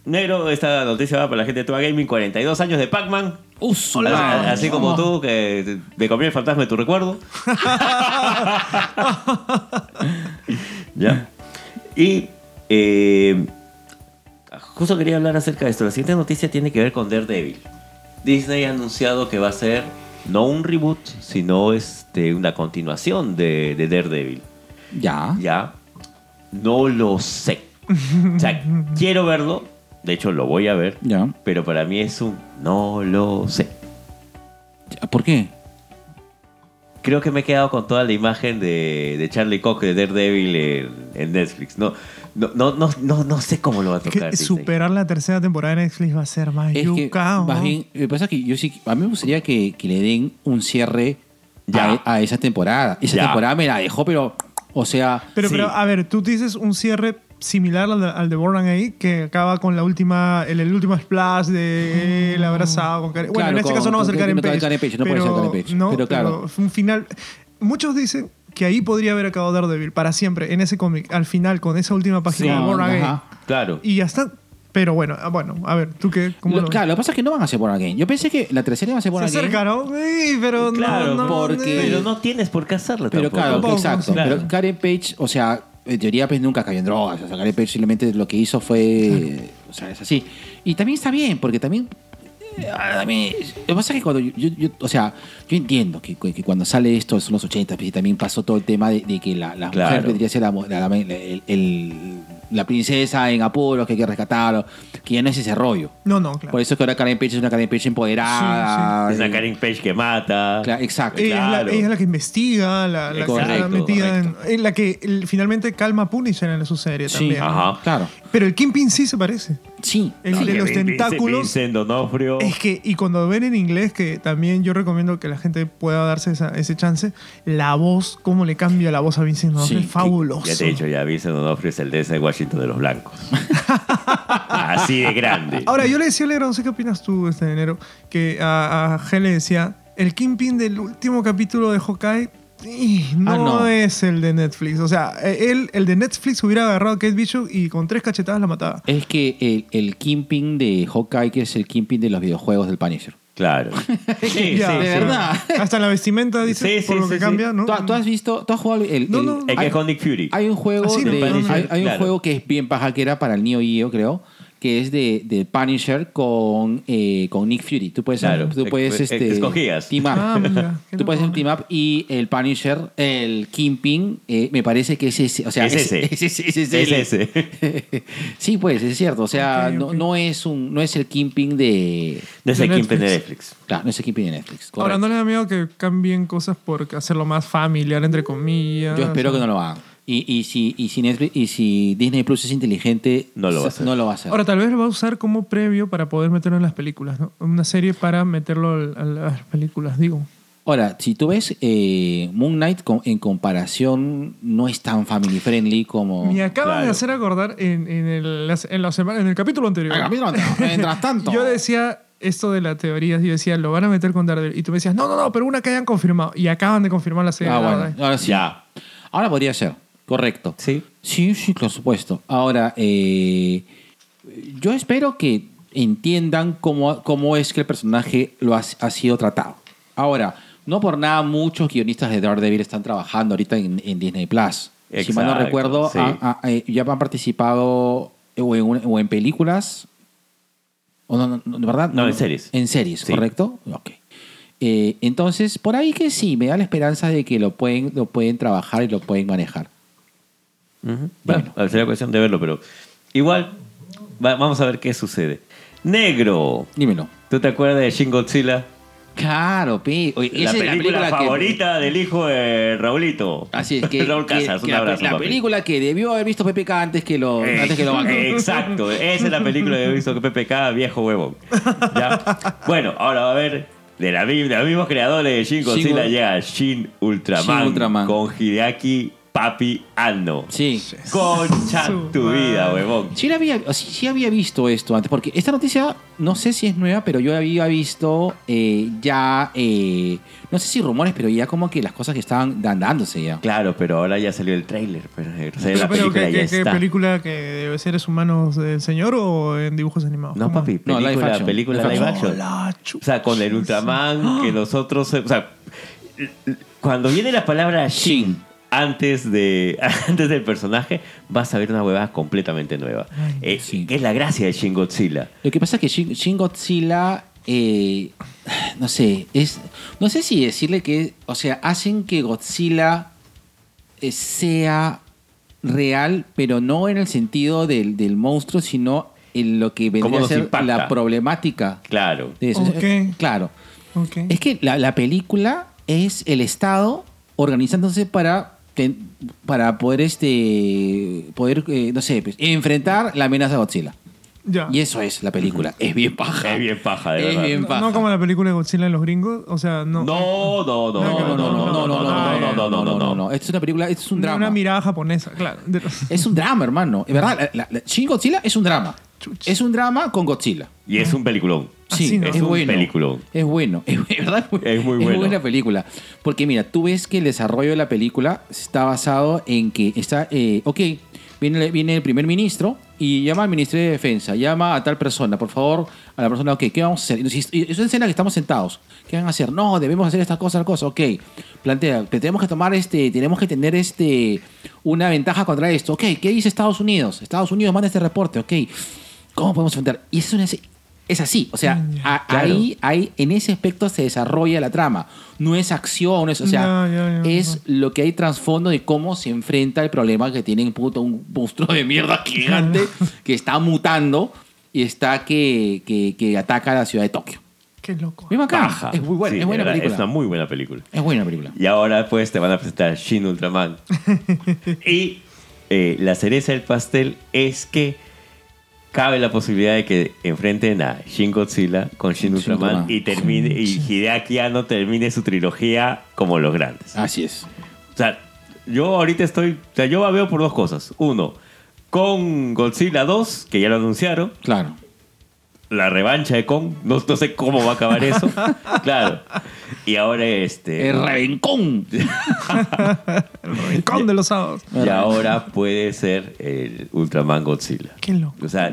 [SPEAKER 2] Negro, esta noticia va para la gente de Tua Gaming. 42 años de Pac-Man.
[SPEAKER 5] Uso,
[SPEAKER 2] Así-
[SPEAKER 5] madre.
[SPEAKER 2] Así como tú, que te- te comió el fantasma de tu recuerdo. ya. Y eh, justo quería hablar acerca de esto. La siguiente noticia tiene que ver con Daredevil. Disney ha anunciado que va a ser no un reboot, sino este, una continuación de, de Daredevil.
[SPEAKER 5] Ya.
[SPEAKER 2] Ya. No lo sé. O sea, quiero verlo. De hecho, lo voy a ver.
[SPEAKER 5] Ya.
[SPEAKER 2] Pero para mí es un no lo sé.
[SPEAKER 5] ¿Por qué?
[SPEAKER 2] creo que me he quedado con toda la imagen de, de Charlie Cox de Daredevil en, en Netflix. No, no, no, no, no, no sé cómo lo va a tocar.
[SPEAKER 3] Que
[SPEAKER 2] Disney.
[SPEAKER 3] superar la tercera temporada de Netflix va a ser más
[SPEAKER 5] Es que,
[SPEAKER 3] yuca. ¿no?
[SPEAKER 5] más bien, lo que pasa es que yo sí, a mí me gustaría que, que le den un cierre
[SPEAKER 2] Ya.
[SPEAKER 5] a, a esa temporada. Esa
[SPEAKER 2] Ya.
[SPEAKER 5] temporada me la dejó, pero, o sea,
[SPEAKER 3] Pero,
[SPEAKER 2] Sí.
[SPEAKER 3] pero, a ver, tú dices un cierre similar al de, al de Born Again, que acaba con la última, el, el último splash de el abrazado con Karen. Bueno,
[SPEAKER 5] Claro,
[SPEAKER 3] en este
[SPEAKER 5] con-
[SPEAKER 3] caso no va a ser
[SPEAKER 5] con-
[SPEAKER 3] Karen
[SPEAKER 5] no con
[SPEAKER 3] Page.
[SPEAKER 5] Karen Page, no puede ser Karen Page,
[SPEAKER 3] no,
[SPEAKER 5] pero claro.
[SPEAKER 3] fue un final. Muchos dicen que ahí podría haber acabado Daredevil para siempre, en ese cómic, al final, con esa última página
[SPEAKER 5] Sí,
[SPEAKER 3] de Born Again.
[SPEAKER 5] ajá.
[SPEAKER 2] Claro.
[SPEAKER 3] Y ya está. Pero bueno, ah, bueno, a ver, ¿tú qué? ¿Cómo
[SPEAKER 5] lo-
[SPEAKER 3] lo ves?
[SPEAKER 5] claro, lo que pasa es que no van a hacer Born Again. Yo pensé que la tercera iba a ser Born
[SPEAKER 3] Se
[SPEAKER 5] Again.
[SPEAKER 3] acercaron, sí, pero no,
[SPEAKER 2] Claro,
[SPEAKER 3] no,
[SPEAKER 5] porque-
[SPEAKER 3] eh.
[SPEAKER 2] Pero no tienes por qué hacerlo
[SPEAKER 5] Pero
[SPEAKER 2] tampoco.
[SPEAKER 5] claro,
[SPEAKER 3] Tampoco,
[SPEAKER 5] exacto.
[SPEAKER 2] claro.
[SPEAKER 5] Pero Karen Page, o sea, en teoría pues nunca cayó en drogas. O sea, Karen Page simplemente lo que hizo fue... O sea, es así. Y también está bien, porque también... eh, A mí, lo que pasa es que cuando yo, yo- yo- o sea, yo entiendo que, que cuando sale esto son los 80 pues, y también pasó todo el tema de, de que la, la
[SPEAKER 2] Claro.
[SPEAKER 5] mujer vendría a ser la, mo- la- la- el- el- la princesa en apuros que hay que rescatar, que ya no es ese rollo.
[SPEAKER 3] No, no, claro.
[SPEAKER 5] Por
[SPEAKER 2] Pues,
[SPEAKER 5] eso es que ahora Karen Page es una Karen Page empoderada.
[SPEAKER 2] Es una Karen Page que mata.
[SPEAKER 5] Claro, exacto.
[SPEAKER 3] Ella, es
[SPEAKER 2] Claro.
[SPEAKER 3] la, ella es la que investiga, la, la que está
[SPEAKER 2] Correcto,
[SPEAKER 3] metida en- en la que el- finalmente calma a Punisher en su serie
[SPEAKER 5] Sí,
[SPEAKER 3] también.
[SPEAKER 2] Ajá.
[SPEAKER 5] claro.
[SPEAKER 3] Pero el Kingpin sí se parece.
[SPEAKER 5] Sí.
[SPEAKER 3] El de
[SPEAKER 2] Que
[SPEAKER 3] los
[SPEAKER 2] Vin- Vin-
[SPEAKER 3] tentáculos.
[SPEAKER 2] Vincent D'Onofrio.
[SPEAKER 3] Es que, y cuando ven en inglés, que también yo recomiendo que la gente pueda darse esa- ese chance, la voz, cómo le cambia la voz a Vincent D'Onofrio,
[SPEAKER 5] Sí,
[SPEAKER 3] es fabuloso.
[SPEAKER 2] Ya te he dicho, ya Vincent D'Onofrio es el de ese Washington de los blancos. Así de grande.
[SPEAKER 3] Ahora, yo le decía a Legra, no sé qué opinas tú este enero, que a, a G le decía, el Kingpin del último capítulo de Hawkeye ih, no,
[SPEAKER 5] Ah, no.
[SPEAKER 3] es el de Netflix. O sea, eh, él, el de Netflix hubiera agarrado a Kate Bishop y con tres cachetadas la mataba.
[SPEAKER 5] Es que el, el Kingpin de Hawkeye, que es el Kingpin de los videojuegos del Punisher.
[SPEAKER 2] Claro. Sí, sí,
[SPEAKER 3] Ya,
[SPEAKER 5] de
[SPEAKER 2] sí.
[SPEAKER 5] verdad.
[SPEAKER 3] Hasta en la vestimenta, dice,
[SPEAKER 2] Sí,
[SPEAKER 3] por
[SPEAKER 2] sí,
[SPEAKER 3] lo que
[SPEAKER 2] sí,
[SPEAKER 3] cambia,
[SPEAKER 2] sí.
[SPEAKER 3] ¿no?
[SPEAKER 5] ¿Tú, tú has visto, tú has jugado el...
[SPEAKER 3] No,
[SPEAKER 5] el-
[SPEAKER 3] no.
[SPEAKER 2] Es que
[SPEAKER 5] hay,
[SPEAKER 2] es Nick Fury.
[SPEAKER 5] hay un juego
[SPEAKER 3] Así no
[SPEAKER 5] de-
[SPEAKER 3] parece,
[SPEAKER 5] hay, hay un
[SPEAKER 2] claro.
[SPEAKER 5] juego que es bien paja, que era para el Neo Geo, creo, que es de, de Punisher con, eh, con Nick Fury. Tú puedes...
[SPEAKER 2] Claro.
[SPEAKER 5] Tú puedes
[SPEAKER 2] Eh, eh,
[SPEAKER 5] este,
[SPEAKER 2] escogías.
[SPEAKER 5] team up.
[SPEAKER 3] Ah, mira, qué
[SPEAKER 5] Tú puedes hacer un
[SPEAKER 3] loco.
[SPEAKER 5] team up y el Punisher, el Kingpin, eh, me parece que es ese. O sea,
[SPEAKER 2] Es ese.
[SPEAKER 5] Es, ese, es ese.
[SPEAKER 2] Es ese.
[SPEAKER 5] sí, pues, es cierto. O sea,
[SPEAKER 3] Ok, ok.
[SPEAKER 5] No, no es un, no es el Kingpin de.
[SPEAKER 2] De ese
[SPEAKER 3] De Netflix.
[SPEAKER 2] Kingpin de Netflix.
[SPEAKER 5] Claro, no es el Kingpin de Netflix.
[SPEAKER 3] Ahora,
[SPEAKER 5] correcto.
[SPEAKER 3] ¿no le da miedo que cambien cosas por hacerlo más familiar, entre comillas?
[SPEAKER 5] Yo espero que no lo hagan. Y, y, si, y, si Netflix- y si Disney Plus es inteligente,
[SPEAKER 2] No lo va a
[SPEAKER 5] se-
[SPEAKER 2] hacer.
[SPEAKER 5] No lo va a hacer.
[SPEAKER 3] Ahora, tal vez lo va a usar como previo para poder meterlo en las películas, ¿no? Una serie para meterlo al- a las películas, digo.
[SPEAKER 5] Ahora, si tú ves eh, Moon Knight con- en comparación, no es tan family friendly como.
[SPEAKER 3] Me acabas
[SPEAKER 2] Claro.
[SPEAKER 3] de hacer acordar en, en el, en, la semana, en el capítulo anterior.
[SPEAKER 5] Ah, mira, Mientras tanto.
[SPEAKER 3] Yo decía esto de la teoría, yo decía, lo van a meter con Daredevil. Y tú me decías, no, no, no, pero una que hayan confirmado. Y acaban de confirmar la serie
[SPEAKER 5] Ah,
[SPEAKER 3] de
[SPEAKER 5] bueno.
[SPEAKER 3] Daredevil.
[SPEAKER 5] Ahora sí.
[SPEAKER 2] Ya.
[SPEAKER 5] Ahora podría ser. Correcto.
[SPEAKER 2] Sí.
[SPEAKER 5] Sí, sí, por supuesto. Ahora, eh, yo espero que entiendan cómo, cómo es que el personaje lo ha, ha sido tratado. Ahora, no por nada muchos guionistas de Daredevil están trabajando ahorita en, en Disney Plus. si mal no
[SPEAKER 2] Exacto,
[SPEAKER 5] recuerdo,
[SPEAKER 2] sí.
[SPEAKER 5] han- han- eh, ya han participado o en, una- o en películas. O no, no, no, ¿de ¿verdad?
[SPEAKER 2] No, en series.
[SPEAKER 5] En series,
[SPEAKER 2] Sí.
[SPEAKER 5] correcto. Ok. Eh, entonces, por ahí que sí, me da la esperanza de que lo pueden, lo pueden trabajar y lo pueden manejar.
[SPEAKER 2] Ujú.
[SPEAKER 5] Bueno.
[SPEAKER 2] Bueno, sería cuestión de verlo, pero igual va- vamos a ver qué sucede. Negro.
[SPEAKER 5] Dímelo.
[SPEAKER 2] ¿Tú te acuerdas de Shin Godzilla?
[SPEAKER 5] Claro, pi. Oye,
[SPEAKER 2] la
[SPEAKER 5] esa es
[SPEAKER 2] película,
[SPEAKER 5] que-
[SPEAKER 2] favorita del hijo de Raulito.
[SPEAKER 5] así es que.
[SPEAKER 2] Raúl
[SPEAKER 5] que-
[SPEAKER 2] Casas,
[SPEAKER 5] que
[SPEAKER 2] un
[SPEAKER 5] la,
[SPEAKER 2] abrazo.
[SPEAKER 5] la
[SPEAKER 2] papi.
[SPEAKER 5] película que debió haber visto PPK antes que lo,
[SPEAKER 2] Eh,
[SPEAKER 5] antes que lo banque.
[SPEAKER 2] Exacto, esa es la película que he visto que PPK, viejo huevón. Ya. Bueno, ahora va a ver de, la, mi- de los mismos creadores de Shin
[SPEAKER 5] Shin
[SPEAKER 2] Godzilla
[SPEAKER 5] Go-
[SPEAKER 2] llega Shin Ultraman,
[SPEAKER 5] Shin Ultraman.
[SPEAKER 2] con Hideaki Papi Anno.
[SPEAKER 5] Sí.
[SPEAKER 2] Concha
[SPEAKER 3] Su
[SPEAKER 2] tu
[SPEAKER 3] madre.
[SPEAKER 2] vida, huevón.
[SPEAKER 5] Sí, la había, sí, sí había visto esto antes, porque esta noticia no sé si es nueva, pero yo había visto eh, ya, eh, no sé si rumores, pero ya como que las cosas que estaban dan- dándose ya.
[SPEAKER 2] Claro, pero ahora ya salió el tráiler, pero, o sea, la
[SPEAKER 3] Pero, pero,
[SPEAKER 2] película
[SPEAKER 3] ¿qué,
[SPEAKER 2] ya
[SPEAKER 3] qué- qué
[SPEAKER 2] está.
[SPEAKER 3] película que debe ser es humanos del señor o en dibujos animados?
[SPEAKER 2] No,
[SPEAKER 3] ¿Cómo?
[SPEAKER 2] papi,
[SPEAKER 5] No, live
[SPEAKER 2] película,
[SPEAKER 5] action.
[SPEAKER 2] película
[SPEAKER 5] Live
[SPEAKER 2] live,
[SPEAKER 3] action.
[SPEAKER 2] action.
[SPEAKER 3] Hola, chu-
[SPEAKER 2] o sea, con el Ultraman que nosotros, o sea, cuando viene la palabra Shin antes de antes del personaje, vas a ver una huevada completamente nueva.
[SPEAKER 3] Ay,
[SPEAKER 2] Eh,
[SPEAKER 5] sí.
[SPEAKER 2] Que es la gracia de Shin Godzilla.
[SPEAKER 5] Lo que pasa es que Shin, Shin Godzilla, eh, no sé, es, no sé si decirle que, o sea, hacen que Godzilla eh, sea real, pero no en el sentido del, del monstruo, sino en lo que vendría a
[SPEAKER 2] nos
[SPEAKER 5] ser
[SPEAKER 2] impacta?
[SPEAKER 5] la problemática.
[SPEAKER 2] Claro.
[SPEAKER 5] de eso.
[SPEAKER 3] Ok.
[SPEAKER 5] Claro.
[SPEAKER 3] Ok.
[SPEAKER 5] Es que la, la película es el Estado organizándose para, ten- para poder, este, poder eh, no sé, pues, enfrentar la amenaza de Godzilla.
[SPEAKER 3] Ya.
[SPEAKER 5] Y eso es la película. Es bien paja.
[SPEAKER 2] Es bien paja, de
[SPEAKER 5] Es
[SPEAKER 2] verdad.
[SPEAKER 5] bien
[SPEAKER 3] No-
[SPEAKER 5] paja.
[SPEAKER 3] No como la película de Godzilla de los gringos. O sea, no.
[SPEAKER 2] No, no, no, no, no, no, no, no, no, no, no, no, no, no.
[SPEAKER 5] Esto es una película, esto es un
[SPEAKER 3] Una-
[SPEAKER 5] drama.
[SPEAKER 3] Una mirada japonesa, claro. De-
[SPEAKER 5] Es un drama, hermano. Es verdad, la- la- la- Shin Godzilla es un drama.
[SPEAKER 3] Chuch.
[SPEAKER 5] Es un drama con Godzilla.
[SPEAKER 2] Y es un peliculón.
[SPEAKER 5] Sí,
[SPEAKER 3] Así, ¿no?
[SPEAKER 5] es,
[SPEAKER 2] Es un
[SPEAKER 5] bueno.
[SPEAKER 2] peliculón.
[SPEAKER 5] Es bueno. Es, verdad,
[SPEAKER 2] Es muy bueno.
[SPEAKER 5] buena película. Porque mira, tú ves que el desarrollo de la película está basado en que está. eh, ok, viene, viene el primer ministro y llama al ministro de Defensa, llama a tal persona, por favor, a la persona, ok, ¿qué vamos a hacer? Entonces, y es una escena que estamos sentados. ¿Qué van a hacer? No, debemos hacer estas cosas, cosas. Ok, plantea, que tenemos que tomar este, tenemos que tener este, una ventaja contra esto. Ok, ¿qué dice Estados Unidos? Estados Unidos manda este reporte, ok. ¿Cómo podemos enfrentar? Y es una. Es así, o sea,
[SPEAKER 2] Mm,
[SPEAKER 3] Ya.
[SPEAKER 5] a-
[SPEAKER 2] Claro.
[SPEAKER 5] ahí, ahí, en ese aspecto se desarrolla la trama. No es acción, no es, o sea,
[SPEAKER 3] Ya, ya, ya.
[SPEAKER 5] es lo que hay trasfondo de cómo se enfrenta el problema que tienen puto un monstruo de mierda gigante
[SPEAKER 2] Ah.
[SPEAKER 5] que está mutando y está que, que, que ataca a la ciudad de Tokio.
[SPEAKER 3] Qué loco.
[SPEAKER 5] Muy bacán.
[SPEAKER 2] Paja.
[SPEAKER 5] Es muy buena,
[SPEAKER 2] Sí,
[SPEAKER 5] es buena
[SPEAKER 2] de verdad,
[SPEAKER 5] película.
[SPEAKER 2] Es una muy buena película.
[SPEAKER 5] Es buena película.
[SPEAKER 2] Y ahora pues te van a presentar Shin Ultraman. y eh, la cereza del pastel es que cabe la posibilidad de que enfrenten a Shin Godzilla con Shin
[SPEAKER 5] Shin
[SPEAKER 2] Ultraman,
[SPEAKER 5] Ultraman.
[SPEAKER 2] y termine y Hideaki Anno termine su trilogía como los grandes.
[SPEAKER 5] Así es.
[SPEAKER 2] O sea, yo ahorita estoy, o sea, yo babeo por dos cosas. Uno, con Godzilla 2, que ya lo anunciaron,
[SPEAKER 5] Claro.
[SPEAKER 2] la revancha de Kong, no, no sé cómo va a acabar eso. claro. Y ahora este
[SPEAKER 5] El rebencón.
[SPEAKER 3] El rincón de los sábados.
[SPEAKER 2] Y ahora puede ser el Ultraman Godzilla.
[SPEAKER 3] Qué loco.
[SPEAKER 2] O sea,
[SPEAKER 3] A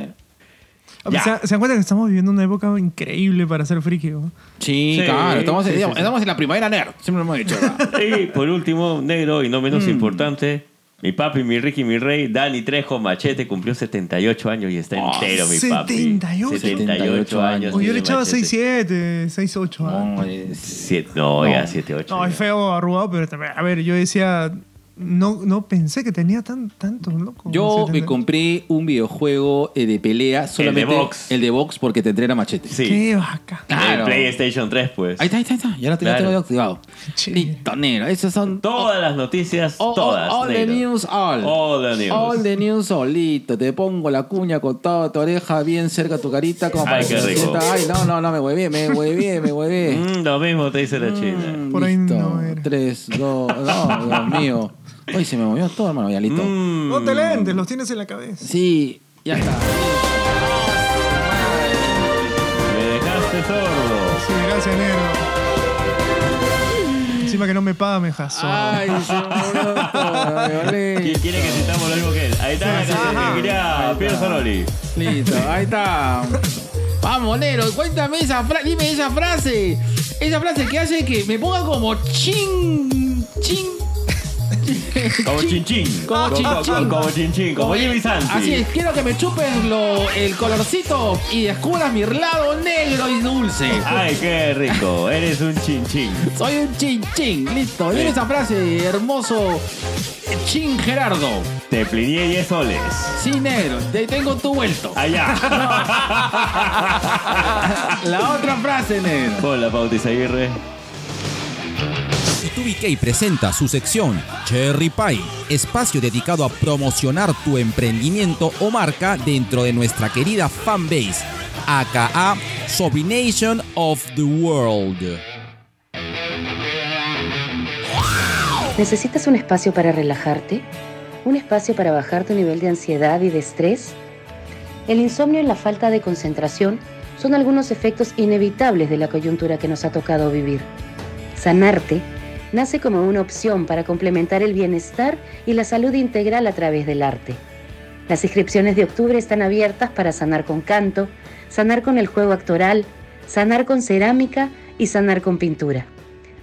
[SPEAKER 3] ver,
[SPEAKER 2] Ya.
[SPEAKER 3] ¿Se, se dan cuenta que estamos viviendo una época increíble para ser friki? ¿no?
[SPEAKER 5] Sí,
[SPEAKER 2] Sí,
[SPEAKER 5] claro. Estamos,
[SPEAKER 2] sí, sí,
[SPEAKER 5] digamos,
[SPEAKER 2] sí.
[SPEAKER 5] estamos en la primavera nerd. Siempre lo hemos dicho. ¿verdad?
[SPEAKER 2] y por último, negro y no menos importante, mi papi, mi Ricky, mi rey, Dani Trejo Machete cumplió 78 años y está
[SPEAKER 5] Oh,
[SPEAKER 2] entero, mi papi.
[SPEAKER 3] 78.
[SPEAKER 2] 78 años.
[SPEAKER 3] O yo
[SPEAKER 2] tiene
[SPEAKER 3] le echaba
[SPEAKER 2] Machete.
[SPEAKER 3] 6-7, 6-8. ¿ah?
[SPEAKER 5] No, es-
[SPEAKER 2] Siete- no, ya 78.
[SPEAKER 3] No, es feo, arrugado, pero también- a ver, yo decía, no, no pensé que tenía tan, tanto, loco.
[SPEAKER 5] Yo
[SPEAKER 3] compré
[SPEAKER 5] me compré un videojuego eh, de pelea solamente
[SPEAKER 2] box.
[SPEAKER 5] el de box porque te entrena machete.
[SPEAKER 2] Sí.
[SPEAKER 3] Qué vaca.
[SPEAKER 5] Claro.
[SPEAKER 2] El PlayStation 3, pues.
[SPEAKER 5] Ahí está, ahí está, ahí está. Ya lo tengo,
[SPEAKER 2] Claro.
[SPEAKER 5] tengo activado.
[SPEAKER 3] Che.
[SPEAKER 5] Listo, negro. Esas son
[SPEAKER 2] Todas las noticias,
[SPEAKER 5] all, all-
[SPEAKER 2] todas.
[SPEAKER 5] Oh, all the
[SPEAKER 2] negro.
[SPEAKER 5] news all.
[SPEAKER 2] All the news.
[SPEAKER 5] All the news all. Listo, te pongo la cuña con toda tu oreja bien cerca a tu carita como
[SPEAKER 2] Ay,
[SPEAKER 5] para
[SPEAKER 2] qué
[SPEAKER 5] que se
[SPEAKER 2] rico.
[SPEAKER 5] sienta. Ay, no, no, no, me huevé, me huevé, me huevé.
[SPEAKER 2] Mm, lo mismo te dice la China.
[SPEAKER 3] Por ahí
[SPEAKER 5] Listo.
[SPEAKER 3] no era.
[SPEAKER 5] Tres, dos, no, Dios mío. Hoy se me movió todo, hermano, ya listo.
[SPEAKER 2] Mm.
[SPEAKER 3] No te lentes, los tienes en la cabeza.
[SPEAKER 5] Sí, ya está.
[SPEAKER 2] Me dejaste sordo.
[SPEAKER 3] Sí, gracias, negro. Encima que no me paga, me jazó.
[SPEAKER 5] Ay, se me movió todo, me dolé.
[SPEAKER 2] ¿Quién quiere que sintamos lo mismo que él? Ahí está,
[SPEAKER 3] Ajá.
[SPEAKER 2] mira, Piero Zanoli.
[SPEAKER 5] Listo, ahí está. Vamos, Nero, cuéntame esa frase, dime esa frase. Esa frase que hace que me ponga como chin, chin,
[SPEAKER 2] Como chinchín.
[SPEAKER 5] Como chinchín.
[SPEAKER 2] Como chinchín, como Jimmy Santi.
[SPEAKER 5] Así es, quiero que me chupes lo, el colorcito y descubras mi lado negro y dulce.
[SPEAKER 2] Ay, qué rico. Eres un chinchín.
[SPEAKER 5] Soy un chin, chin. Listo, dime esa frase, hermoso chin Gerardo.
[SPEAKER 2] Te plié 10 soles.
[SPEAKER 5] Sí, negro, te tengo tu vuelto.
[SPEAKER 2] Allá.
[SPEAKER 5] La otra frase, negro.
[SPEAKER 2] Hola, Pauti Aguirre.
[SPEAKER 6] B2BK presenta su sección Cherry Pie, espacio dedicado a promocionar tu emprendimiento o marca dentro de nuestra querida fanbase, aka Sobination of the World.
[SPEAKER 7] ¿Necesitas un espacio para relajarte? ¿Un espacio para bajar tu nivel de ansiedad y de estrés? El insomnio y la falta de concentración son algunos efectos inevitables de la coyuntura que nos ha tocado vivir. Sanarte nace como una opción para complementar el bienestar y la salud integral a través del arte. Las inscripciones de octubre están abiertas para sanar con canto, sanar con el juego actoral, sanar con cerámica y sanar con pintura.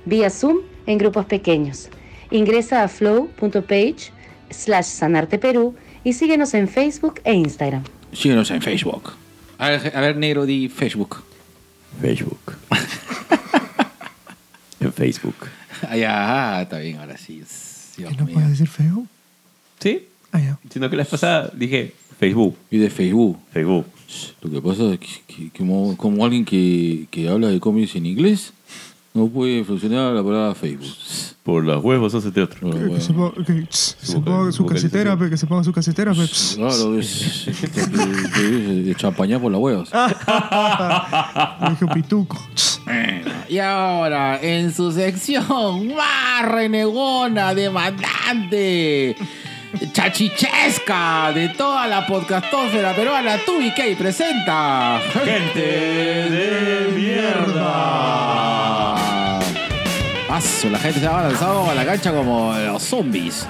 [SPEAKER 7] Vía Zoom en grupos pequeños. Ingresa a flow.page slash sanarte Perú y síguenos en Facebook e Instagram.
[SPEAKER 5] Síguenos en Facebook. A ver, a ver, negro, di Facebook.
[SPEAKER 2] Facebook. En Facebook.
[SPEAKER 5] Ay, ah, está bien, ahora sí. Dios
[SPEAKER 3] ¿Qué no
[SPEAKER 5] mío.
[SPEAKER 3] puedes decir feo?
[SPEAKER 2] ¿Sí?
[SPEAKER 3] Ah, ya.
[SPEAKER 2] Sino que la vez pasada dije Facebook.
[SPEAKER 5] Y de Facebook.
[SPEAKER 2] Facebook.
[SPEAKER 5] Lo que pasa es que, que- que como, como alguien que, que habla de cómics en inglés, No puede funcionar la palabra Facebook.
[SPEAKER 2] Por las huevos este hace teatro.
[SPEAKER 5] Bueno,
[SPEAKER 3] Que se
[SPEAKER 5] bueno.
[SPEAKER 3] ponga, que, tss, se ponga su
[SPEAKER 2] vocalización.
[SPEAKER 3] casetera, pe, que se ponga su casetera. pe, tss.
[SPEAKER 5] Claro, es, de champañar por las huevas.
[SPEAKER 3] Le dije, pituco. tss.
[SPEAKER 5] Y ahora, en su sección más renegona, demandante, chachichesca de toda la podcastósfera peruana, Tubi K presenta Gente de Mierda. Paso, la gente se ha lanzado a la cancha como los zombies.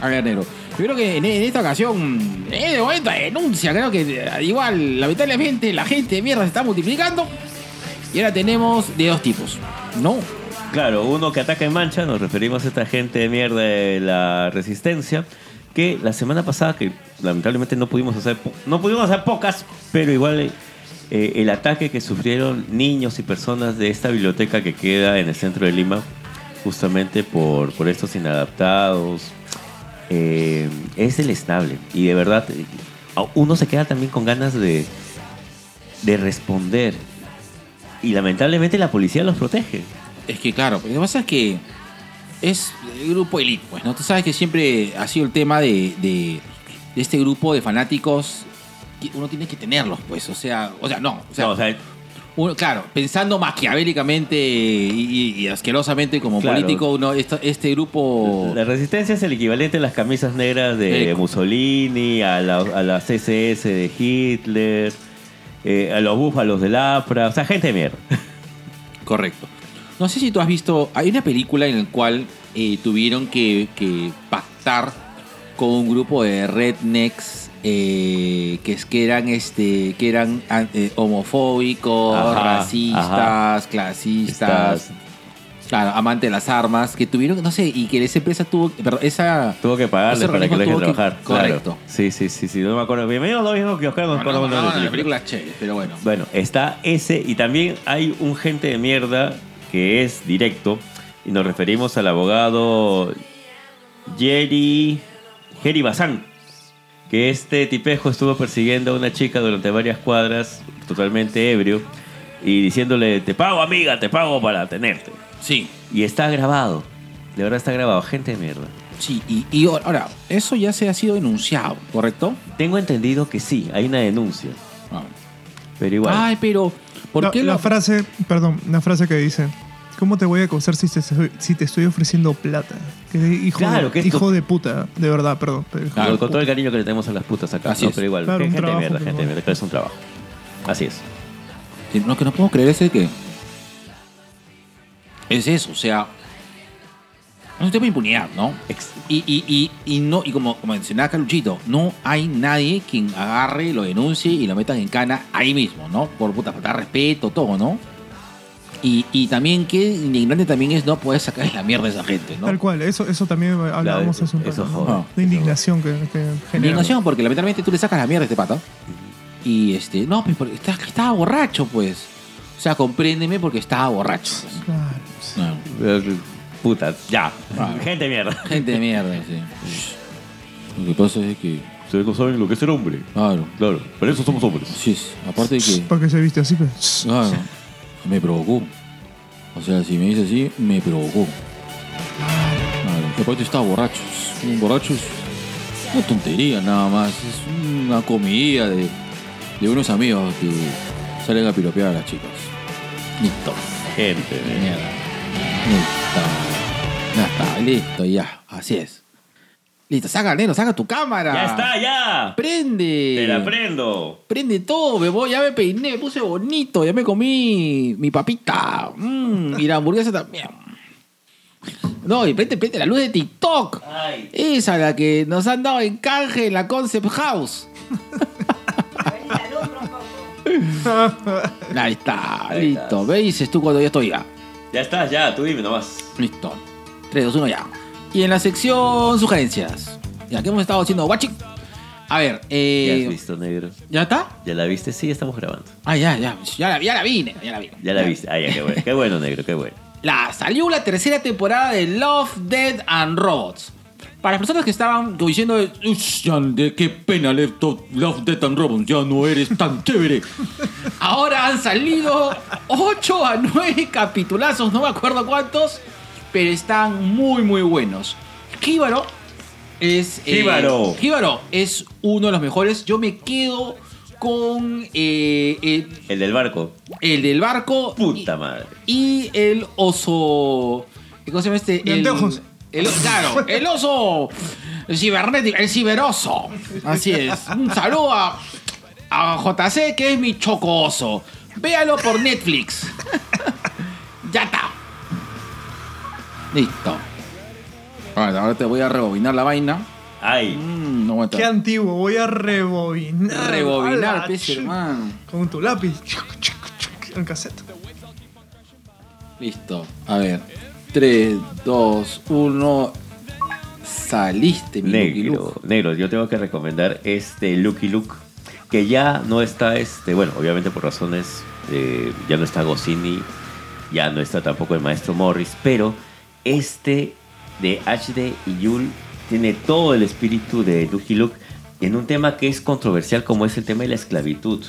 [SPEAKER 5] A ver, negro. Yo creo que en, en esta ocasión, eh, de momento, denuncia. Creo que eh, igual, lamentablemente, la gente de mierda se está multiplicando. Y ahora tenemos de dos tipos. No.
[SPEAKER 2] Claro, uno que ataca en mancha, nos referimos a esta gente de mierda de la resistencia, que la semana pasada, que lamentablemente no pudimos hacer, po- no pudimos hacer pocas, pero igual eh, el ataque que sufrieron niños y personas de esta biblioteca que queda en el centro de Lima, justamente por, por estos inadaptados, eh, es el esnable. Y de verdad, eh, a- uno se queda también con ganas de, de responder. Y lamentablemente la policía los protege.
[SPEAKER 5] Es que claro, lo que pasa es que es el grupo elite, pues, ¿no? Tú sabes que siempre ha sido el tema de, de- de este grupo de fanáticos. que Uno tiene que tenerlos, pues. O sea, o sea, no. O sea,
[SPEAKER 2] No, o sea,
[SPEAKER 5] uno- claro, pensando maquiavélicamente y, y- y asquerosamente como
[SPEAKER 2] Claro.
[SPEAKER 5] político, uno, esta- este grupo.
[SPEAKER 2] La resistencia es el equivalente a las camisas negras de
[SPEAKER 5] Eh,
[SPEAKER 2] Mussolini, a la, a la CSS de Hitler, eh, a los búfalos del APRA, o sea, gente de mierda.
[SPEAKER 5] Correcto. No sé si tú has visto, hay una película en la cual eh, tuvieron que, que pactar con un grupo de rednecks eh, que, es- que eran, este, que eran an- eh, homofóbicos,
[SPEAKER 2] Ajá,
[SPEAKER 5] racistas, clasistas,
[SPEAKER 2] Estás-
[SPEAKER 5] claro, amantes de las armas, que tuvieron, no sé, y que esa empresa tuvo, perdón, esa...
[SPEAKER 2] tuvo que pagarles
[SPEAKER 5] Ese
[SPEAKER 2] para que lo dejen
[SPEAKER 5] organismo tuvo que-
[SPEAKER 2] trabajar. claro.
[SPEAKER 5] correcto.
[SPEAKER 2] Sí, sí, sí, sí, no me acuerdo. Bienvenido lo mismo que Oscar no me acuerdo
[SPEAKER 5] Bueno,
[SPEAKER 2] cuando
[SPEAKER 5] no,
[SPEAKER 2] la
[SPEAKER 5] la
[SPEAKER 2] película.
[SPEAKER 5] película es chévere, pero bueno.
[SPEAKER 2] Bueno, está ese y también hay un gente de mierda que es directo y nos referimos al abogado Jerry Jerry Bazán, que este tipejo estuvo persiguiendo a una chica durante varias cuadras totalmente ebrio y diciéndole te pago amiga, te pago para tenerte.
[SPEAKER 5] Sí,
[SPEAKER 2] Y está grabado. De verdad está grabado, gente de mierda.
[SPEAKER 5] sí, y, y ahora, eso ya se ha sido denunciado, ¿correcto?
[SPEAKER 2] Tengo entendido que sí, hay una denuncia,
[SPEAKER 5] Ah.
[SPEAKER 2] pero igual.
[SPEAKER 1] Ah,
[SPEAKER 5] Ay, pero ¿por
[SPEAKER 3] la,
[SPEAKER 5] qué
[SPEAKER 3] la
[SPEAKER 5] lo-
[SPEAKER 3] frase, perdón, la frase que dice, ¿cómo te voy a causar si te, estoy- si te estoy ofreciendo plata? Que de- hijo,
[SPEAKER 2] Claro,
[SPEAKER 3] de,
[SPEAKER 2] que esto-
[SPEAKER 3] hijo de puta, de verdad, perdón. pero hijo
[SPEAKER 2] Claro,
[SPEAKER 3] de
[SPEAKER 2] con
[SPEAKER 3] puta.
[SPEAKER 2] todo el cariño que le tenemos a las putas acá.
[SPEAKER 5] Así
[SPEAKER 2] no,
[SPEAKER 5] es.
[SPEAKER 2] pero igual,
[SPEAKER 3] Claro, un
[SPEAKER 2] gente de
[SPEAKER 3] trabajo,
[SPEAKER 2] mierda,
[SPEAKER 3] pero
[SPEAKER 2] gente de
[SPEAKER 3] bueno.
[SPEAKER 2] mierda, pero es un trabajo. Así es.
[SPEAKER 5] Que Lo que no puedo creer es de que es eso, o sea, es un tema de impunidad, ¿no?
[SPEAKER 2] Ex-
[SPEAKER 5] Y, y, y, y no, y como, como mencionaba Caluchito, no hay nadie quien agarre, lo denuncie y lo metan en cana ahí mismo, ¿no? Por puta falta de respeto, todo, ¿no? Y, y también qué indignante también es no poder sacar de la mierda a esa gente, ¿no?
[SPEAKER 3] Tal cual, eso, eso también hablábamos hace un
[SPEAKER 2] eso
[SPEAKER 3] rato. ¿no?
[SPEAKER 2] joda.
[SPEAKER 3] De indignación que, que genera.
[SPEAKER 5] Indignación, porque lamentablemente tú le sacas la mierda a este pato. Y este, no, pues porque está- estaba borracho, pues. O sea, compréndeme porque estaba borracho. pues.
[SPEAKER 3] Claro, sí.
[SPEAKER 5] No.
[SPEAKER 2] eh, Puta, ya.
[SPEAKER 5] Ah.
[SPEAKER 2] Gente de mierda.
[SPEAKER 5] Gente de mierda, sí. Lo que pasa es que,
[SPEAKER 2] Ustedes no saben lo que es ser hombre.
[SPEAKER 5] claro,
[SPEAKER 2] Claro, pero eso somos hombres.
[SPEAKER 5] sí, sí, aparte de que,
[SPEAKER 3] ¿Por qué se viste así? pues?
[SPEAKER 5] claro, me provocó. O sea, si me dice así, me provocó. Claro, y aparte estaba borracho. Un borracho es una tontería nada más. Es una comida de, de unos amigos que salen a piropear a las chicas. Listo.
[SPEAKER 2] Gente de mierda.
[SPEAKER 5] Mierda. Listo. Ya está, listo, ya. Así es. Listo, saca, negro, saca tu cámara.
[SPEAKER 2] ¡Ya está, ya!
[SPEAKER 5] Prende.
[SPEAKER 2] ¡Te la prendo!
[SPEAKER 5] Prende todo, me voy, ya me peiné, me puse bonito, ya me comí mi papita. Mm, y la hamburguesa también. No, y prende, prende la luz de TikTok.
[SPEAKER 2] Ay.
[SPEAKER 5] Esa la que nos han dado en canje en la Concept House. Ahí está,
[SPEAKER 2] Ahí
[SPEAKER 5] listo.
[SPEAKER 2] estás.
[SPEAKER 5] Ve y dices tú cuando ya estoy ya.
[SPEAKER 2] Ya está, ya, tú dime nomás.
[SPEAKER 5] Listo. 3, 2, 1, ya. Y en la sección sugerencias. Ya que hemos estado haciendo guachi. A ver,
[SPEAKER 2] ¿Ya
[SPEAKER 5] eh,
[SPEAKER 2] has visto, negro?
[SPEAKER 5] ¿ya está?
[SPEAKER 2] ¿Ya la viste? Sí, estamos grabando.
[SPEAKER 5] Ah, ya, ya. Ya la, ya la vi, nena, ya la vi.
[SPEAKER 2] Ya la viste. Ah, ya, qué bueno. Qué bueno, negro, qué bueno.
[SPEAKER 5] La, salió la tercera temporada de Love, Dead and Robots. Para las personas que estaban diciendo, "Ush, ya, de- qué pena, Left of- Love, Death and Robots, ya no eres tan chévere. Ahora han salido 8 a 9 capitulazos, no me acuerdo cuántos, pero están muy, muy buenos. Jíbaro es. eh,
[SPEAKER 2] Jíbaro.
[SPEAKER 5] Jíbaro es uno de los mejores. Yo me quedo con eh, eh,
[SPEAKER 2] El del barco.
[SPEAKER 5] el del barco.
[SPEAKER 2] Puta madre.
[SPEAKER 5] Y el oso. ¿Cómo se llama este?
[SPEAKER 3] De
[SPEAKER 5] el,
[SPEAKER 3] anteojos.
[SPEAKER 5] el- claro, el oso cibernético, el ciberoso. Así es. Un saludo a, a JC, que es mi chocoso. Véalo por Netflix. ya está. Listo. Ahora, ahora te voy a rebobinar la vaina.
[SPEAKER 2] Ay.
[SPEAKER 5] Mm, no aguanta.
[SPEAKER 3] Qué antiguo, voy a rebobinar.
[SPEAKER 5] Rebobinar,
[SPEAKER 3] Ala,
[SPEAKER 5] pez,
[SPEAKER 3] chu.
[SPEAKER 5] hermano.
[SPEAKER 3] Con tu lápiz. Chuc, chuc, chuc, El cassette.
[SPEAKER 5] Listo. A ver. 3, 2, 1. Saliste, mi Lucky
[SPEAKER 2] Negro.
[SPEAKER 5] Luke.
[SPEAKER 2] Negro. Yo tengo que recomendar este Lucky Luke. Que ya no está este. Bueno, obviamente por razones. eh, ya no está Goscinny. Ya no está tampoco el maestro Morris. Pero este de HD y Yul tiene todo el espíritu de Lucky Luke en un tema que es controversial como es el tema de la esclavitud.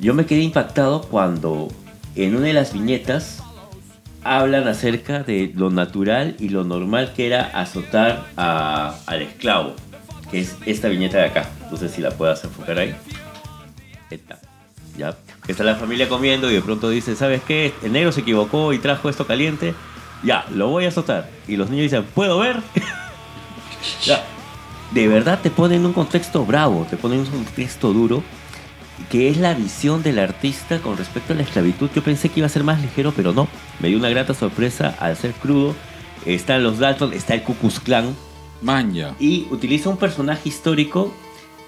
[SPEAKER 2] Yo me quedé impactado cuando en una de las viñetas hablan acerca de lo natural y lo normal que era azotar a- al esclavo, que es esta viñeta de acá. No sé si la puedas enfocar ahí. Esta. Ya. Que está la familia comiendo y de pronto dice, ¿sabes qué? El negro se equivocó y trajo esto caliente. Ya, lo voy a azotar. Y los niños dicen, ¿puedo ver? ya. De verdad te ponen en un contexto bravo, te ponen en un contexto duro que es la visión del artista con respecto a la esclavitud. Yo pensé que iba a ser más ligero, pero no. Me dio una grata sorpresa al ser crudo. Están los Dalton, está el Ku Klux Klan
[SPEAKER 5] Manja.
[SPEAKER 2] y utiliza un personaje histórico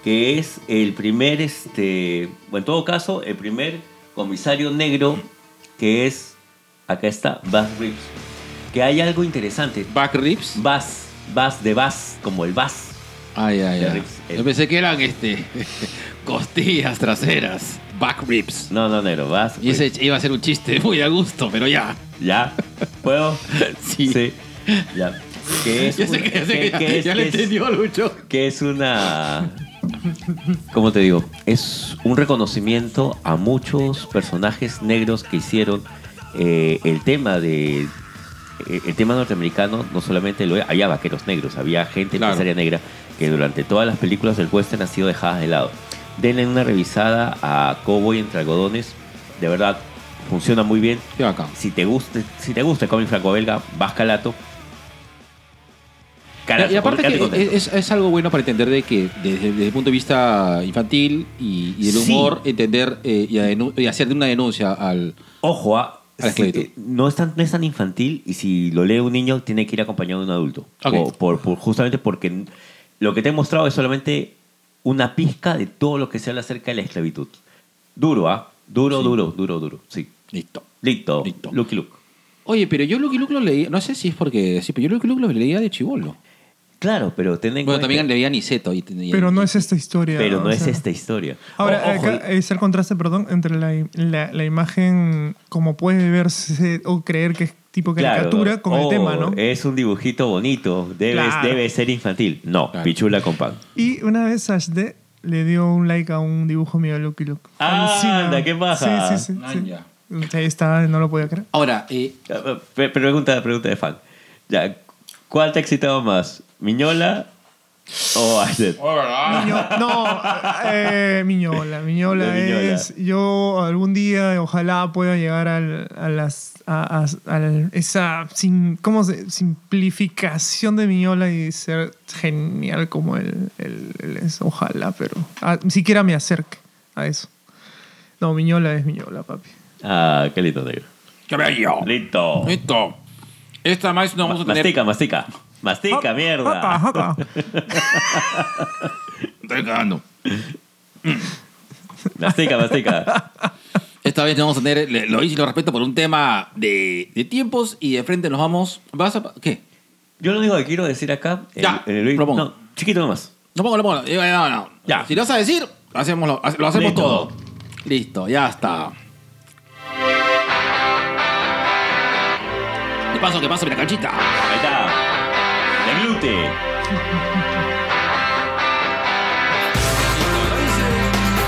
[SPEAKER 2] que es el primer, este, o en todo caso, el primer comisario negro que es, acá está, Buzz Reeves. Que hay algo interesante.
[SPEAKER 5] Back ribs.
[SPEAKER 2] Buzz, Buzz de Buzz, como el Buzz.
[SPEAKER 5] Ay, ay, ay.
[SPEAKER 2] Ribs.
[SPEAKER 5] Yo pensé que eran este. costillas traseras. Back ribs.
[SPEAKER 2] No, no, negro, Buzz.
[SPEAKER 5] Y ese iba a ser un chiste muy a gusto, pero ya.
[SPEAKER 2] ¿Ya? ¿Puedo?
[SPEAKER 5] Sí.
[SPEAKER 2] Ya. Que es
[SPEAKER 5] Ya sé
[SPEAKER 2] una-
[SPEAKER 5] que, ya sé que ya,
[SPEAKER 2] que es-
[SPEAKER 5] ya le
[SPEAKER 2] que es-
[SPEAKER 5] entendió Lucho.
[SPEAKER 2] que es una... ¿Cómo te digo? Es un reconocimiento a muchos personajes negros que hicieron eh, el tema de... eh, El tema norteamericano no solamente lo había vaqueros negros, había gente
[SPEAKER 5] Claro.
[SPEAKER 2] empresaria negra que durante todas las películas del western han sido dejadas de lado. Denle una revisada a Cowboy entre algodones, de verdad funciona muy bien.
[SPEAKER 5] Qué bacán.
[SPEAKER 2] Si te gusta, si te gusta el cómic franco-belga, vas calato. Calato,
[SPEAKER 5] y aparte
[SPEAKER 2] calato y contento.
[SPEAKER 5] que es, es algo bueno para entender de que desde, desde el punto de vista infantil y, y del
[SPEAKER 2] Sí.
[SPEAKER 5] humor, entender eh, y, a denu- y hacer una denuncia al...
[SPEAKER 2] Ojo, ah,
[SPEAKER 5] A la
[SPEAKER 2] sí,
[SPEAKER 5] esclavitud.
[SPEAKER 2] eh, no, es tan, no es tan infantil y si lo lee un niño tiene que ir acompañado de un adulto.
[SPEAKER 5] Ok.
[SPEAKER 2] Por- por- por- justamente porque lo que te he mostrado es solamente una pizca de todo lo que se habla acerca de la esclavitud. Duro, ¿ah? Duro, duro, duro, duro. Sí.
[SPEAKER 5] Listo.
[SPEAKER 2] Listo.
[SPEAKER 5] Listo.
[SPEAKER 2] Lucky Luke.
[SPEAKER 5] Oye, pero yo Lucky Luke lo leía, no sé si es porque, sí, pero yo Lucky Luke lo leía de chivolo.
[SPEAKER 2] Claro, pero ten en
[SPEAKER 5] Bueno,
[SPEAKER 2] cuenta-
[SPEAKER 5] también leía Niceto. Y, y-
[SPEAKER 3] Pero no es esta historia.
[SPEAKER 2] Pero no
[SPEAKER 3] o
[SPEAKER 2] es
[SPEAKER 3] sea.
[SPEAKER 2] esta historia.
[SPEAKER 3] Ahora,
[SPEAKER 2] O- ojo,
[SPEAKER 3] acá es el contraste, perdón, entre la, im- la- la imagen como puede verse o creer que es tipo
[SPEAKER 2] Claro,
[SPEAKER 3] caricatura con el
[SPEAKER 2] oh,
[SPEAKER 3] tema, ¿no?
[SPEAKER 2] Es un dibujito bonito, debe,
[SPEAKER 3] Claro.
[SPEAKER 2] debe ser infantil. No,
[SPEAKER 5] Claro.
[SPEAKER 2] pichula con pan.
[SPEAKER 3] Y una vez Ashde le dio un like a un dibujo mío de Lucky Luke.
[SPEAKER 2] Ah, anda, qué paja.
[SPEAKER 3] Sí, sí, sí. sí.
[SPEAKER 5] Manja.
[SPEAKER 3] Ahí estaba, no lo podía creer.
[SPEAKER 5] Ahora, eh,
[SPEAKER 2] Pe- pe- Pregunta, pregunta de fan. Ya, ¿Cuál te ha excitado más? ¿Miñola o Ashlet?
[SPEAKER 3] Miño- no, eh, Miñola. Miñola
[SPEAKER 2] De Miñola.
[SPEAKER 3] es. Yo algún día, ojalá pueda llegar al- a las. A, a- a esa sin, ¿cómo se- simplificación de Miñola y ser genial como él, él- él es. Ojalá, pero. ah, ni siquiera me acerque a eso. No, Miñola es Miñola, papi.
[SPEAKER 2] Ah, qué lindo, negro.
[SPEAKER 5] ¡Qué bello!
[SPEAKER 2] Listo.
[SPEAKER 5] Listo. Esta más no vamos a tener.
[SPEAKER 2] Mastica, mastica. Mastica,
[SPEAKER 3] Jaca,
[SPEAKER 2] mierda.
[SPEAKER 3] jaca.
[SPEAKER 5] Estoy cagando.
[SPEAKER 2] Mastica, mastica.
[SPEAKER 5] Esta vez no vamos a tener. le- Eh, Lo hice y lo respeto por un tema de, de tiempos y de frente nos vamos. ¿Vas a.? ¿Qué?
[SPEAKER 2] Yo lo único que quiero decir acá. el-
[SPEAKER 5] Ya,
[SPEAKER 2] el-
[SPEAKER 5] propongo.
[SPEAKER 2] no, chiquito nomás.
[SPEAKER 5] No pongo, no pongo. Eh, No, no.
[SPEAKER 2] Ya.
[SPEAKER 5] Si lo vas a decir, hacemos lo, lo hacemos
[SPEAKER 2] Listo.
[SPEAKER 5] todo. Listo, ya está. ¿Qué paso, qué paso, mira canchita?
[SPEAKER 2] Ahí está. De glute.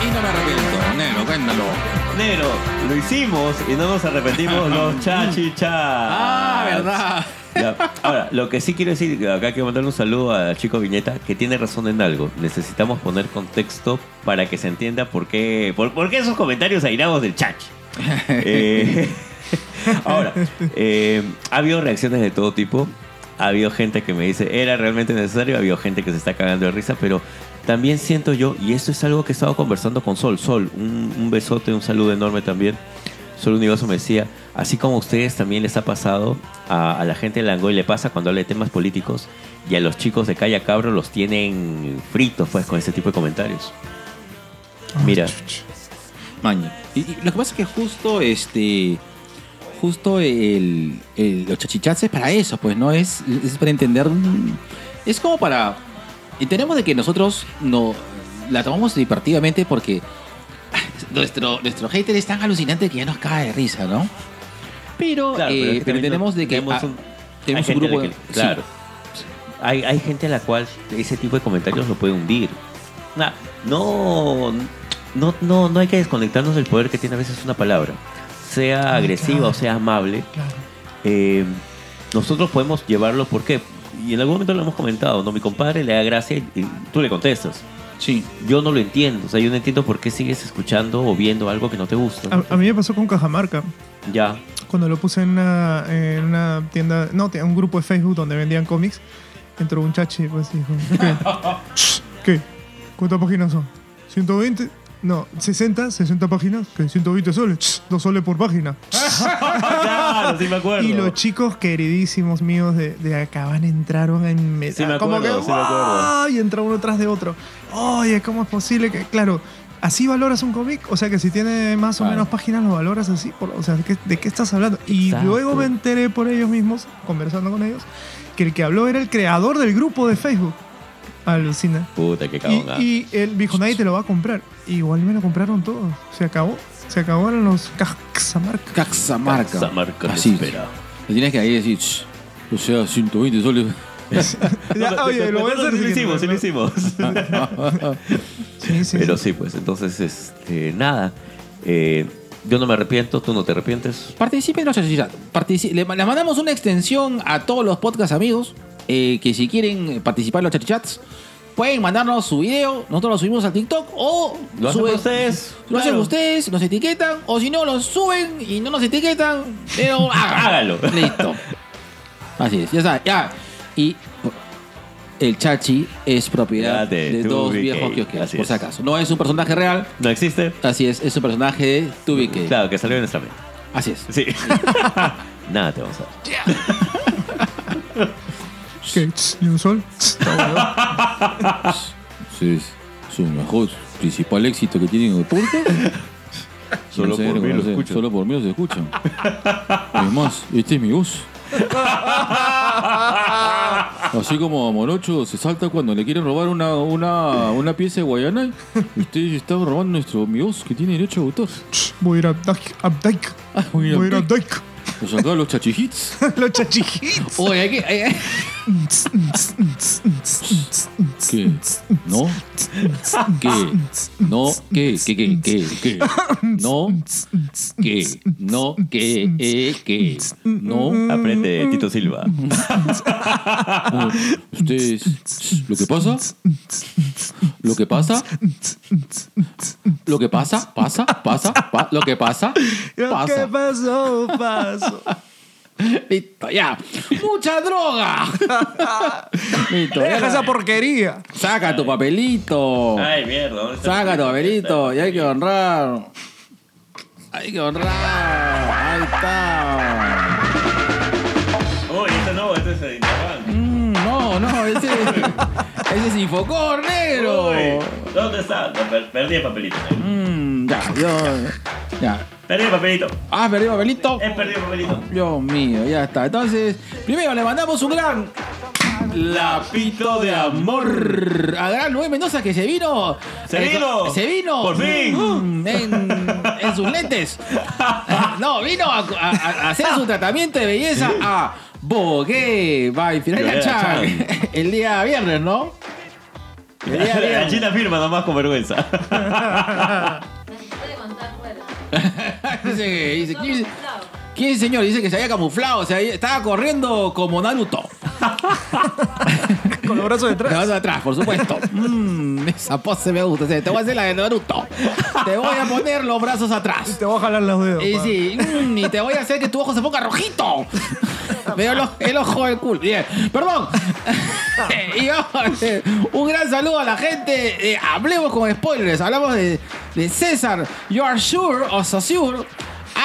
[SPEAKER 6] Y no me arrepiento, negro, cuéntalo.
[SPEAKER 2] Negro, lo hicimos y no nos arrepentimos los chachichas.
[SPEAKER 5] Ah, verdad.
[SPEAKER 2] Ya. Ahora, lo que sí quiero decir, que acá quiero mandarle un saludo a Chico Viñeta, que tiene razón en algo. Necesitamos poner contexto para que se entienda por qué, por, por qué esos comentarios airados del chachi. Eh, ahora, eh, ha habido reacciones de todo tipo. Ha habido gente que me dice, era realmente necesario. Ha habido gente que se está cagando de risa, pero también siento yo, y esto es algo que he estado conversando con Sol. Sol, un, un besote, un saludo enorme también. Sol Universo me decía, así como a ustedes también les ha pasado a, a la gente de Langoy, le pasa cuando habla de temas políticos y a los chicos de Calla Cabro los tienen fritos pues con ese tipo de comentarios.
[SPEAKER 5] Ah,
[SPEAKER 2] Mira,
[SPEAKER 5] Maña. Y, y lo que pasa es que justo este. Justo el, el- los chachichats es para eso, pues, ¿no? Es, es para entender. un- Es como para. Entendemos de que nosotros no la tomamos divertidamente porque ah, nuestro, nuestro hater es tan alucinante que ya nos cae de risa, ¿no? Pero,
[SPEAKER 2] Claro,
[SPEAKER 5] eh,
[SPEAKER 2] pero es que
[SPEAKER 5] pero
[SPEAKER 2] también
[SPEAKER 5] entendemos de que
[SPEAKER 2] tenemos
[SPEAKER 5] ah,
[SPEAKER 2] un- hay
[SPEAKER 5] tenemos un
[SPEAKER 2] gente a la
[SPEAKER 5] grupo de.
[SPEAKER 2] que- claro. Hay, hay gente a la cual ese tipo de comentarios lo puede hundir. Nah, no, no, no, no hay que desconectarnos del poder que tiene a veces una palabra.
[SPEAKER 5] Ah,
[SPEAKER 2] Sea agresiva
[SPEAKER 3] claro.
[SPEAKER 2] o sea amable,
[SPEAKER 3] Claro.
[SPEAKER 2] eh, nosotros podemos llevarlo porque, y en algún momento lo hemos comentado, ¿no? Mi compadre le da gracia y- y tú le contestas.
[SPEAKER 5] Sí, sí.
[SPEAKER 2] Yo no lo entiendo, o sea, yo no entiendo por qué sigues escuchando o viendo algo que no te gusta.
[SPEAKER 3] A, a mí me pasó con Cajamarca.
[SPEAKER 2] Ya,
[SPEAKER 3] Cuando lo puse en una, en una tienda, no, tenía un grupo de Facebook donde vendían cómics, entró un chachi pues y dijo, ¿qué? ¿Qué? ¿Cuántas páginas son? ¿120? No, 60, 60 páginas, que 120 soles, dos soles por página. Ah,
[SPEAKER 2] claro, sí me acuerdo.
[SPEAKER 3] Y los chicos queridísimos míos de, de acaban entraron en me-
[SPEAKER 2] Sí, me
[SPEAKER 3] como
[SPEAKER 2] acuerdo,
[SPEAKER 3] que
[SPEAKER 2] sí me acuerdo.
[SPEAKER 3] ¡guau! y entra uno tras de otro. Oye, ¿cómo es posible que claro, así valoras un cómic? O sea, que si tiene más o
[SPEAKER 5] Claro.
[SPEAKER 3] menos páginas lo valoras así, Por- o sea, ¿de qué, de qué estás hablando? Y
[SPEAKER 2] Exacto.
[SPEAKER 3] luego me enteré por ellos mismos conversando con ellos que el que habló era el creador del grupo de Facebook. Alucina.
[SPEAKER 2] Puta, qué
[SPEAKER 3] Y,
[SPEAKER 2] cagón. ah.
[SPEAKER 3] y él dijo, nadie te lo va a comprar. Igual me lo compraron todos. Se acabó. Se acabaron los Cajamarca.
[SPEAKER 5] Caxamarca.
[SPEAKER 2] Caxamarca te
[SPEAKER 5] Así.
[SPEAKER 2] espera.
[SPEAKER 5] Lo tienes que ahí decir. "Shh, O sea, 120 soles.
[SPEAKER 3] Ya,
[SPEAKER 2] No,
[SPEAKER 3] oye,
[SPEAKER 2] me-
[SPEAKER 3] lo voy a
[SPEAKER 2] me acuerdo
[SPEAKER 3] hacer.
[SPEAKER 2] que
[SPEAKER 3] sí,
[SPEAKER 2] hicimos, sí
[SPEAKER 3] no, Ah,
[SPEAKER 2] lo hicimos.
[SPEAKER 3] Sí, sí,
[SPEAKER 2] Pero
[SPEAKER 3] sí.
[SPEAKER 2] sí, pues entonces, este, nada. Eh, yo no me arrepiento, tú no te arrepientes.
[SPEAKER 5] Participen en nuestra sociedad. Partici- le, les mandamos una extensión a todos los podcast amigos eh, que si quieren participar en los chats pueden mandarnos su video. Nosotros lo subimos al TikTok o
[SPEAKER 2] Lo hacen
[SPEAKER 5] suben-
[SPEAKER 2] ustedes.
[SPEAKER 5] Lo hacen
[SPEAKER 2] claro.
[SPEAKER 5] ustedes, nos etiquetan o si no, lo suben y no nos etiquetan. Pero
[SPEAKER 2] Hágalo.
[SPEAKER 5] háganlo. Listo. Así es, ya está. Ya. Y el chachi es propiedad
[SPEAKER 2] Ya de
[SPEAKER 5] de, dos
[SPEAKER 2] 2BK,
[SPEAKER 5] viejos kiosqueros,
[SPEAKER 2] así
[SPEAKER 5] por
[SPEAKER 2] es.
[SPEAKER 5] si acaso. No es un personaje real.
[SPEAKER 2] ¿No existe?
[SPEAKER 5] Así es, es un personaje de 2BK.
[SPEAKER 2] Claro, que salió en esta mente.
[SPEAKER 5] Así es.
[SPEAKER 2] Sí. nada, te vamos a dar.
[SPEAKER 3] ¿Qué? Tss, ¿Y un sol? Tss, no, weón.
[SPEAKER 5] es su mejor, principal éxito que tienen en el público.
[SPEAKER 2] Solo por mí lo escuchan.
[SPEAKER 5] Solo por mí los escuchan. Es más, este es mi voz. Así como a Morocho se salta cuando le quieren robar una, una, una pieza de Guayanay, ustedes están robando nuestro mi voz que tiene derecho a autor.
[SPEAKER 3] Tss, Voy a ir a Updike. Updike.
[SPEAKER 5] Ah, voy a ir a
[SPEAKER 3] Voy a ir a
[SPEAKER 5] Updike.
[SPEAKER 3] Updike.
[SPEAKER 5] Nos sacaron los chachijits.
[SPEAKER 3] Los chachijits.
[SPEAKER 5] Oye, hay que. hay-
[SPEAKER 3] Tss, tss, tss, tss, tss, tss,
[SPEAKER 5] ¿Qué? ¿No? ¿Qué? ¿No? ¿Qué? ¿Qué? ¿Qué? ¿Qué? ¿Qué? ¿No?
[SPEAKER 3] tss, tss,
[SPEAKER 5] ¿Qué? ¿No? ¿Qué? ¿Eh? ¿Qué? ¿No?
[SPEAKER 2] Aprende, Tito Silva.
[SPEAKER 5] Ustedes, ¿lo que pasa? ¿Lo que pasa? ¿Lo que pasa? ¿Pasa? ¿Pasa? pa- ¿Lo que pasa?
[SPEAKER 3] Lo que
[SPEAKER 5] Pasa.
[SPEAKER 3] pasó, pasó.
[SPEAKER 5] Listo, ya. ¡Mucha droga! Listo, ya.
[SPEAKER 3] Deja esa porquería.
[SPEAKER 5] Saca tu papelito.
[SPEAKER 2] Ay, mierda. ¿dónde está
[SPEAKER 5] Saca
[SPEAKER 2] mi-
[SPEAKER 5] tu papelito. Y hay que honrar. Hay que honrar. Ahí está.
[SPEAKER 2] Uy, este no, este es el Interbank.
[SPEAKER 5] Mm, no, no, ese, ese es Infocor negro.
[SPEAKER 2] Uy, ¿Dónde está? No, per- Perdí el papelito. negro.
[SPEAKER 5] Mm, ya, yo. Ya.
[SPEAKER 2] Perdí el papelito.
[SPEAKER 5] Ah, perdí papelito.
[SPEAKER 2] He perdido el papelito.
[SPEAKER 5] Dios mío, ya está. Entonces, primero le mandamos un gran
[SPEAKER 2] Lapito de
[SPEAKER 5] amor a gran Luis Mendoza que se vino.
[SPEAKER 1] Eh,
[SPEAKER 2] Se vino.
[SPEAKER 5] Se vino.
[SPEAKER 2] Por fin.
[SPEAKER 5] Mm, En, en sus lentes. No, vino a, a- a hacer su tratamiento de belleza a
[SPEAKER 1] Bogué va a inspirar a
[SPEAKER 2] Lloré a
[SPEAKER 1] Chan.
[SPEAKER 2] Chan.
[SPEAKER 1] El día viernes, ¿no? El día
[SPEAKER 2] La
[SPEAKER 1] viernes.
[SPEAKER 2] China firma nomás con vergüenza.
[SPEAKER 4] Necesito levantar cuerda.
[SPEAKER 1] dice, dice,
[SPEAKER 4] No,
[SPEAKER 1] ¿quién,
[SPEAKER 4] no.
[SPEAKER 1] quién, señor? Dice que se había camuflado, o sea, estaba corriendo como Naruto.
[SPEAKER 3] Con los
[SPEAKER 1] Te
[SPEAKER 3] brazos detrás.
[SPEAKER 1] vas atrás, por supuesto. Mm, esa pose me gusta. O sea, te voy a hacer la de Naruto. Te voy a poner los brazos atrás.
[SPEAKER 3] Te voy a jalar los dedos.
[SPEAKER 1] Y
[SPEAKER 3] pa.
[SPEAKER 1] sí, mm, y te voy a hacer que tu ojo se ponga rojito. Veo el, ojo- el ojo del culo. Bien, perdón. y vamos, eh, un gran saludo a la gente. Eh, hablemos con spoilers. Hablamos de, de César, You Are Sure o Sosur,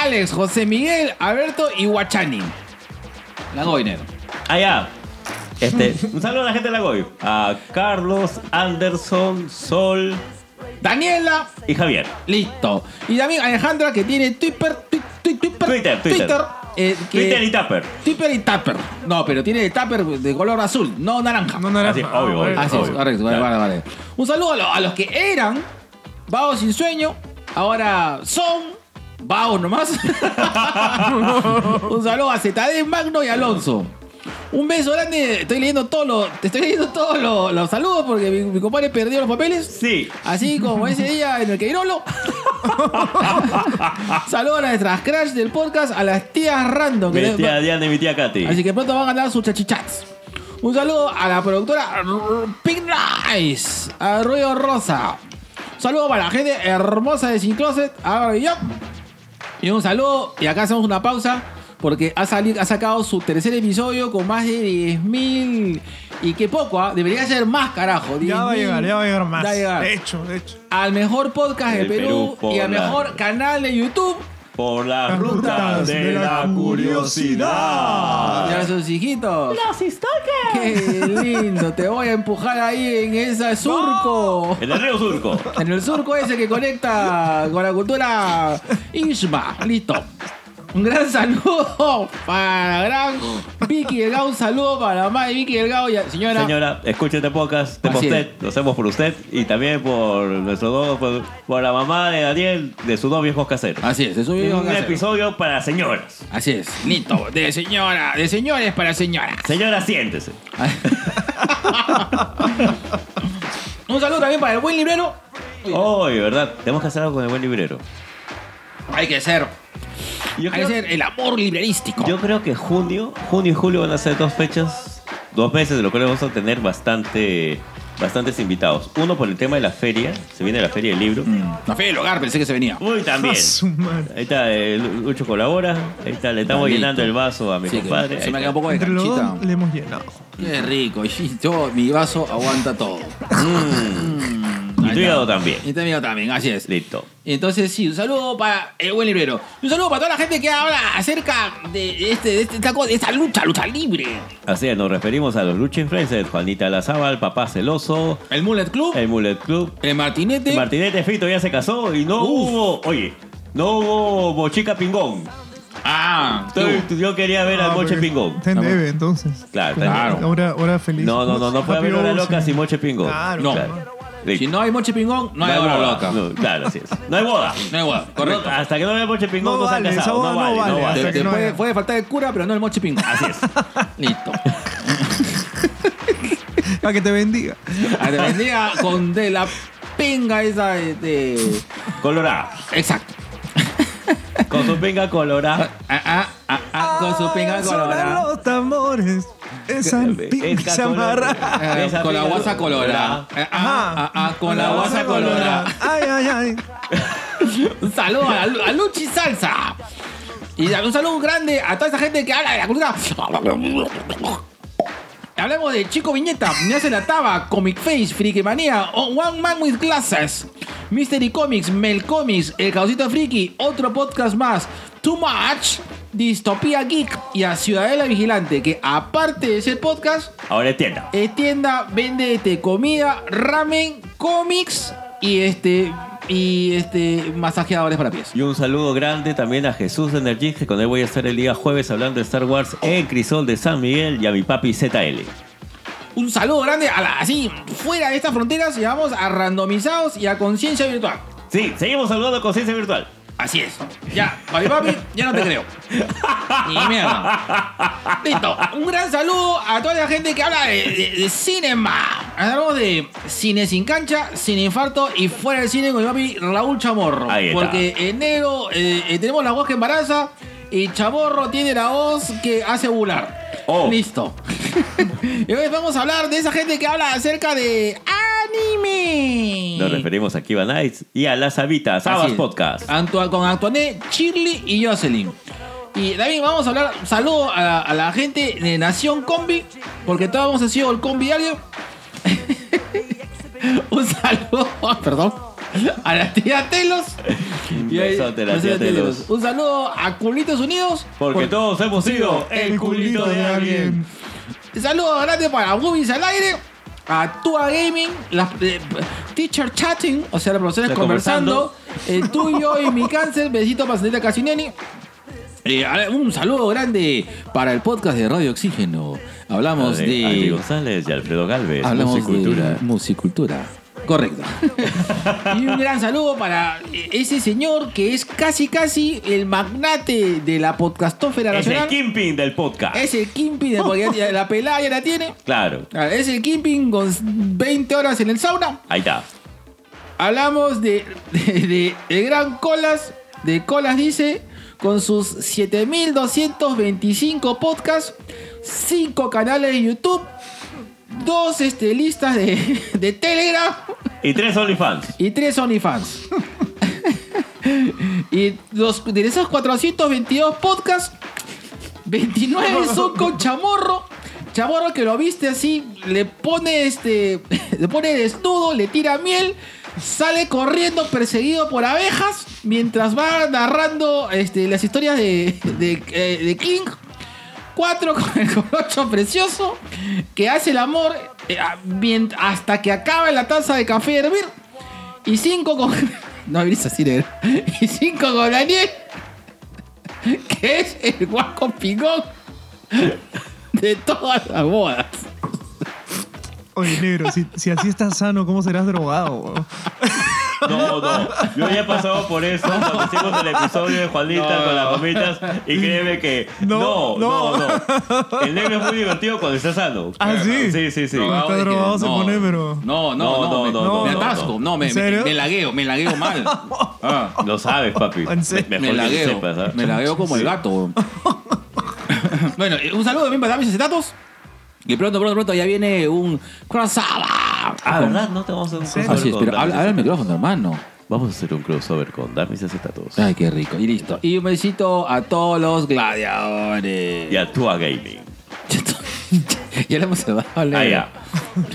[SPEAKER 1] Alex, José Miguel, Alberto y Guachani. La Goiner.
[SPEAKER 2] Allá. Ah, Este, un saludo a la gente de la Goy. A Carlos, Anderson, Sol
[SPEAKER 1] Daniela,
[SPEAKER 2] y Javier.
[SPEAKER 1] Listo. Y también Alejandra que tiene Twitter, twi- twi- Twitter,
[SPEAKER 2] Twitter, Twitter.
[SPEAKER 1] eh, que-
[SPEAKER 2] Twitter y Tupper.
[SPEAKER 1] Twitter y Tupper. No, pero tiene el Tupper de color azul, no naranja.
[SPEAKER 3] No, no era.
[SPEAKER 2] Así, obvio, obvio.
[SPEAKER 1] Ah, sí,
[SPEAKER 2] obvio.
[SPEAKER 1] correcto. Vale, vale,
[SPEAKER 2] Claro.
[SPEAKER 1] vale. Un saludo a, lo- a los que eran Vagos sin sueño, ahora son Vagos nomás. Un saludo a ZD Magno y Alonso. Un beso grande. Estoy leyendo todos los, te estoy leyendo todos los, los saludos porque mi, mi compadre perdió los papeles.
[SPEAKER 2] Sí.
[SPEAKER 1] Así como ese día en el Queirolo. Saludos a nuestras crash del podcast, a las tías random. que
[SPEAKER 2] Mi
[SPEAKER 1] le-
[SPEAKER 2] tía Diana y mi tía Katy.
[SPEAKER 1] Así que pronto van a ganar sus chachichats. Un saludo a la productora Pink Nice, a Ruido Rosa. Un saludo para la gente hermosa de Sin Closet, a y yo. Y un saludo, y acá hacemos una pausa, porque ha, sali- ha sacado su tercer episodio con más de 10.000. Y qué poco, ¿ah? debería ser más, carajo.
[SPEAKER 3] Ya va a
[SPEAKER 1] 10.000.
[SPEAKER 3] llegar, ya va a llegar más. Eh,
[SPEAKER 1] Ya va a llegar.
[SPEAKER 3] De hecho, de hecho.
[SPEAKER 1] Al mejor podcast de
[SPEAKER 2] Del
[SPEAKER 1] Perú,
[SPEAKER 2] Perú,
[SPEAKER 1] y al
[SPEAKER 2] Pola.
[SPEAKER 1] mejor canal de YouTube.
[SPEAKER 2] Por las
[SPEAKER 3] Las
[SPEAKER 2] rutas
[SPEAKER 3] rutas
[SPEAKER 2] de la
[SPEAKER 1] Y a
[SPEAKER 2] curiosidad.
[SPEAKER 1] sus hijitos. Qué lindo, te voy a empujar ahí en ese surco.
[SPEAKER 2] En el río Surco.
[SPEAKER 1] En el surco ese que conecta con la cultura Inshma. Listo. Un gran saludo para gran Vicky Delgado. Un saludo para la madre de Vicky Delgado. Y a- señora,
[SPEAKER 2] Señora, escúchate pocas, de por
[SPEAKER 1] Así es.
[SPEAKER 2] usted, lo hacemos por usted y también por nuestro dos, por, por la mamá de Daniel, de sus dos viejos caseros.
[SPEAKER 1] Así es, eso yo
[SPEAKER 2] Un episodio para señoras.
[SPEAKER 1] Así es, listo. De señora, de señores para señoras.
[SPEAKER 2] Señora, siéntese.
[SPEAKER 1] Un saludo también para el buen librero.
[SPEAKER 2] Oye, Oh, ¿verdad? Tenemos que hacer algo con el buen librero.
[SPEAKER 1] Hay que ser, hay
[SPEAKER 2] Yo
[SPEAKER 1] que
[SPEAKER 2] creo,
[SPEAKER 1] ser el amor librerístico.
[SPEAKER 2] yo creo que junio, junio y julio van a ser dos fechas, dos meses de lo cual vamos a tener bastante, bastantes invitados. Uno por el tema de la feria, se viene la feria del libro.
[SPEAKER 1] La fe del hogar pensé que se venía.
[SPEAKER 2] Uy, también.
[SPEAKER 3] A su madre.
[SPEAKER 2] Ahí está, eh, Lucho colabora. Ahí está, le estamos
[SPEAKER 1] Manito.
[SPEAKER 2] llenando el vaso a mi
[SPEAKER 1] Sí, que
[SPEAKER 2] compadre.
[SPEAKER 1] se
[SPEAKER 2] Ahí
[SPEAKER 1] me ha
[SPEAKER 2] está.
[SPEAKER 1] quedado un poco de
[SPEAKER 3] Entre los
[SPEAKER 1] canchita.
[SPEAKER 3] dos le hemos llenado.
[SPEAKER 1] Qué rico. Y yo, mi vaso aguanta todo.
[SPEAKER 2] Y tu hígado también.
[SPEAKER 1] Y tu hígado también, así es.
[SPEAKER 2] Listo.
[SPEAKER 1] Entonces, sí, un saludo para el buen librero. Y Un saludo para toda la gente que habla acerca de, este, de, este- esta, cosa, de esta lucha, lucha libre.
[SPEAKER 2] Así es, nos referimos a los Lucha Influencers, Juanita Lazábal, Papá Celoso,
[SPEAKER 1] El Mullet Club, el,
[SPEAKER 2] el Mullet Club,
[SPEAKER 1] Martinete.
[SPEAKER 2] Martinete Fito ya se casó y no
[SPEAKER 1] Uf.
[SPEAKER 2] hubo, oye, no hubo Mochica Pingón.
[SPEAKER 1] ah,
[SPEAKER 2] Estoy- yo quería ver al
[SPEAKER 3] Ah,
[SPEAKER 2] Moche
[SPEAKER 3] pero
[SPEAKER 2] Pingón.
[SPEAKER 3] Está en debe, entonces.
[SPEAKER 2] Claro,
[SPEAKER 1] Claro.
[SPEAKER 3] Hora, hora feliz.
[SPEAKER 2] No, no, no, no puede
[SPEAKER 3] Happy
[SPEAKER 2] haber hora
[SPEAKER 3] hours.
[SPEAKER 2] loca sin Moche Pingón.
[SPEAKER 3] Claro.
[SPEAKER 1] No.
[SPEAKER 2] Listo.
[SPEAKER 1] si no hay moche pingón, no hay hora
[SPEAKER 2] boda.
[SPEAKER 1] loca. No,
[SPEAKER 2] No, claro, así es. No hay boda.
[SPEAKER 1] hay boda, correcto.
[SPEAKER 2] No, hasta que no haya Moche Pingón no,
[SPEAKER 3] No
[SPEAKER 2] se han
[SPEAKER 3] vale, esa
[SPEAKER 2] casado.
[SPEAKER 3] boda
[SPEAKER 2] No vale, no
[SPEAKER 3] no
[SPEAKER 2] vale.
[SPEAKER 3] vale.
[SPEAKER 1] Te-
[SPEAKER 3] hasta
[SPEAKER 1] te
[SPEAKER 3] que no
[SPEAKER 1] puede,
[SPEAKER 3] haya.
[SPEAKER 1] puede faltar el cura, pero no el moche pingón.
[SPEAKER 2] Así es.
[SPEAKER 1] Listo.
[SPEAKER 3] A que te bendiga.
[SPEAKER 1] Ah, Te bendiga con de la pinga esa de- de...
[SPEAKER 2] Colorada.
[SPEAKER 1] Exacto.
[SPEAKER 2] Con su pinga colorada.
[SPEAKER 1] Ah, ah, ah, ah, con su pinga
[SPEAKER 3] Ah,
[SPEAKER 1] colorada.
[SPEAKER 3] Sonan los tambores. Esa pinche
[SPEAKER 2] Esa
[SPEAKER 3] chamarra.
[SPEAKER 2] colorada.
[SPEAKER 1] Eh,
[SPEAKER 2] Esa
[SPEAKER 1] con la
[SPEAKER 2] pinga
[SPEAKER 1] guasa colorada. Eh, ah, ah,
[SPEAKER 3] Ajá.
[SPEAKER 1] ah, con la guasa colorada.
[SPEAKER 3] Ay, ay, ay.
[SPEAKER 1] Un saludo a, Lu- a Luchi Salsa. Y un saludo grande a toda esa gente que habla de la cultura. Hablemos de Chico Viñeta, Me hace la taba, Comic Face, Friki Manía, O- One Man with Glasses, Mystery Comics, Mel Comics, El Causito Friki, otro podcast más, Too Much, Distopía Geek y a Ciudadela Vigilante, que aparte de ser podcast,
[SPEAKER 2] Ahora entienda.
[SPEAKER 1] Eh, tienda vende este, comida, ramen, cómics y este y este masajeadores para pies.
[SPEAKER 2] Y un saludo grande también a Jesús de Energix, que con él voy a estar el día jueves hablando de Star Wars en Crisol de San Miguel y a mi papi ZL.
[SPEAKER 1] Un saludo grande a la así fuera de estas fronteras llegamos a randomizados y a conciencia virtual.
[SPEAKER 2] Sí, seguimos saludando a Conciencia Virtual.
[SPEAKER 1] Así es. Ya, papi papi, ya no te creo. Ni mierda. Listo. Un gran saludo a toda la gente que habla de, de- de cinema. Hablamos de cine sin cancha, sin infarto y fuera del cine con mi papi Raúl Chamorro.
[SPEAKER 2] Ahí está.
[SPEAKER 1] Porque en negro eh, eh, tenemos la voz que embaraza y Chamorro tiene la voz que hace bular.
[SPEAKER 2] Oh.
[SPEAKER 1] Listo. y hoy vamos a hablar de esa gente que habla acerca de anime.
[SPEAKER 2] Nos referimos a Kiva Nights y a Las Habitas, Sabas
[SPEAKER 1] Así es.
[SPEAKER 2] Podcast.
[SPEAKER 1] Antua- con Antoine, Shirley y Jocelyn. Y David, vamos a hablar. Saludo a, la- a la gente de Nación Combi, porque todos hemos sido el combi diario. Un saludo, perdón, a la tía Telos.
[SPEAKER 2] Un
[SPEAKER 1] Y ahí-
[SPEAKER 2] besote, la tía
[SPEAKER 1] besote a
[SPEAKER 2] Telos.
[SPEAKER 1] Un saludo a Culitos Unidos.
[SPEAKER 2] Porque todos hemos sido el culito de alguien.
[SPEAKER 1] Saludos grandes para Movies al aire, a Tua Gaming, las eh, Teacher Chatting, o sea, los profesores
[SPEAKER 2] Está
[SPEAKER 1] conversando, el tuyo y mi cáncer, besito para Sandrita Casinelli. Eh, a ver, un saludo grande para el podcast de Radio Oxígeno. Hablamos
[SPEAKER 2] De
[SPEAKER 1] de.
[SPEAKER 2] Andy González y Alfredo Galvez.
[SPEAKER 1] hablamos de
[SPEAKER 2] Musicultura.
[SPEAKER 1] musicultura. Correcto. y un gran saludo para eh, ese señor que es casi, casi el magnate de la podcastófera
[SPEAKER 2] Es el
[SPEAKER 1] nacional.
[SPEAKER 2] Kimping del podcast.
[SPEAKER 1] Es el Kimpi, de- porque ya- ya la pelada ya la tiene.
[SPEAKER 2] Claro.
[SPEAKER 1] Ah, Es el Kimping con 20 horas en el sauna.
[SPEAKER 2] Ahí está.
[SPEAKER 1] Hablamos de, de, de- de Gran Colas, de Colas dice, con sus 7225 podcasts, 5 canales de YouTube, dos este, listas de, de Telegram
[SPEAKER 2] Y tres OnlyFans.
[SPEAKER 1] y 3 OnlyFans. y los, de esos 422 podcasts, 29 son con Chamorro. Chamorro que lo viste así, le pone este. Le pone desnudo, le tira miel, sale corriendo perseguido por abejas mientras va narrando este, las historias de, de, eh, de King. Cuatro con el colocho precioso que hace el amor eh, a- mient- hasta que acaba la taza de café de hervir. Y cinco con. No hables así, negro. Y cinco con Daniel. Que es el guaco pingón de todas las bodas.
[SPEAKER 3] Oye, negro, si, si así estás sano, ¿cómo serás drogado? weón?
[SPEAKER 2] No, no. Yo ya he pasado por eso cuando hicimos el episodio de Juanita con las gomitas. Y créeme que. No,
[SPEAKER 3] No,
[SPEAKER 2] no, no. El negro es muy divertido cuando está sano.
[SPEAKER 3] ¿Ah, sí?
[SPEAKER 2] Sí, sí, sí.
[SPEAKER 3] No, está drogado, se pone, pero-
[SPEAKER 1] No, no, no,
[SPEAKER 2] No,
[SPEAKER 1] me,
[SPEAKER 2] no, no,
[SPEAKER 1] me
[SPEAKER 2] no,
[SPEAKER 1] atasco.
[SPEAKER 2] no.
[SPEAKER 1] No, me,
[SPEAKER 3] ¿En
[SPEAKER 1] me-
[SPEAKER 3] serio?
[SPEAKER 1] me lagueo, me lagueo mal. Ah,
[SPEAKER 2] Lo sabes, papi.
[SPEAKER 3] En serio.
[SPEAKER 2] Me-
[SPEAKER 1] me
[SPEAKER 2] Mejor que
[SPEAKER 1] lagueo.
[SPEAKER 2] sepas, ¿ah?
[SPEAKER 1] Me lagueo como el gato. weón. bueno, eh, un saludo también para mis datos. Y pronto, pronto, pronto ya viene un crossover.
[SPEAKER 2] Ah, ¿verdad? No te vamos a hacer un
[SPEAKER 3] Sí.
[SPEAKER 2] crossover.
[SPEAKER 1] Así es,
[SPEAKER 2] con
[SPEAKER 1] pero
[SPEAKER 2] Darmis
[SPEAKER 1] habla, habla al micrófono, hermano.
[SPEAKER 2] Vamos a hacer un crossover con Darmis Acetatos.
[SPEAKER 1] Ay, qué rico. Y listo. Y un besito a todos los gladiadores.
[SPEAKER 2] Y a Tua Gaming.
[SPEAKER 1] ya le hemos saludado. al
[SPEAKER 2] Ah,
[SPEAKER 1] negro.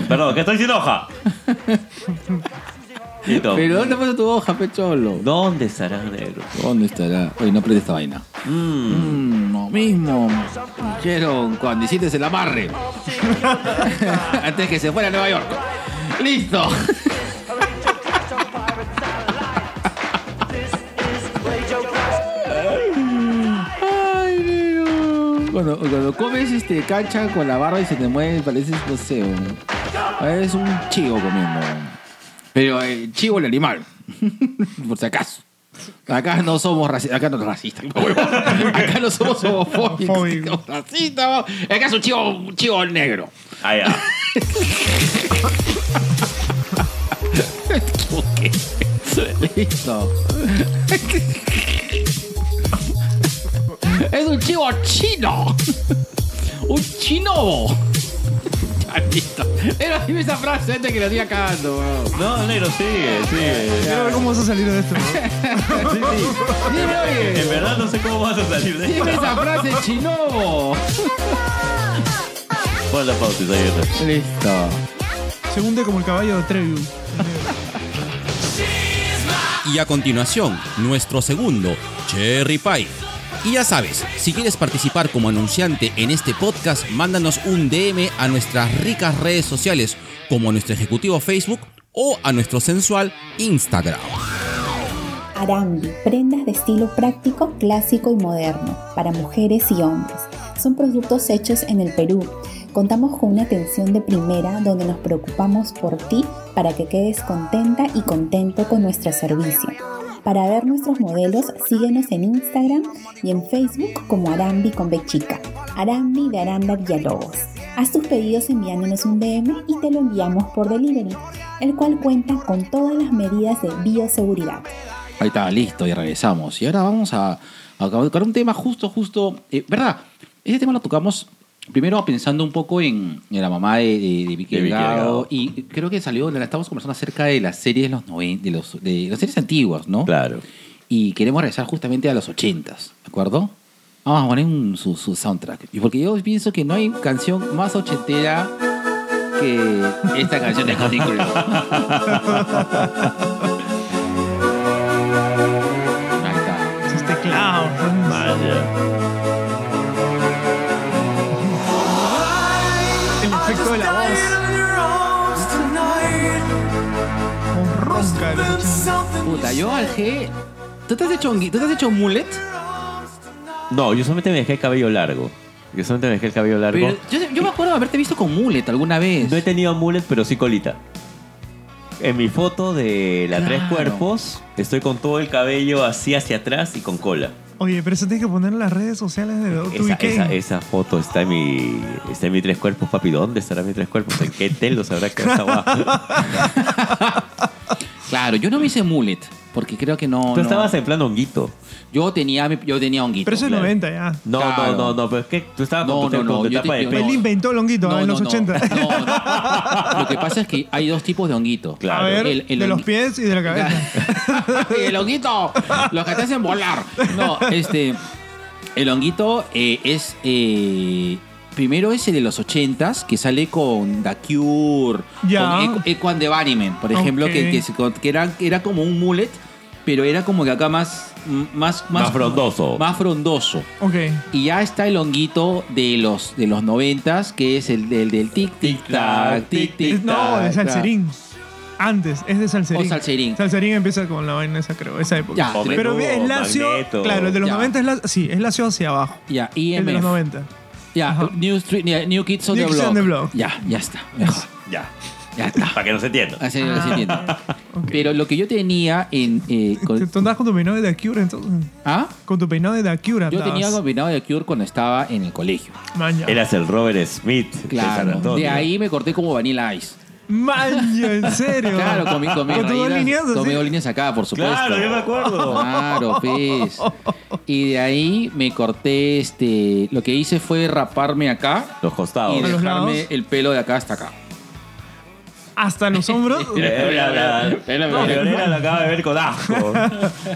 [SPEAKER 2] ya. Perdón, que estoy sin hoja. Listo.
[SPEAKER 1] Pero ¿dónde puso tu hoja, pecholo?
[SPEAKER 2] ¿Dónde estará negro?
[SPEAKER 1] ¿Dónde estará? Oye, no apriete esta vaina. Mm, lo mismo. Dijeron cuando hiciste el amarre. Antes que se fuera a Nueva York. Listo. Ay, negro. Cuando, cuando comes este cancha con la barba y se te mueve, pareces, no sé, un- es un chivo comiendo. Pero eh, chivo el animal, por si acaso. Acá no somos racistas, acá no somos racistas. acá no somos homofóbicos,
[SPEAKER 3] Homofóbicos.
[SPEAKER 1] somos racistas. vamos. Acá es un chivo, un chivo negro.
[SPEAKER 2] Ah, ya.
[SPEAKER 1] Listo. es un chivo chino. un chinobo. Ya, listo. Era la misma frase antes que lo diga cagando. weón.
[SPEAKER 2] No, negro, sigue, sigue.
[SPEAKER 3] Quiero ver cómo vas a salir de esto. weón.
[SPEAKER 2] Sí, sí.
[SPEAKER 1] Dime, oye.
[SPEAKER 2] En verdad no sé cómo vas a salir de
[SPEAKER 1] Dime
[SPEAKER 2] esto.
[SPEAKER 1] esa frase chinobo.
[SPEAKER 2] Pon la pausa y sale otra.
[SPEAKER 1] Listo.
[SPEAKER 3] Se hunde como el caballo de Trevius.
[SPEAKER 5] Y a continuación, nuestro segundo, Cherry Pie. Y ya sabes, si quieres participar como anunciante en este podcast, mándanos un DM a nuestras ricas redes sociales, como a nuestro ejecutivo Facebook o a nuestro sensual Instagram.
[SPEAKER 8] Arambi, prendas de estilo práctico, clásico y moderno, para mujeres y hombres. Son productos hechos en el Perú. Contamos con una atención de primera donde nos preocupamos por ti para que quedes contenta y contento con nuestro servicio. Para ver nuestros modelos, síguenos en Instagram y en Facebook como Arambi con B chica. Arambi de Aranda Villalobos. Haz tus pedidos enviándonos un DM y te lo enviamos por delivery, el cual cuenta con todas las medidas de bioseguridad.
[SPEAKER 5] Ahí está, listo, y regresamos. Y ahora vamos a, a tocar un tema justo, justo. eh, ¿Verdad? Ese tema lo tocamos primero pensando un poco en, en la mamá de, de, de Vicky
[SPEAKER 2] De Vicky
[SPEAKER 5] Delgado.
[SPEAKER 2] Delgado.
[SPEAKER 5] Y creo que salió, la estamos conversando acerca de las series de los noven- de, los, de las series antiguas, ¿no?
[SPEAKER 2] Claro.
[SPEAKER 5] Y queremos regresar justamente a los ochentas, ¿de acuerdo? Vamos a poner un, su, su soundtrack. Y porque yo pienso que no hay canción más ochentera que esta canción de Coty Crew. Ahí está.
[SPEAKER 3] Esos teclados.
[SPEAKER 2] Vaya.
[SPEAKER 3] El efecto de la voz. Voz Ronca de los ochentas.
[SPEAKER 5] Puta, yo al G. ¿Tú te has hecho, un- ¿tú te has hecho un mullet?
[SPEAKER 2] No, yo solamente me dejé el cabello largo. Yo solamente me dejé el cabello largo.
[SPEAKER 5] Pero yo, yo me acuerdo de haberte visto con mullet alguna vez.
[SPEAKER 2] No he tenido mullet, pero sí colita. En mi foto de la tres
[SPEAKER 5] Claro.
[SPEAKER 2] cuerpos, estoy con todo el cabello así hacia atrás y con cola.
[SPEAKER 3] Oye, pero eso tienes que poner en las redes sociales de
[SPEAKER 2] Esa, esa,
[SPEAKER 3] Ken.
[SPEAKER 2] esa foto está en mi está en mi tres cuerpos, papi. ¿Dónde estará mi tres cuerpos? ¿En qué telos habrá quedado esa guapa?
[SPEAKER 5] Claro, yo no me hice mullet. Porque creo que no.
[SPEAKER 2] Tú
[SPEAKER 5] no.
[SPEAKER 2] estabas en plan honguito.
[SPEAKER 5] Yo tenía, mi- yo tenía honguito.
[SPEAKER 3] Pero eso es
[SPEAKER 5] claro.
[SPEAKER 3] 90 ya.
[SPEAKER 2] No,
[SPEAKER 5] Claro.
[SPEAKER 2] no, no, no, pero es que tú estabas
[SPEAKER 5] No,
[SPEAKER 2] con tu,
[SPEAKER 5] no,
[SPEAKER 2] con
[SPEAKER 5] no,
[SPEAKER 2] tu
[SPEAKER 5] yo te-
[SPEAKER 2] tapa de
[SPEAKER 5] yo-
[SPEAKER 2] pelo.
[SPEAKER 3] Él inventó el honguito ah, en los 80.
[SPEAKER 5] No, no. Lo que pasa es que hay dos tipos de honguito.
[SPEAKER 2] Claro.
[SPEAKER 3] A ver,
[SPEAKER 5] El- el
[SPEAKER 3] de los
[SPEAKER 5] hongu-
[SPEAKER 3] pies y de la cabeza.
[SPEAKER 5] el honguito, los que te hacen volar. No, este. El honguito eh, es. eh, primero es el de los 80s, que sale con The Cure,
[SPEAKER 3] Ya.
[SPEAKER 5] con Equ- Equan de Bunnymen, por ejemplo, que,
[SPEAKER 3] Ok.
[SPEAKER 5] que se con- que era, que era como un mullet, pero era como que acá más. m- Más,
[SPEAKER 2] Más frondoso.
[SPEAKER 5] Más frondoso.
[SPEAKER 3] Ok.
[SPEAKER 5] Y ya está el honguito de los de los noventas, que es el del, del tic tic tac, tic tic tac.
[SPEAKER 3] No, de
[SPEAKER 5] tac.
[SPEAKER 3] Salserín. Antes, es de Salserín.
[SPEAKER 5] O Salserín.
[SPEAKER 3] Salserín empieza con la vaina esa, creo, esa época.
[SPEAKER 5] Ya.
[SPEAKER 2] Hombre,
[SPEAKER 3] Pero
[SPEAKER 2] no,
[SPEAKER 3] es lacio.
[SPEAKER 2] Magneto.
[SPEAKER 3] Claro, el de los
[SPEAKER 5] Ya.
[SPEAKER 3] 90 es lacio. Sí, es lacio hacia abajo.
[SPEAKER 5] Ya, y
[SPEAKER 3] El de los 90.
[SPEAKER 5] Ya,
[SPEAKER 3] Ajá.
[SPEAKER 5] New, Street- ya, New Kids on
[SPEAKER 3] New
[SPEAKER 5] the
[SPEAKER 3] Kids
[SPEAKER 5] Block.
[SPEAKER 3] on the Block.
[SPEAKER 5] Ya, ya está. Mejor.
[SPEAKER 2] Ya,
[SPEAKER 5] Ya está.
[SPEAKER 2] para que no se entienda.
[SPEAKER 5] Así así
[SPEAKER 3] Ah.
[SPEAKER 5] entiendo.
[SPEAKER 3] Ok.
[SPEAKER 5] Pero lo que yo tenía en. eh, con-
[SPEAKER 3] ¿Tú andabas con tu peinado de The Cure entonces?
[SPEAKER 5] ¿Ah?
[SPEAKER 3] Con tu peinado de The Cure
[SPEAKER 5] Yo
[SPEAKER 3] andabas.
[SPEAKER 5] tenía combinado de Cure cuando estaba en el colegio.
[SPEAKER 3] Maña.
[SPEAKER 2] Eras el Robert Smith de San
[SPEAKER 5] Claro.
[SPEAKER 2] Antonio.
[SPEAKER 5] De ahí me corté como Vanilla Ice.
[SPEAKER 3] Maña, en serio.
[SPEAKER 5] Claro, con mi, con mi
[SPEAKER 3] tus dos
[SPEAKER 5] raíz-
[SPEAKER 3] líneas
[SPEAKER 5] con
[SPEAKER 3] así.
[SPEAKER 5] mis dos líneas acá, por supuesto. Ah.
[SPEAKER 2] Claro, yo me acuerdo.
[SPEAKER 5] Claro, pues. Y de ahí me corté este. Lo que hice fue raparme acá
[SPEAKER 2] Los
[SPEAKER 5] y
[SPEAKER 2] costados. Eh,
[SPEAKER 3] de- los
[SPEAKER 5] dejarme
[SPEAKER 3] lados?
[SPEAKER 5] el pelo de acá hasta acá.
[SPEAKER 3] Hasta los hombros.
[SPEAKER 2] Eh, la- la-
[SPEAKER 5] Espérame,
[SPEAKER 2] no,
[SPEAKER 5] espérame.
[SPEAKER 2] Leonela la acaba de ver con asco.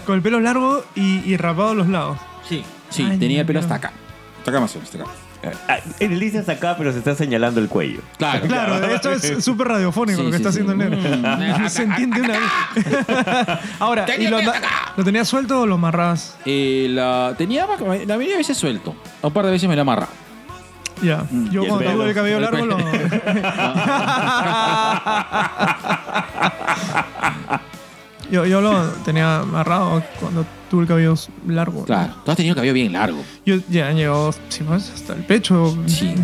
[SPEAKER 3] con el pelo largo y, y rapado a los lados.
[SPEAKER 5] Sí. Sí,
[SPEAKER 3] Ay,
[SPEAKER 5] tenía el pelo
[SPEAKER 3] Dios.
[SPEAKER 5] hasta acá. Hasta acá más o menos, hasta acá.
[SPEAKER 2] Ah, Él dice hasta acá, pero se está señalando el cuello.
[SPEAKER 5] Claro.
[SPEAKER 3] Claro, esto es súper radiofónico
[SPEAKER 5] Sí,
[SPEAKER 3] lo que
[SPEAKER 5] sí,
[SPEAKER 3] está
[SPEAKER 5] sí.
[SPEAKER 3] haciendo el
[SPEAKER 5] Mm.
[SPEAKER 3] negro. Se entiende una vez. Ahora, ¿y
[SPEAKER 5] Tenía
[SPEAKER 3] lo,
[SPEAKER 5] que
[SPEAKER 3] anda- ¿lo tenías suelto o lo amarrabas?
[SPEAKER 5] Eh, la tenía la mayoría de veces suelto. Un par de veces me la amarra.
[SPEAKER 3] Ya. Yo
[SPEAKER 5] Mm.
[SPEAKER 2] Y el
[SPEAKER 3] cuando
[SPEAKER 2] pelo.
[SPEAKER 3] tuve el cabello
[SPEAKER 5] El
[SPEAKER 3] largo lo. yo, yo lo tenía amarrado cuando tuve el cabello largo.
[SPEAKER 5] Claro. Tú has tenido cabello bien largo.
[SPEAKER 3] Yo ya llegó, si más, hasta el pecho.
[SPEAKER 5] Sí.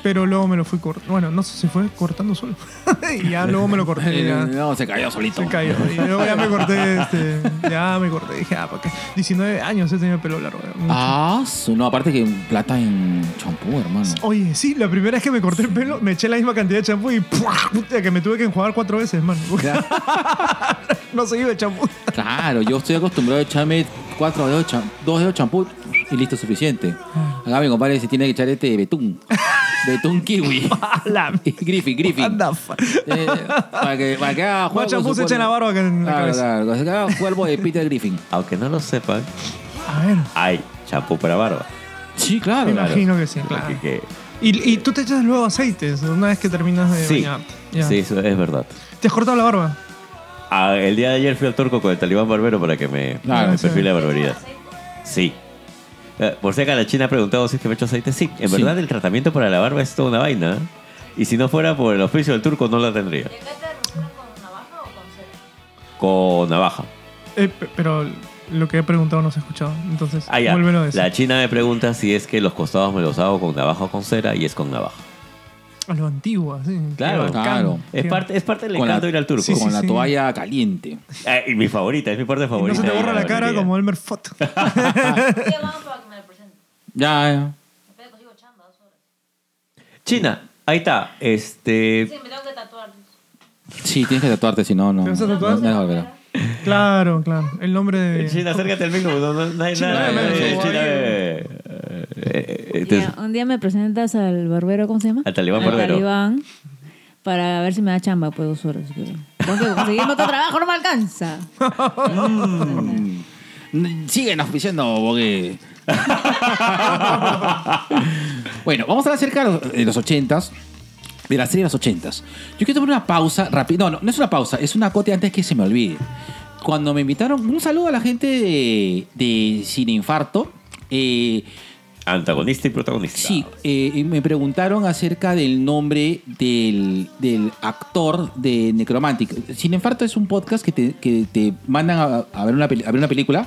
[SPEAKER 3] Pero luego me lo fui cortando. Bueno, no sé, se fue cortando solo. y ya luego me lo corté. ya.
[SPEAKER 5] Eh, No, se cayó solito.
[SPEAKER 3] Se cayó. Y luego ya me corté, este, ya me corté. Dije, ah, ¿para qué? 19 años he tenido pelo largo. mucho.
[SPEAKER 5] Ah, su- no, aparte que plata en champú, hermano.
[SPEAKER 3] Oye, sí, la primera vez que me corté el pelo, me eché la misma cantidad de champú y ¡pua! puta, que me tuve que enjuagar cuatro veces, man.
[SPEAKER 5] Claro.
[SPEAKER 3] no se iba el champú.
[SPEAKER 5] Claro, yo estoy acostumbrado a echarme cuatro dedos, cha- dos dedos champú y listo, suficiente.
[SPEAKER 3] Ah.
[SPEAKER 5] Acá mi compadre se tiene que echar este betún. betún kiwi.
[SPEAKER 3] A la
[SPEAKER 5] Y Griffin, Griffin.
[SPEAKER 3] Anda, fa-
[SPEAKER 5] Eh, para que, para que haga juego.
[SPEAKER 3] Más champú
[SPEAKER 5] con su
[SPEAKER 3] se echa en la
[SPEAKER 5] cuerpo.
[SPEAKER 3] barba que en la
[SPEAKER 5] Claro,
[SPEAKER 3] cabeza.
[SPEAKER 5] claro. que haga cuerpo de Peter Griffin.
[SPEAKER 2] Aunque no lo sepan,
[SPEAKER 3] A ver,
[SPEAKER 2] hay champú para barba.
[SPEAKER 5] Sí, claro.
[SPEAKER 3] me
[SPEAKER 5] claro.
[SPEAKER 3] imagino que sí,
[SPEAKER 2] Así
[SPEAKER 3] claro.
[SPEAKER 2] que-
[SPEAKER 3] Y, y tú te echas luego aceites una vez que terminas de
[SPEAKER 2] sí,
[SPEAKER 3] bañarte. Ya.
[SPEAKER 2] sí, eso es verdad.
[SPEAKER 3] ¿Te has cortado la barba?
[SPEAKER 2] Ah, el día de ayer fui al torco con el talibán barbero para que
[SPEAKER 3] Ah,
[SPEAKER 2] me,
[SPEAKER 5] Claro,
[SPEAKER 2] me
[SPEAKER 3] sí.
[SPEAKER 2] perfile la barbería. Sí. Eh, Por si acá la China ha preguntado si es que me echo aceite. Sí, en
[SPEAKER 5] Sí.
[SPEAKER 2] verdad el tratamiento para la barba es toda una vaina. ¿eh? Y si no fuera por el oficio del turco, no la tendría.
[SPEAKER 1] ¿Y acá te rasuran con navaja o con cera?
[SPEAKER 2] Con navaja.
[SPEAKER 3] Eh, pe- pero lo que he preguntado no se ha escuchado. Entonces,
[SPEAKER 2] Ah, ya.
[SPEAKER 3] vuélvelo a decir.
[SPEAKER 2] La China me pregunta si es que los costados me los hago con navaja o con cera y es con navaja.
[SPEAKER 3] A lo antiguo, así.
[SPEAKER 2] Claro,
[SPEAKER 3] Qué bacán.
[SPEAKER 5] claro.
[SPEAKER 2] Es
[SPEAKER 3] Qué-
[SPEAKER 2] parte, es parte del
[SPEAKER 5] Con la-
[SPEAKER 2] encanto ir al turco.
[SPEAKER 3] Sí,
[SPEAKER 5] con
[SPEAKER 3] sí,
[SPEAKER 5] la
[SPEAKER 3] sí.
[SPEAKER 5] toalla caliente.
[SPEAKER 2] Ah, y mi favorita, es mi parte
[SPEAKER 3] No
[SPEAKER 2] favorita.
[SPEAKER 3] se te
[SPEAKER 2] de
[SPEAKER 3] borra la cara
[SPEAKER 2] barbería.
[SPEAKER 3] como Elmer Fudd.
[SPEAKER 1] Yo vamos para que me lo presente.
[SPEAKER 5] Ya, ya.
[SPEAKER 1] Después consigo chamba, dos horas.
[SPEAKER 2] China, ahí está. Este,
[SPEAKER 1] Sí, me tengo que tatuar.
[SPEAKER 5] Sí, tienes que tatuarte, si no, no.
[SPEAKER 3] ¿Te vas a tatuar?
[SPEAKER 5] No, no, no, no.
[SPEAKER 3] Claro, claro. El nombre de.
[SPEAKER 2] China, acércate al micro. No, no, no hay
[SPEAKER 3] China,
[SPEAKER 2] nada.
[SPEAKER 5] no, no,
[SPEAKER 2] eh,
[SPEAKER 5] no,
[SPEAKER 2] China,
[SPEAKER 3] no,
[SPEAKER 2] eh, eh, eh, eh, te-
[SPEAKER 9] un día me presentas al barbero, ¿cómo se llama?
[SPEAKER 2] Al talibán
[SPEAKER 9] Al
[SPEAKER 2] barbero.
[SPEAKER 9] talibán, para ver si me da chamba, pues dos horas. Pero Tengo que conseguirme otro trabajo, no me alcanza.
[SPEAKER 5] Siguen auspiciando, porque... bueno, vamos a hablar acerca de los- de los ochentas. De la serie de los ochentas. Yo quiero tomar una pausa rápida. No, no, no es una pausa, es una cote antes que se me olvide. Cuando me invitaron, un saludo a la gente de, de Cine Infarto. Eh,
[SPEAKER 2] Antagonista y protagonista.
[SPEAKER 5] Sí, eh, y me preguntaron acerca del nombre del, del actor de Necromantic. Sin Infarto es un podcast que te, que te mandan a, a ver una, peli- a ver una película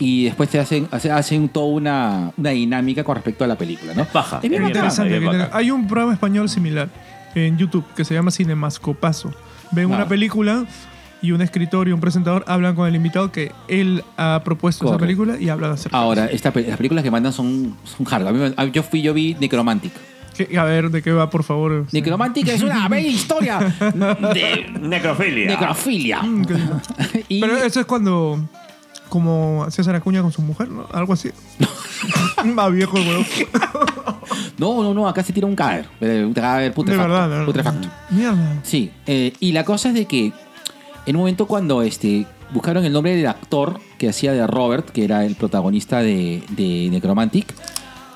[SPEAKER 5] y después te hacen, hace- hacen toda una, una dinámica con respecto a la película, ¿no?
[SPEAKER 2] Paja.
[SPEAKER 5] Es bien
[SPEAKER 2] Bien,
[SPEAKER 5] bacán.
[SPEAKER 3] interesante.
[SPEAKER 2] bien
[SPEAKER 3] que
[SPEAKER 2] bacán.
[SPEAKER 3] tenga- Hay un programa español similar en YouTube que se llama Cinemascopazo. Ven
[SPEAKER 5] Ah.
[SPEAKER 3] una película y un escritor y un presentador hablan con el invitado que él ha propuesto
[SPEAKER 5] Correcto.
[SPEAKER 3] esa película y hablan acerca.
[SPEAKER 5] Ahora, esta pe- las películas que mandan son, son hard. A mí me- yo fui, yo vi Necromantic.
[SPEAKER 3] Que- A ver, Ah. ¿de qué va, por favor?
[SPEAKER 5] Necromantic es una bella historia de
[SPEAKER 2] Necrofilia.
[SPEAKER 5] necrofilia.
[SPEAKER 3] Mm, qué lindo.
[SPEAKER 5] Y-
[SPEAKER 3] Pero eso es cuando. Como César Acuña con su mujer, ¿no? Algo así. Más viejo, weón.
[SPEAKER 5] no, no, no, acá se tira un cadáver. eh, Un cadáver
[SPEAKER 3] De
[SPEAKER 5] putrefacto.
[SPEAKER 3] verdad, de verdad.
[SPEAKER 5] putrefacto.
[SPEAKER 3] Mierda.
[SPEAKER 5] Sí, eh, y la cosa es de que en un momento cuando este, buscaron el nombre del actor que hacía de Robert, que era el protagonista de, de Necromantic,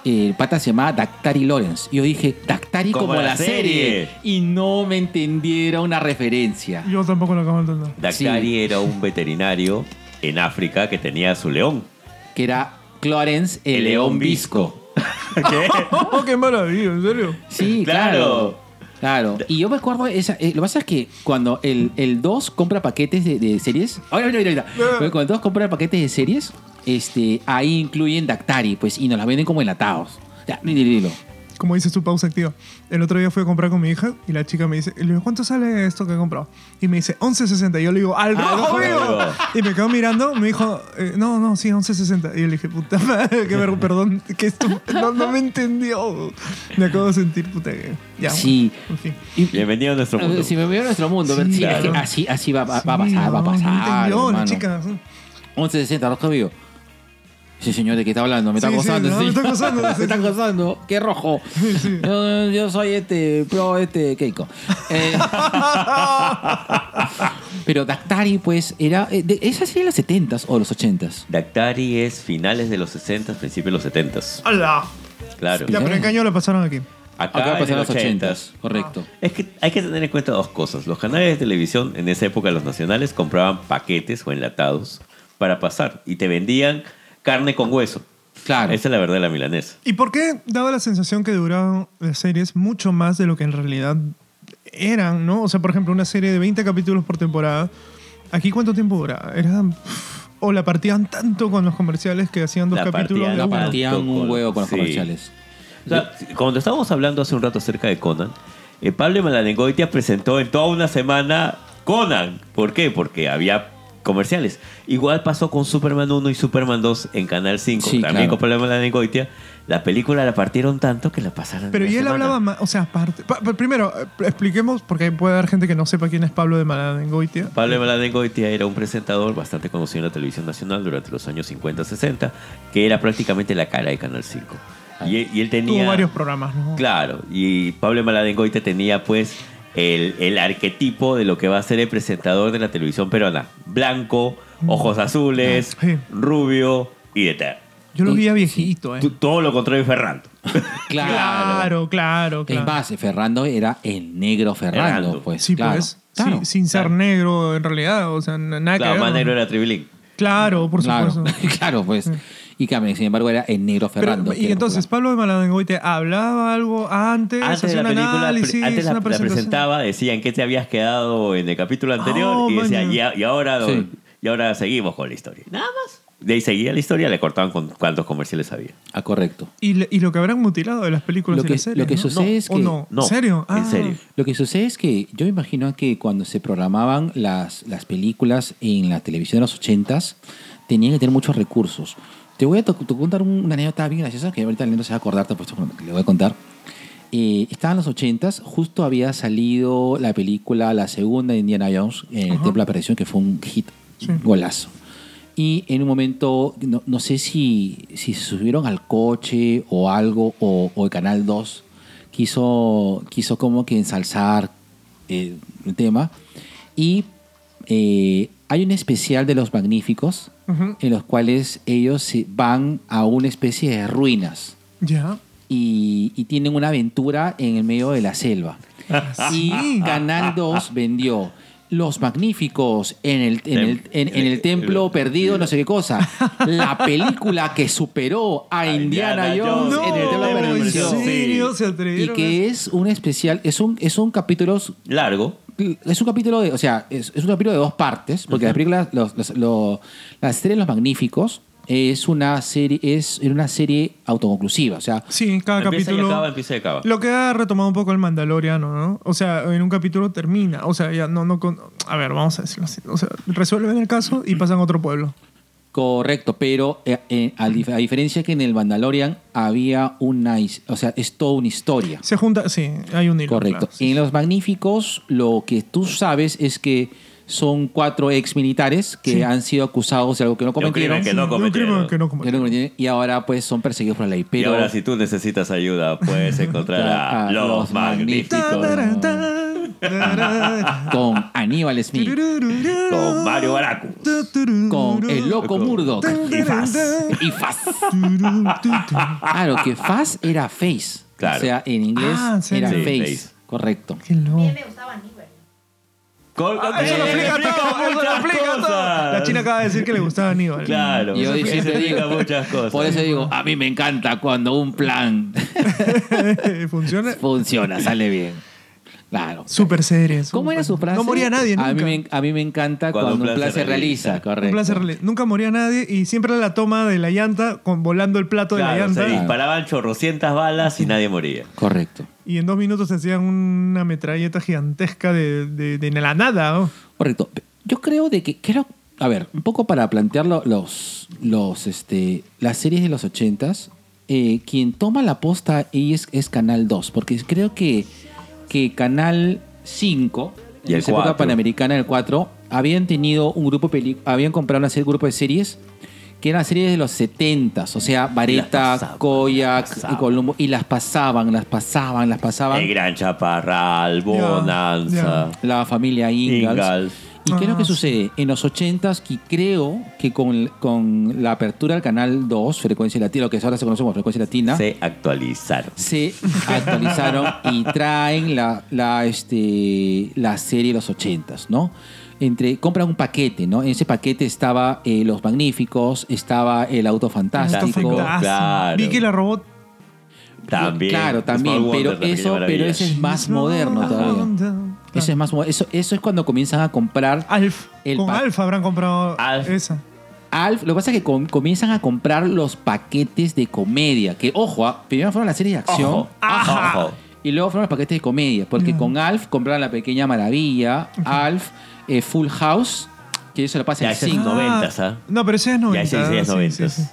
[SPEAKER 5] eh, el pata se llamaba Dactari Lawrence. Y yo dije, Dactari como, la serie. Y no me entendiera una referencia.
[SPEAKER 3] Yo tampoco lo acabo de entender.
[SPEAKER 2] Daktari
[SPEAKER 5] Sí.
[SPEAKER 2] era un veterinario en África que tenía a su león.
[SPEAKER 5] Que era Clarence el León Visco.
[SPEAKER 2] ¿Qué?
[SPEAKER 3] ¡Oh, qué maravilla! ¿En serio?
[SPEAKER 5] Sí,
[SPEAKER 2] Claro.
[SPEAKER 5] claro. Claro. Y yo me acuerdo, esa, eh, lo que pasa es que cuando el, el 2 compra paquetes de, de series. Ahora, mira, mira, mira. Cuando el 2 compra paquetes de series, este, ahí incluyen Dactari, pues, y nos las venden como enlatados. Ya, ni ni- ni- ni-
[SPEAKER 3] como dices tu pausa activa. El otro día fui a comprar con mi hija y la chica me dice, y le digo, ¿cuánto sale esto que he comprado? Y me dice, 11.60. Y yo le digo,
[SPEAKER 5] Ah,
[SPEAKER 3] ¡al rojo,
[SPEAKER 2] rojo
[SPEAKER 3] amigo!
[SPEAKER 2] vivo!
[SPEAKER 3] Y me quedo mirando, me dijo, eh, no, no, sí, 11.60. Y yo le dije, puta madre, qué vergo, perdón, que esto no, no me entendió. Me acabo de sentir, puta, que- ya.
[SPEAKER 5] Sí.
[SPEAKER 3] En fin.
[SPEAKER 5] Y-
[SPEAKER 2] Bienvenido a nuestro
[SPEAKER 5] a
[SPEAKER 2] mundo.
[SPEAKER 5] ver, Si me veo a nuestro mundo, pero
[SPEAKER 3] Sí,
[SPEAKER 5] sí, es que
[SPEAKER 3] claro.
[SPEAKER 5] así, así va, va, va a
[SPEAKER 3] Sí,
[SPEAKER 5] pasar, va a
[SPEAKER 3] no,
[SPEAKER 5] pasar.
[SPEAKER 3] No entendió la
[SPEAKER 5] hermano.
[SPEAKER 3] chica. Sí,
[SPEAKER 5] 11.60, Rosco Vivo. Ese señor de qué está hablando, me está
[SPEAKER 3] Sí, sí,
[SPEAKER 5] acosando.
[SPEAKER 3] no,
[SPEAKER 5] ese
[SPEAKER 3] me está
[SPEAKER 5] señor.
[SPEAKER 3] acosando,
[SPEAKER 5] Me
[SPEAKER 3] sí,
[SPEAKER 5] está
[SPEAKER 3] sí.
[SPEAKER 5] acosando, qué rojo. Yo, yo soy este, pro este Keiko. Eh, pero Dactari, pues, era. eh, de- esa sería de los 70s o los 80s.
[SPEAKER 2] Daktari es finales de los 60, principios de los 70.
[SPEAKER 3] ¡Hala!
[SPEAKER 2] Claro.
[SPEAKER 3] Ya, pero ¿en qué año la pasaron aquí?
[SPEAKER 2] Acá,
[SPEAKER 5] Acá
[SPEAKER 2] en
[SPEAKER 5] pasaron
[SPEAKER 2] los
[SPEAKER 5] los 80s,
[SPEAKER 2] 80s.
[SPEAKER 5] correcto.
[SPEAKER 2] Es que hay que tener en cuenta dos cosas. Los canales de televisión en esa época, los nacionales, compraban paquetes o enlatados para pasar y te vendían carne con hueso.
[SPEAKER 5] Claro.
[SPEAKER 2] Esa es la verdad de la milanesa.
[SPEAKER 3] ¿Y por qué daba la sensación que duraban las series mucho más de lo que en realidad eran, no? O sea, por ejemplo, una serie de 20 capítulos por temporada. ¿Aquí cuánto tiempo duraba? Eran- O la partían tanto con los comerciales que hacían dos
[SPEAKER 2] La
[SPEAKER 3] capítulos
[SPEAKER 2] partían,
[SPEAKER 3] de
[SPEAKER 5] La
[SPEAKER 3] uno.
[SPEAKER 5] partían un huevo con los
[SPEAKER 2] Sí.
[SPEAKER 5] comerciales.
[SPEAKER 2] O sea, cuando estábamos hablando hace un rato acerca de Conan, eh, Pablo Malanegoitia presentó en toda una semana Conan. ¿Por qué? Porque había comerciales. Igual pasó con Superman 1 y Superman 2 en Canal 5,
[SPEAKER 5] Sí,
[SPEAKER 2] también
[SPEAKER 5] claro.
[SPEAKER 2] con Pablo Malanegoitia. La película la partieron tanto que la pasaron.
[SPEAKER 3] Pero
[SPEAKER 2] una
[SPEAKER 3] y él
[SPEAKER 2] semana.
[SPEAKER 3] hablaba más, o sea, aparte... pa- pa- primero, eh, expliquemos, porque puede haber gente que no sepa quién es Pablo de Maladengoitia.
[SPEAKER 2] Pablo Maladengoitia era un presentador bastante conocido en la televisión nacional durante los años 50-60, que era prácticamente la cara de Canal 5. Y, él- y él tenía...
[SPEAKER 3] Ah. Tuvo varios programas, ¿no?
[SPEAKER 2] Claro, y Pablo Maladengoite tenía pues el, el arquetipo de lo que va a ser el presentador de la televisión peruana. Blanco, ojos azules,
[SPEAKER 3] Mm. Ah, Sí.
[SPEAKER 2] rubio y de ter-
[SPEAKER 3] Yo lo veía viejito, ¿eh?
[SPEAKER 2] T- Todo lo contrario de Ferrando.
[SPEAKER 5] Claro.
[SPEAKER 3] Claro, claro, claro.
[SPEAKER 5] Es más, Ferrando era el negro Ferrando,
[SPEAKER 2] Ferrando.
[SPEAKER 5] pues.
[SPEAKER 3] Sí,
[SPEAKER 5] claro.
[SPEAKER 3] pues. sí,
[SPEAKER 5] Claro.
[SPEAKER 3] sin ser
[SPEAKER 2] claro.
[SPEAKER 3] negro, en realidad. O sea, n- nada que
[SPEAKER 2] Claro,
[SPEAKER 3] ver,
[SPEAKER 2] más
[SPEAKER 3] ¿no?
[SPEAKER 2] negro era Tribilín.
[SPEAKER 3] Claro, por
[SPEAKER 5] Claro,
[SPEAKER 3] supuesto.
[SPEAKER 5] claro, pues. Y Carmen, sin embargo, era el negro
[SPEAKER 3] Pero,
[SPEAKER 5] Ferrando. que
[SPEAKER 3] y
[SPEAKER 5] era
[SPEAKER 3] entonces,
[SPEAKER 5] popular.
[SPEAKER 3] Pablo de Maladengoite hablaba algo antes,
[SPEAKER 2] Antes de
[SPEAKER 3] hacía
[SPEAKER 2] la
[SPEAKER 3] un
[SPEAKER 2] película,
[SPEAKER 3] análisis,
[SPEAKER 2] pre- antes la,
[SPEAKER 3] una
[SPEAKER 2] la
[SPEAKER 3] presentación.
[SPEAKER 2] presentaba, decían que te habías quedado en el capítulo anterior
[SPEAKER 3] Oh,
[SPEAKER 2] y decía,
[SPEAKER 3] maña.
[SPEAKER 2] y, a- y ahora,
[SPEAKER 5] Sí.
[SPEAKER 2] y ahora seguimos con la historia. Nada más. De ahí seguía la historia, le cortaban con cuántos comerciales había.
[SPEAKER 5] Ah, correcto.
[SPEAKER 3] Y, le- y lo que habrán mutilado de las películas
[SPEAKER 5] Lo
[SPEAKER 3] y
[SPEAKER 5] que-
[SPEAKER 3] las series.
[SPEAKER 5] lo que
[SPEAKER 3] ¿no?
[SPEAKER 5] sucede
[SPEAKER 3] No,
[SPEAKER 5] es
[SPEAKER 3] ¿o
[SPEAKER 5] que-
[SPEAKER 3] no?
[SPEAKER 2] No,
[SPEAKER 3] ¿En serio?
[SPEAKER 2] en
[SPEAKER 3] Ah,
[SPEAKER 2] serio.
[SPEAKER 5] Lo que sucede es que yo imagino que cuando se programaban las, las películas en la televisión de los 80s, tenían que tener muchos recursos. Te voy a to- te contar un- una anécdota bien graciosa que ahorita el no se va a acordar, te apuesto que le voy a contar. Eh, estaba en los 80s, justo había salido la película, la segunda de Indiana Jones, eh, El
[SPEAKER 3] Ajá.
[SPEAKER 5] Templo de la Perdición, que fue un hit,
[SPEAKER 3] Sí.
[SPEAKER 5] golazo. Y en un momento, no, no sé si, si se subieron al coche o algo, o, o el Canal 2 quiso, quiso como que ensalzar eh, el tema. Y eh, hay un especial de los magníficos
[SPEAKER 3] Ujú.
[SPEAKER 5] en los cuales ellos se van a una especie de ruinas
[SPEAKER 3] Ya.
[SPEAKER 5] y, y tienen una aventura en el medio de la selva. Y Canal 2 vendió Los Magníficos en el, en el, en- en eh, el templo perdido, no sé qué cosa. La película que superó a Indiana Jones
[SPEAKER 3] No,
[SPEAKER 5] en el templo de
[SPEAKER 2] Indiana
[SPEAKER 5] la
[SPEAKER 3] ¿en
[SPEAKER 2] Jones.
[SPEAKER 5] perdición.
[SPEAKER 3] serio? ¿Se
[SPEAKER 5] Y
[SPEAKER 3] atrevieron?
[SPEAKER 5] que es un especial, es un, es un capítulo
[SPEAKER 2] Largo.
[SPEAKER 5] es un capítulo de, o sea, es, es un capítulo de dos partes, porque las películas, los, los- lo- la serie de Los Magníficos es una serie, es era una serie autoconclusiva, o sea,
[SPEAKER 3] Sí, en cada
[SPEAKER 2] Empieza y
[SPEAKER 3] Ah, capítulo.
[SPEAKER 2] acaba, empieza y acaba.
[SPEAKER 3] Lo que ha retomado un poco el Mandaloriano, ¿no? O sea, en un capítulo termina. O sea, ya no, no. Con... A ver, vamos a decirlo así. O sea, resuelven el caso y pasan a otro pueblo.
[SPEAKER 5] correcto, pero eh, eh, a, dif- a diferencia que en el Mandalorian había una, his- o sea, es toda una historia.
[SPEAKER 3] Se junta. Sí, hay un hilo.
[SPEAKER 5] Correcto.
[SPEAKER 3] claro, sí,
[SPEAKER 5] en
[SPEAKER 3] sí.
[SPEAKER 5] Los Magníficos, lo que tú sabes es que son cuatro ex militares que
[SPEAKER 3] Sí.
[SPEAKER 5] han sido acusados de algo que no
[SPEAKER 2] crimen
[SPEAKER 5] cometieron.
[SPEAKER 2] que no
[SPEAKER 3] Sí, de un
[SPEAKER 2] cometieron.
[SPEAKER 3] crimen que no
[SPEAKER 5] que no
[SPEAKER 3] cometieron.
[SPEAKER 5] cometieron, y ahora pues son perseguidos por la ley.
[SPEAKER 2] Y
[SPEAKER 5] Pero
[SPEAKER 2] ahora, si tú necesitas ayuda, puedes encontrar a,
[SPEAKER 5] A
[SPEAKER 2] los,
[SPEAKER 5] Ah, Los
[SPEAKER 2] magníficos.
[SPEAKER 5] Magníficos. con Aníbal Smith,
[SPEAKER 2] Con Mario Baracu.
[SPEAKER 5] con el loco Murdoch
[SPEAKER 2] Y
[SPEAKER 3] Ah,
[SPEAKER 2] Faz.
[SPEAKER 5] y Faz. Claro, que Faz era Face.
[SPEAKER 2] Claro.
[SPEAKER 5] O sea, en inglés
[SPEAKER 3] Ah, ¿en serio?
[SPEAKER 5] era
[SPEAKER 2] Sí,
[SPEAKER 5] face.
[SPEAKER 2] face.
[SPEAKER 5] Correcto.
[SPEAKER 3] Qué
[SPEAKER 1] A mí
[SPEAKER 3] loco.
[SPEAKER 1] me gustaba Aníbal.
[SPEAKER 2] Col-
[SPEAKER 3] Eso lo
[SPEAKER 2] Eh,
[SPEAKER 3] aplica
[SPEAKER 2] explica
[SPEAKER 3] todo, eso lo
[SPEAKER 2] muchas
[SPEAKER 3] aplica todo.
[SPEAKER 2] cosas.
[SPEAKER 3] La china acaba de decir que le gustaba Aníbal.
[SPEAKER 2] Claro.
[SPEAKER 5] Yo
[SPEAKER 2] eso
[SPEAKER 5] siempre
[SPEAKER 2] explica
[SPEAKER 5] digo,
[SPEAKER 2] muchas cosas.
[SPEAKER 5] Por eso digo, a mí me encanta cuando un plan
[SPEAKER 3] Funciona.
[SPEAKER 5] funciona, sale bien. Claro.
[SPEAKER 3] Súper serio.
[SPEAKER 5] ¿Cómo
[SPEAKER 3] súper.
[SPEAKER 5] era su frase?
[SPEAKER 3] No moría nadie nunca.
[SPEAKER 5] A mí me, a mí me encanta cuando, un plan se realiza, correcto.
[SPEAKER 3] Un placer reali- Nunca moría nadie y siempre la toma de la llanta con, volando el plato de la
[SPEAKER 2] Claro, se
[SPEAKER 3] llanta.
[SPEAKER 2] disparaban chorrocientas balas y nadie moría.
[SPEAKER 5] Correcto.
[SPEAKER 3] Y en dos minutos se hacían una metralleta gigantesca de, de, de la nada. oh. ¿no?
[SPEAKER 5] Correcto. Yo creo de que creo, a ver, un poco para plantear lo- los, los este, las series de los ochentas, eh, quien toma la posta ahí es, es Canal 2, porque creo que, que Canal 5
[SPEAKER 2] Y
[SPEAKER 5] en
[SPEAKER 2] el
[SPEAKER 5] esa época
[SPEAKER 2] cuatro.
[SPEAKER 5] panamericana el 4 habían tenido un grupo de peli- habían comprado una serie, un grupo de series que eran series de los 70s, o sea, Vareta,
[SPEAKER 2] pasaban, las
[SPEAKER 5] Koyak y
[SPEAKER 2] pasaban.
[SPEAKER 5] Columbo, y las pasaban, las pasaban, las pasaban.
[SPEAKER 2] El gran chaparral, bonanza.
[SPEAKER 5] La familia Ingalls.
[SPEAKER 2] Ingalls.
[SPEAKER 5] ¿Y qué es lo que
[SPEAKER 3] Ah, sí.
[SPEAKER 5] sucede? En los 80s, que creo que con, con la apertura del canal 2, Frecuencia Latina, lo que ahora se conoce como Frecuencia Latina,
[SPEAKER 2] Se actualizaron.
[SPEAKER 5] se actualizaron y traen la, la, este, la serie de los 80s, ¿no? Entre, compran un paquete, ¿no? En ese paquete estaba eh, Los Magníficos, estaba El Auto
[SPEAKER 3] Esto fue
[SPEAKER 5] Fantástico.
[SPEAKER 3] fantástico.
[SPEAKER 2] claro.
[SPEAKER 3] Vi que la robot.
[SPEAKER 2] También.
[SPEAKER 5] Claro,
[SPEAKER 2] Small
[SPEAKER 5] también, pero
[SPEAKER 2] Wonder, La Pequeña
[SPEAKER 5] eso, pero
[SPEAKER 2] Maravilla.
[SPEAKER 5] ese es más moderno todavía. Eso es más moderno. Eso, eso es cuando comienzan a comprar
[SPEAKER 3] Alf.
[SPEAKER 5] El
[SPEAKER 3] con
[SPEAKER 5] pa-
[SPEAKER 3] Alf habrán comprado
[SPEAKER 2] Alf.
[SPEAKER 3] esa.
[SPEAKER 5] Alf, lo que pasa es que com- comienzan a comprar los paquetes de comedia. Que, ojo, ah, primero fueron las series de acción
[SPEAKER 2] Ojo,
[SPEAKER 3] Ah.
[SPEAKER 2] ojo.
[SPEAKER 5] y luego fueron los paquetes de comedia. Porque
[SPEAKER 3] Ya.
[SPEAKER 5] con Alf compraron La Pequeña Maravilla, Alf, eh, Full House, que eso lo pasa
[SPEAKER 2] Ya,
[SPEAKER 5] en
[SPEAKER 2] ese es
[SPEAKER 5] 5.
[SPEAKER 2] no- Noventas, ¿ah?
[SPEAKER 3] No, pero esa es 90.
[SPEAKER 2] Ya, ese sí es
[SPEAKER 3] sí,
[SPEAKER 2] 90.
[SPEAKER 3] sí, sí.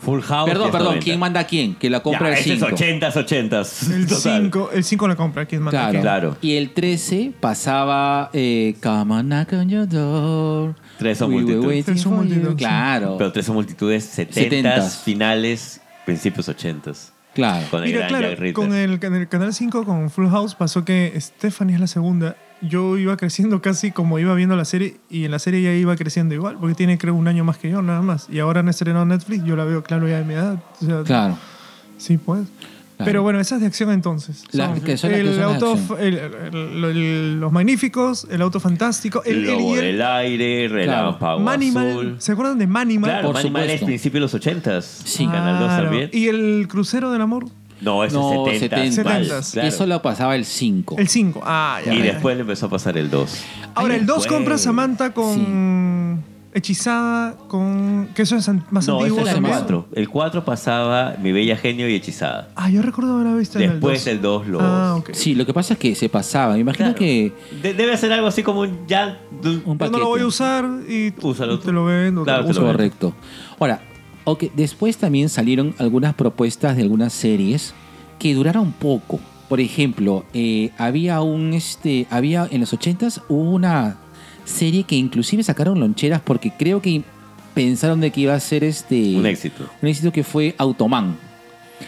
[SPEAKER 2] Full House. ya
[SPEAKER 5] Perdón,
[SPEAKER 2] es
[SPEAKER 5] perdón,
[SPEAKER 2] 90.
[SPEAKER 5] ¿quién manda a quién? Que la
[SPEAKER 2] ya,
[SPEAKER 5] compra el
[SPEAKER 2] ese
[SPEAKER 5] 5.
[SPEAKER 2] es 80s, 80s.
[SPEAKER 3] El
[SPEAKER 2] total.
[SPEAKER 3] 5, el 5 la compra, ¿quién manda?
[SPEAKER 5] Claro.
[SPEAKER 3] ¿Quién?
[SPEAKER 2] Claro.
[SPEAKER 5] Y el 13 pasaba eh, Come on, knock on your door.
[SPEAKER 2] Tres son multitud.
[SPEAKER 5] waiting
[SPEAKER 3] Tres son
[SPEAKER 5] for you.
[SPEAKER 3] multitud, sí.
[SPEAKER 5] Claro,
[SPEAKER 2] Pero tres son multitudes 70s,
[SPEAKER 5] 70s.
[SPEAKER 2] finales, principios 80s.
[SPEAKER 5] claro.
[SPEAKER 2] Con el
[SPEAKER 3] Mira,
[SPEAKER 2] gran
[SPEAKER 3] claro,
[SPEAKER 2] Jack Ritter.
[SPEAKER 3] con el, en el canal 5, con Full House, pasó que Stephanie es la segunda. Yo iba creciendo casi como iba viendo la serie y en la serie ya iba creciendo igual, porque tiene creo un año más que yo nada más. Y ahora han estrenado Netflix, yo la veo claro ya de mi edad. o sea,
[SPEAKER 5] Claro.
[SPEAKER 3] Sí, pues. Pero bueno, esas de acción entonces.
[SPEAKER 5] Las
[SPEAKER 3] Son
[SPEAKER 5] que son las que
[SPEAKER 3] el
[SPEAKER 5] son de
[SPEAKER 3] auto,
[SPEAKER 5] acción.
[SPEAKER 3] el- el- el- los magníficos, el auto fantástico, el, el-
[SPEAKER 2] Lobo
[SPEAKER 3] y el-
[SPEAKER 2] del aire, relámpago
[SPEAKER 3] Manimal.
[SPEAKER 2] azul.
[SPEAKER 3] ¿Se acuerdan de Manimal?
[SPEAKER 2] Claro,
[SPEAKER 5] Por
[SPEAKER 2] Manimal
[SPEAKER 5] supuesto.
[SPEAKER 2] es principios de los 80s. Sí. Canal 2
[SPEAKER 3] Claro.
[SPEAKER 2] también.
[SPEAKER 3] Y el crucero del amor,
[SPEAKER 2] No, ese
[SPEAKER 5] No,
[SPEAKER 2] es 70s.
[SPEAKER 3] 70s.
[SPEAKER 2] claro.
[SPEAKER 5] Eso lo pasaba el 5.
[SPEAKER 3] el 5. Ah, ya,
[SPEAKER 2] Y
[SPEAKER 3] ya, ya.
[SPEAKER 2] después le empezó a pasar el 2.
[SPEAKER 3] Ahora, el 2
[SPEAKER 2] después.
[SPEAKER 3] compra Samantha con. Hechizada con. que eso es an- más
[SPEAKER 2] no,
[SPEAKER 3] antiguo
[SPEAKER 2] ese es el
[SPEAKER 3] también.
[SPEAKER 2] 4. El 4 pasaba Mi Bella Genio y Hechizada.
[SPEAKER 3] Ah, yo recuerdo haberla visto
[SPEAKER 2] Después
[SPEAKER 3] en el
[SPEAKER 2] del 2 los...
[SPEAKER 3] Ah, ok.
[SPEAKER 5] Sí, lo que pasa es que se pasaba. Me imagino
[SPEAKER 2] Claro.
[SPEAKER 5] que
[SPEAKER 2] De- debe ser algo así como un ya... de un-
[SPEAKER 5] un
[SPEAKER 3] Yo
[SPEAKER 5] paquete.
[SPEAKER 3] no lo voy a usar y
[SPEAKER 2] Úsalo tú.
[SPEAKER 3] te lo vendo.
[SPEAKER 2] Claro,
[SPEAKER 3] te lo
[SPEAKER 2] te lo vendo.
[SPEAKER 3] uso.
[SPEAKER 5] Correcto. Ahora, ok, después también salieron algunas propuestas de algunas series que duraron poco. Por ejemplo, eh, había un este, había en los 80s hubo una serie que inclusive sacaron loncheras porque creo que pensaron de que iba a ser este
[SPEAKER 2] Un éxito.
[SPEAKER 5] un éxito que fue Automan.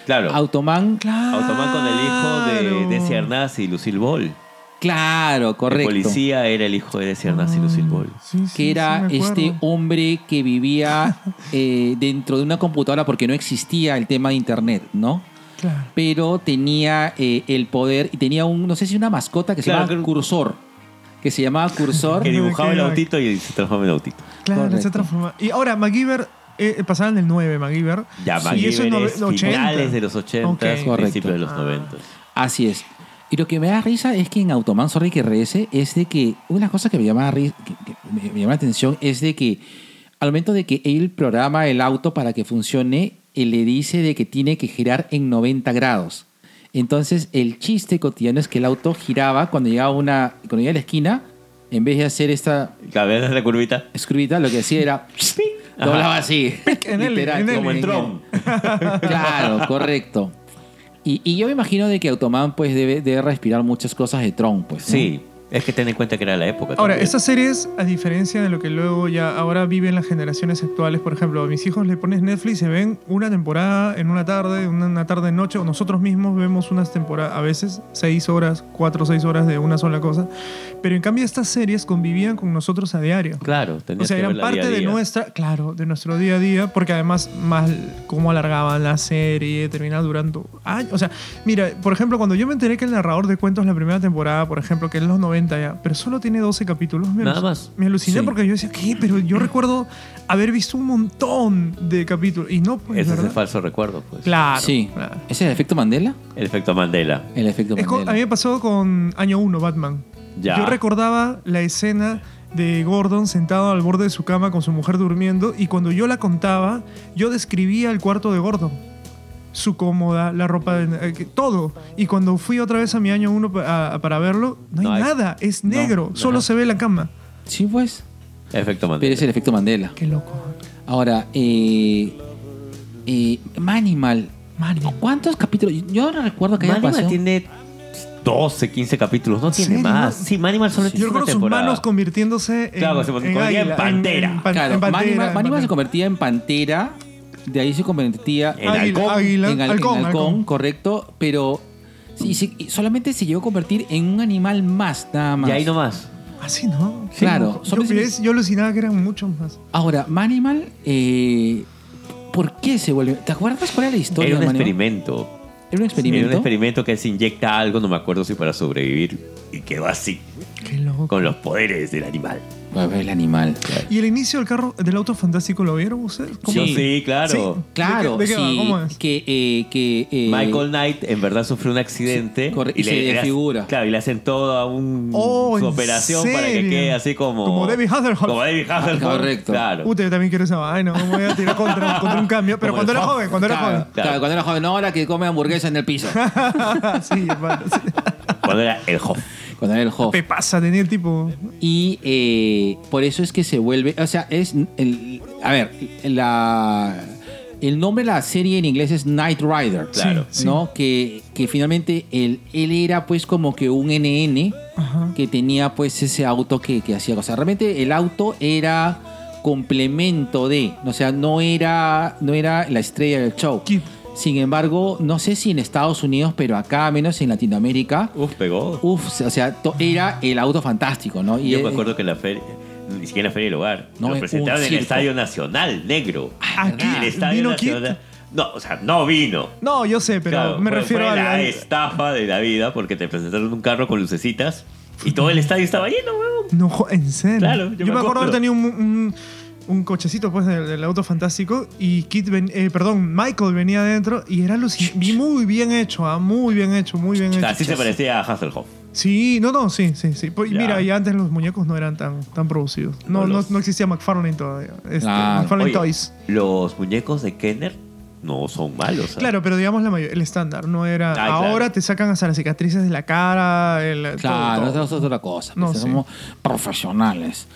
[SPEAKER 2] Claro.
[SPEAKER 5] Automan,
[SPEAKER 3] Claro.
[SPEAKER 2] Automan con el hijo de, de Ciarnaz y Lucille Ball.
[SPEAKER 5] claro, correcto.
[SPEAKER 2] El policía era el hijo de Ciarnaz y Lucille Ball.
[SPEAKER 3] Sí, sí,
[SPEAKER 5] que era
[SPEAKER 3] sí, me acuerdo.
[SPEAKER 5] este hombre que vivía eh, dentro de una computadora porque no existía el tema de internet, ¿no?
[SPEAKER 3] Claro.
[SPEAKER 5] pero tenía eh, el poder y tenía un, no sé si una mascota que se
[SPEAKER 2] Claro,
[SPEAKER 5] llamaba
[SPEAKER 2] que-
[SPEAKER 5] Cursor, que se llamaba
[SPEAKER 3] Ah,
[SPEAKER 5] Cursor.
[SPEAKER 2] Que dibujaba el
[SPEAKER 3] Crack.
[SPEAKER 2] autito y se transformaba en autito.
[SPEAKER 3] Claro,
[SPEAKER 5] Correcto.
[SPEAKER 3] se transforma. Y ahora, MacGyver, eh, pasaban del 9, MacGyver.
[SPEAKER 2] Ya,
[SPEAKER 3] Sí,
[SPEAKER 2] MacGyver
[SPEAKER 3] en nove-
[SPEAKER 2] es finales de los 80,
[SPEAKER 3] Ok.
[SPEAKER 2] principios de los
[SPEAKER 3] Ah.
[SPEAKER 2] 90.
[SPEAKER 5] Así es. Y lo que me da risa es que en Automan, sorry que regrese, es de que una cosa que me llama, ri- que- que me, me llama la atención es de que al momento de que él programa el auto para que funcione, él le dice de que tiene que girar en 90 grados. Entonces, el chiste cotidiano es que el auto giraba cuando llegaba, una, cuando llegaba a la esquina, en vez de hacer esta
[SPEAKER 2] Cabezas de la curvita.
[SPEAKER 5] Escribita lo que hacía era doblaba así.
[SPEAKER 3] en el- en el-
[SPEAKER 2] Como el Tron.
[SPEAKER 5] Claro, correcto. Y, y yo me imagino de que Automan pues debe, debe respirar muchas cosas de Tron, pues. ¿no?
[SPEAKER 2] Sí, es que ten en cuenta que era la época.
[SPEAKER 3] Ahora,
[SPEAKER 2] también.
[SPEAKER 3] estas series, a diferencia de lo que luego ya ahora viven las generaciones actuales, por ejemplo, a mis hijos le pones Netflix y se ven una temporada en una tarde, una, una tarde noche, o nosotros mismos vemos unas temporadas, a veces seis horas, cuatro o seis horas de una sola cosa. Pero en cambio, estas series convivían con nosotros a diario.
[SPEAKER 2] Claro, tenías
[SPEAKER 3] O sea,
[SPEAKER 2] que
[SPEAKER 3] eran
[SPEAKER 2] verla
[SPEAKER 3] parte
[SPEAKER 2] día a
[SPEAKER 3] de
[SPEAKER 2] día.
[SPEAKER 3] nuestra, claro, de nuestro día a día, porque además más cómo alargaban la serie, terminaba durando años. O sea, mira, por ejemplo, cuando yo me enteré que el narrador de cuentos la primera temporada, por ejemplo, que es los 90 ya, pero solo tiene 12 capítulos, me
[SPEAKER 2] Nada
[SPEAKER 3] alu-
[SPEAKER 2] más.
[SPEAKER 3] Me aluciné
[SPEAKER 2] Sí.
[SPEAKER 3] porque yo decía, ¿qué? Pero yo recuerdo haber visto un montón de capítulos y no, pues,
[SPEAKER 2] Ese es el
[SPEAKER 3] ¿verdad?
[SPEAKER 2] falso recuerdo, pues.
[SPEAKER 3] Claro.
[SPEAKER 5] Sí.
[SPEAKER 3] claro.
[SPEAKER 5] ¿Ese es el efecto Mandela?
[SPEAKER 2] El efecto Mandela.
[SPEAKER 5] El efecto
[SPEAKER 3] Es co- a
[SPEAKER 5] Mandela.
[SPEAKER 3] mí me pasó con año 1, Batman.
[SPEAKER 2] Ya.
[SPEAKER 3] Yo recordaba la escena de Gordon sentado al borde de su cama con su mujer durmiendo y cuando yo la contaba, yo describía el cuarto de Gordon. Su cómoda, la ropa, de- eh, que- todo. Y cuando fui otra vez a mi año 1 para verlo, no,
[SPEAKER 2] No
[SPEAKER 3] hay
[SPEAKER 2] hay-
[SPEAKER 3] nada, es negro,
[SPEAKER 2] no,
[SPEAKER 3] solo
[SPEAKER 2] no.
[SPEAKER 3] se ve la cama.
[SPEAKER 5] Sí, pues.
[SPEAKER 2] Efecto
[SPEAKER 5] Pero
[SPEAKER 2] Mandela.
[SPEAKER 5] es el efecto Mandela.
[SPEAKER 3] Qué loco.
[SPEAKER 5] Ahora, eh, eh, Manimal.
[SPEAKER 3] Manimal.
[SPEAKER 5] ¿Cuántos capítulos? Yo no recuerdo que haya
[SPEAKER 2] Manimal
[SPEAKER 5] pasado.
[SPEAKER 2] tiene 12, 15 capítulos. No tiene
[SPEAKER 3] ¿Serio?
[SPEAKER 2] más. Sí, Manimal solo
[SPEAKER 3] Yo
[SPEAKER 2] tiene una
[SPEAKER 3] recuerdo sus
[SPEAKER 2] temporada.
[SPEAKER 3] manos convirtiéndose en,
[SPEAKER 2] Claro, se convertía en
[SPEAKER 3] águila,
[SPEAKER 2] pantera.
[SPEAKER 3] pan-
[SPEAKER 5] Claro,
[SPEAKER 3] en pantera,
[SPEAKER 5] Manimal,
[SPEAKER 3] en
[SPEAKER 5] Manimal se
[SPEAKER 3] pantera.
[SPEAKER 5] convertía en pantera. De ahí se convertía
[SPEAKER 2] En
[SPEAKER 3] Águila,
[SPEAKER 2] halcón.
[SPEAKER 3] águila,
[SPEAKER 5] en, al- en
[SPEAKER 3] halcón,
[SPEAKER 5] halcón,
[SPEAKER 3] halcón.
[SPEAKER 5] correcto. Pero sí, sí, y solamente se llegó a convertir en un animal más, nada más.
[SPEAKER 2] Y ahí nomás.
[SPEAKER 3] Así, Ah, ¿no?
[SPEAKER 5] Sí, Claro,
[SPEAKER 3] Yo-
[SPEAKER 5] solo
[SPEAKER 3] Yo,
[SPEAKER 5] es-
[SPEAKER 3] yo alucinaba que eran muchos más.
[SPEAKER 5] Ahora, Manimal, eh, ¿por qué se vuelve? ¿Te acuerdas cuál era la historia
[SPEAKER 2] Era un
[SPEAKER 5] de Manimal?
[SPEAKER 2] experimento.
[SPEAKER 5] Era un
[SPEAKER 2] Era
[SPEAKER 5] experimento.
[SPEAKER 2] un experimento que se inyecta algo, no me acuerdo si para sobrevivir. Y quedó así,
[SPEAKER 3] Qué loco.
[SPEAKER 2] con los poderes del animal.
[SPEAKER 5] Va a ver el animal.
[SPEAKER 3] ¿Y el inicio del carro del auto fantástico lo vieron ustedes? ¿Cómo?
[SPEAKER 2] Yo
[SPEAKER 5] Sí.
[SPEAKER 2] sí, claro.
[SPEAKER 3] Sí.
[SPEAKER 5] Claro,
[SPEAKER 3] ¿De qué- de qué va?
[SPEAKER 5] sí,
[SPEAKER 3] ¿Cómo es?
[SPEAKER 5] que, eh, que eh,
[SPEAKER 2] Michael Knight en verdad sufrió un accidente
[SPEAKER 5] Sí, corre- y se
[SPEAKER 2] hace-
[SPEAKER 5] desfigura.
[SPEAKER 2] claro, y le hacen toda un,
[SPEAKER 3] Oh,
[SPEAKER 2] su
[SPEAKER 3] ¿en
[SPEAKER 2] operación para que
[SPEAKER 3] serio?
[SPEAKER 2] quede así como
[SPEAKER 3] Como David Hasselhoff.
[SPEAKER 2] Como David Hasselhoff.
[SPEAKER 5] Correcto.
[SPEAKER 2] Claro.
[SPEAKER 3] Puta, yo Uh, también quiero esa vaina. Me voy a tirar contra, contra un cambio. Pero
[SPEAKER 2] Como
[SPEAKER 3] cuando
[SPEAKER 2] el
[SPEAKER 3] era
[SPEAKER 2] Hulk.
[SPEAKER 3] joven, cuando era
[SPEAKER 5] claro,
[SPEAKER 3] joven.
[SPEAKER 5] claro, cuando era joven, no, ahora que come hamburguesa en el piso.
[SPEAKER 3] sí, hermano. sí.
[SPEAKER 2] Cuando era el Hoff.
[SPEAKER 5] cuando era el Hoff.
[SPEAKER 3] Me pasa, tenía el tipo.
[SPEAKER 5] Y eh, por eso es que se vuelve. O sea, es. El, a ver, la. El nombre de la serie en inglés es Knight Rider.
[SPEAKER 2] Claro.
[SPEAKER 3] Sí, sí.
[SPEAKER 5] ¿No? Que, que finalmente él, él era pues como que un NN
[SPEAKER 3] Ajá.
[SPEAKER 5] que tenía pues ese auto que, que hacía cosas. Realmente el auto era complemento de. O sea, no era, no era la estrella del show.
[SPEAKER 3] ¿Qué?
[SPEAKER 5] Sin embargo, no sé si en Estados Unidos, pero acá, menos en Latinoamérica,
[SPEAKER 2] Uf, pegó.
[SPEAKER 5] Uf, o sea, to- era el auto fantástico, ¿no?
[SPEAKER 2] Yo
[SPEAKER 5] eh,
[SPEAKER 2] me acuerdo que en la feria, ni siquiera en la feria del hogar,
[SPEAKER 5] No,
[SPEAKER 2] lo
[SPEAKER 5] en
[SPEAKER 2] presentaron
[SPEAKER 5] un
[SPEAKER 2] en el
[SPEAKER 5] circo. Ah,
[SPEAKER 2] Estadio Nacional Negro.
[SPEAKER 3] Aquí,
[SPEAKER 2] En el Estadio
[SPEAKER 3] ¿vino Kid?
[SPEAKER 2] Nacional. No, o sea, no vino.
[SPEAKER 3] No, yo sé, pero
[SPEAKER 2] Claro,
[SPEAKER 3] me
[SPEAKER 2] fue-
[SPEAKER 3] refiero
[SPEAKER 2] fue
[SPEAKER 3] a
[SPEAKER 2] la
[SPEAKER 3] la.
[SPEAKER 2] estafa de la vida porque te presentaron un carro con lucecitas y todo el estadio estaba lleno, huevón.
[SPEAKER 3] No, jo- en serio.
[SPEAKER 2] Claro, yo
[SPEAKER 3] yo,
[SPEAKER 2] me
[SPEAKER 3] me acuerdo haber
[SPEAKER 2] acuerdo.
[SPEAKER 3] tenido un, un- un cochecito pues del, del auto fantástico y Kit ven- eh, perdón, Michael venía adentro y era alucinante. muy bien hecho, ah, muy bien hecho, muy bien hecho.
[SPEAKER 2] Así se parecía a Hasselhoff.
[SPEAKER 3] Sí, no, no, sí, sí, sí. Pues,
[SPEAKER 2] Ya.
[SPEAKER 3] Mira, ya antes los muñecos no eran tan, tan producidos. No,
[SPEAKER 2] No
[SPEAKER 3] no,
[SPEAKER 2] los- Ah,
[SPEAKER 3] no existía McFarlane todavía. Este,
[SPEAKER 5] Claro.
[SPEAKER 3] McFarlane
[SPEAKER 2] Oye,
[SPEAKER 3] Toys.
[SPEAKER 2] Los muñecos de Kenner no son malos. ¿ah?
[SPEAKER 3] Claro, pero digamos la mayor- el estándar. No era.
[SPEAKER 2] Ah,
[SPEAKER 3] ahora
[SPEAKER 2] claro.
[SPEAKER 3] te sacan hasta las cicatrices de la cara. El, todo,
[SPEAKER 5] Claro,
[SPEAKER 3] todo.
[SPEAKER 5] eso es otra cosa.
[SPEAKER 3] No,
[SPEAKER 5] pues,
[SPEAKER 3] sí.
[SPEAKER 5] Somos profesionales.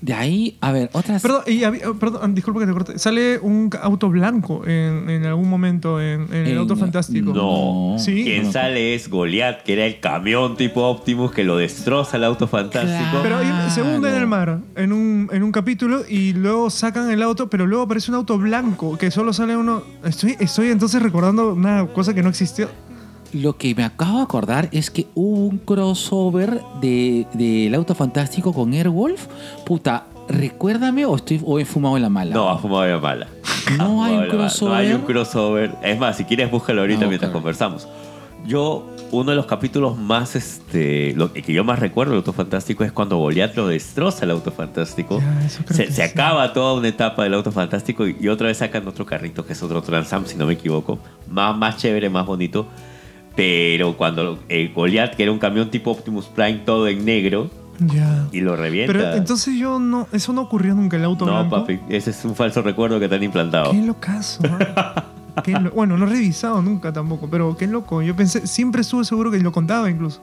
[SPEAKER 5] De ahí, a ver, otras.
[SPEAKER 3] Perdón, y había- oh, perdón, ah, disculpa que te corte. Sale un auto blanco en, en algún momento en, en el
[SPEAKER 5] En-
[SPEAKER 3] auto fantástico.
[SPEAKER 2] No.
[SPEAKER 3] Sí.
[SPEAKER 2] Quien sale es Goliath, que era el camión tipo Optimus que lo destroza el auto fantástico.
[SPEAKER 3] Pero ahí se hunde en
[SPEAKER 5] Claro.
[SPEAKER 3] el mar en un, en un capítulo y luego sacan el auto, pero luego aparece un auto blanco que solo sale uno. Estoy, estoy entonces recordando una cosa que no existió.
[SPEAKER 5] Lo que me acabo de acordar es que hubo un crossover de- del auto fantástico con Airwolf. Puta, recuérdame o estoy o he fumado en la mala.
[SPEAKER 2] No, ha fumado bien mala.
[SPEAKER 5] No
[SPEAKER 2] Ha fumado
[SPEAKER 5] hay un
[SPEAKER 2] bien mala. No hay un
[SPEAKER 5] crossover.
[SPEAKER 2] crossover. Es más, si quieres, búscalo ahorita
[SPEAKER 5] Ah,
[SPEAKER 2] mientras
[SPEAKER 5] búscalo.
[SPEAKER 2] conversamos. Yo, uno de los capítulos más, este, lo que yo más recuerdo del Auto Fantástico es cuando Goliath lo destroza el Auto Fantástico.
[SPEAKER 3] Ya, eso creo
[SPEAKER 2] se
[SPEAKER 3] que
[SPEAKER 2] se
[SPEAKER 3] sí.
[SPEAKER 2] acaba toda una etapa del Auto Fantástico y, y otra vez sacan otro carrito que es otro Transam, si no me equivoco. Más, más chévere, más bonito. Pero cuando el Goliath, que era un camión tipo Optimus Prime, todo en negro,
[SPEAKER 3] Ya.
[SPEAKER 2] y lo revienta.
[SPEAKER 3] Pero entonces yo no. Eso no ocurrió nunca el auto
[SPEAKER 2] no,
[SPEAKER 3] blanco.
[SPEAKER 2] papi, ese es un falso recuerdo que te han implantado.
[SPEAKER 3] Qué locazo. ah. Qué lo- bueno, no he revisado nunca tampoco, pero qué loco. Yo pensé, siempre estuve seguro que lo contaba incluso.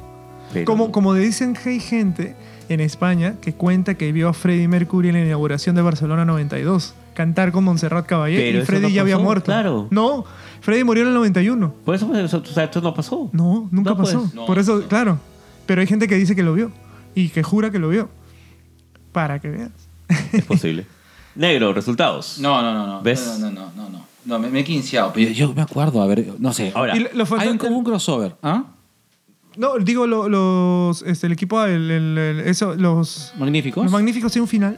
[SPEAKER 2] Pero-
[SPEAKER 3] Como, como dicen que hay gente en España que cuenta que vio a Freddie Mercury en la inauguración de Barcelona 92 cantar con Montserrat Caballé
[SPEAKER 2] Pero
[SPEAKER 3] y
[SPEAKER 2] eso
[SPEAKER 3] Freddie
[SPEAKER 2] no
[SPEAKER 3] ya había
[SPEAKER 2] pasó,
[SPEAKER 3] muerto.
[SPEAKER 2] claro.
[SPEAKER 3] No, Freddie murió en el 91.
[SPEAKER 2] Por eso, pues, eso, o sea, esto no pasó.
[SPEAKER 3] No, nunca
[SPEAKER 2] No, pues,
[SPEAKER 3] pasó. Por eso, claro. Pero hay gente que dice que lo vio y que jura que lo vio. Para que veas.
[SPEAKER 2] Es posible. Negro, resultados.
[SPEAKER 5] No, no, no, no.
[SPEAKER 2] ¿Ves?
[SPEAKER 5] No, no, no, no. no. No, me, me he quinceado. Pero yo, yo me acuerdo, a ver, no sé.
[SPEAKER 2] Ahora,
[SPEAKER 3] Y lo- lo
[SPEAKER 5] Hay
[SPEAKER 3] fanta-
[SPEAKER 5] un, como un crossover. ¿Ah?
[SPEAKER 3] No, digo lo- los este, el equipo el- el- el- eso los
[SPEAKER 5] Magníficos. Eh,
[SPEAKER 3] los magníficos tienen un final.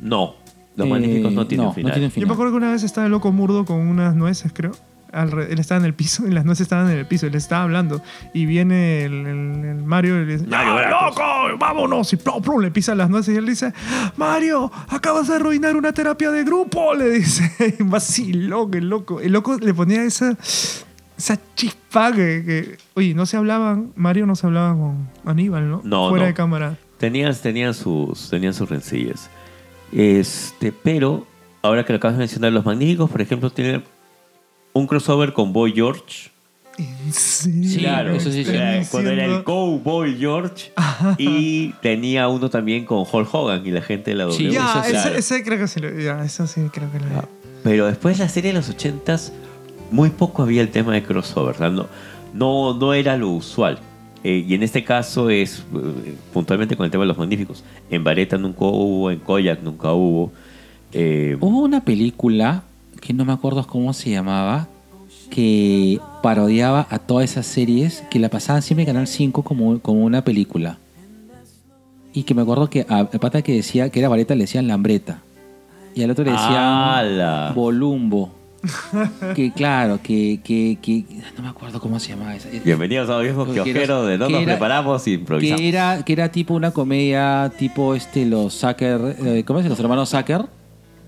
[SPEAKER 2] no. Los magníficos Eh, no tienen final.
[SPEAKER 3] Yo me acuerdo que una vez estaba el loco murdo con unas nueces, creo. Alre- él estaba en el piso y las nueces estaban en el piso. Él estaba hablando y viene el, el- el Mario y le dice:
[SPEAKER 2] Mario
[SPEAKER 3] "¡Ah,
[SPEAKER 2] Brazos".
[SPEAKER 3] loco! ¡Vámonos! Y plum, plum, le pisa las nueces y él dice: Mario, acabas de arruinar una terapia de grupo. Le dice: Vacilón, el loco. El loco le ponía esa, esa chispa que, que- Oye, no se hablaban. Mario no se hablaba con Aníbal, ¿no?
[SPEAKER 2] No,
[SPEAKER 3] Fuera
[SPEAKER 2] no.
[SPEAKER 3] de cámara.
[SPEAKER 2] Tenían, tenían, sus, tenían sus rencillas. Este, pero, ahora que lo acabas de mencionar, los magníficos, por ejemplo, tienen un crossover con Boy George.
[SPEAKER 3] ¿En serio?
[SPEAKER 5] Sí, Claro, eso sí, sí.
[SPEAKER 3] Están
[SPEAKER 2] Era- Cuando era el
[SPEAKER 3] diciendo-
[SPEAKER 2] Cowboy George. y tenía uno también con Hulk Hogan y la gente de la
[SPEAKER 5] Sí,
[SPEAKER 2] W.
[SPEAKER 5] ya,
[SPEAKER 3] Ya,
[SPEAKER 5] Eso sí.
[SPEAKER 3] ese,
[SPEAKER 2] Claro.
[SPEAKER 3] ese creo que sí lo. Ya, eso sí creo que lo.
[SPEAKER 2] Ah, Pero después la serie de los 80s, muy poco había el tema de crossover, ¿verdad? No, no, no era lo usual. Eh, y en este caso es eh, puntualmente con el tema de los magníficos. En Vareta nunca hubo, en Koyak nunca hubo. Eh,
[SPEAKER 5] Hubo una película que no me acuerdo cómo se llamaba que parodiaba a todas esas series que la pasaban siempre en Canal 5 como, como una película. Y que me acuerdo que a- el pata que decía que era vareta le decían lambreta. Y al otro le decían
[SPEAKER 2] ¡Hala!
[SPEAKER 5] volumbo. que claro, que, que, que- No me acuerdo cómo se llamaba esa.
[SPEAKER 2] Bienvenidos a Viejos
[SPEAKER 5] Que era-
[SPEAKER 2] Kiosqueros, de no
[SPEAKER 5] que
[SPEAKER 2] nos
[SPEAKER 5] era-
[SPEAKER 2] preparamos y improvisamos.
[SPEAKER 5] Que era, que era tipo una comedia tipo este los Zucker, eh, ¿cómo es? Los hermanos Zucker.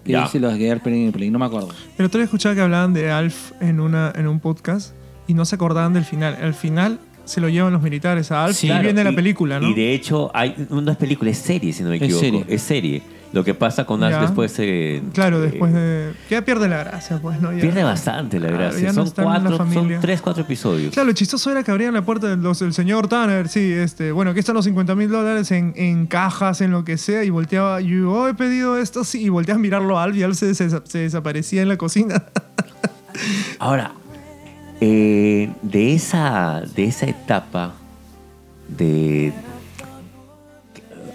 [SPEAKER 5] Que
[SPEAKER 2] Ya.
[SPEAKER 5] dice los de Airplane Airplane, no me acuerdo.
[SPEAKER 3] El otro día escuchaba que hablaban de Alf en, una, en un podcast y no se acordaban del final. Al final se lo llevan los militares a Alf
[SPEAKER 5] Sí,
[SPEAKER 3] y
[SPEAKER 5] claro,
[SPEAKER 3] viene la
[SPEAKER 2] Y-
[SPEAKER 3] película, ¿no?
[SPEAKER 2] Y de hecho, hay, no es película, es serie, si no me
[SPEAKER 5] Es
[SPEAKER 2] equivoco. Es
[SPEAKER 5] serie.
[SPEAKER 2] serie. Lo que pasa con Alf
[SPEAKER 3] Ya.
[SPEAKER 2] después. eh,
[SPEAKER 3] claro,
[SPEAKER 2] eh,
[SPEAKER 3] después de. Ya pierde la gracia, pues, ¿no? Ya.
[SPEAKER 2] Pierde bastante la
[SPEAKER 3] Claro,
[SPEAKER 2] gracia.
[SPEAKER 3] ya no
[SPEAKER 2] son,
[SPEAKER 3] están en la
[SPEAKER 2] cuatro, son
[SPEAKER 3] familia.
[SPEAKER 2] tres, cuatro episodios.
[SPEAKER 3] Claro, lo chistoso era que abrían la puerta del los- el señor Tanner, sí, este, bueno, aquí están los 50 mil dólares en, en cajas, en lo que sea, y volteaba, yo oh, he pedido esto, sí, y volteaba a mirarlo a Alf y Alf se, desa- se desaparecía en la cocina.
[SPEAKER 2] Ahora, eh, de, esa, de esa etapa de.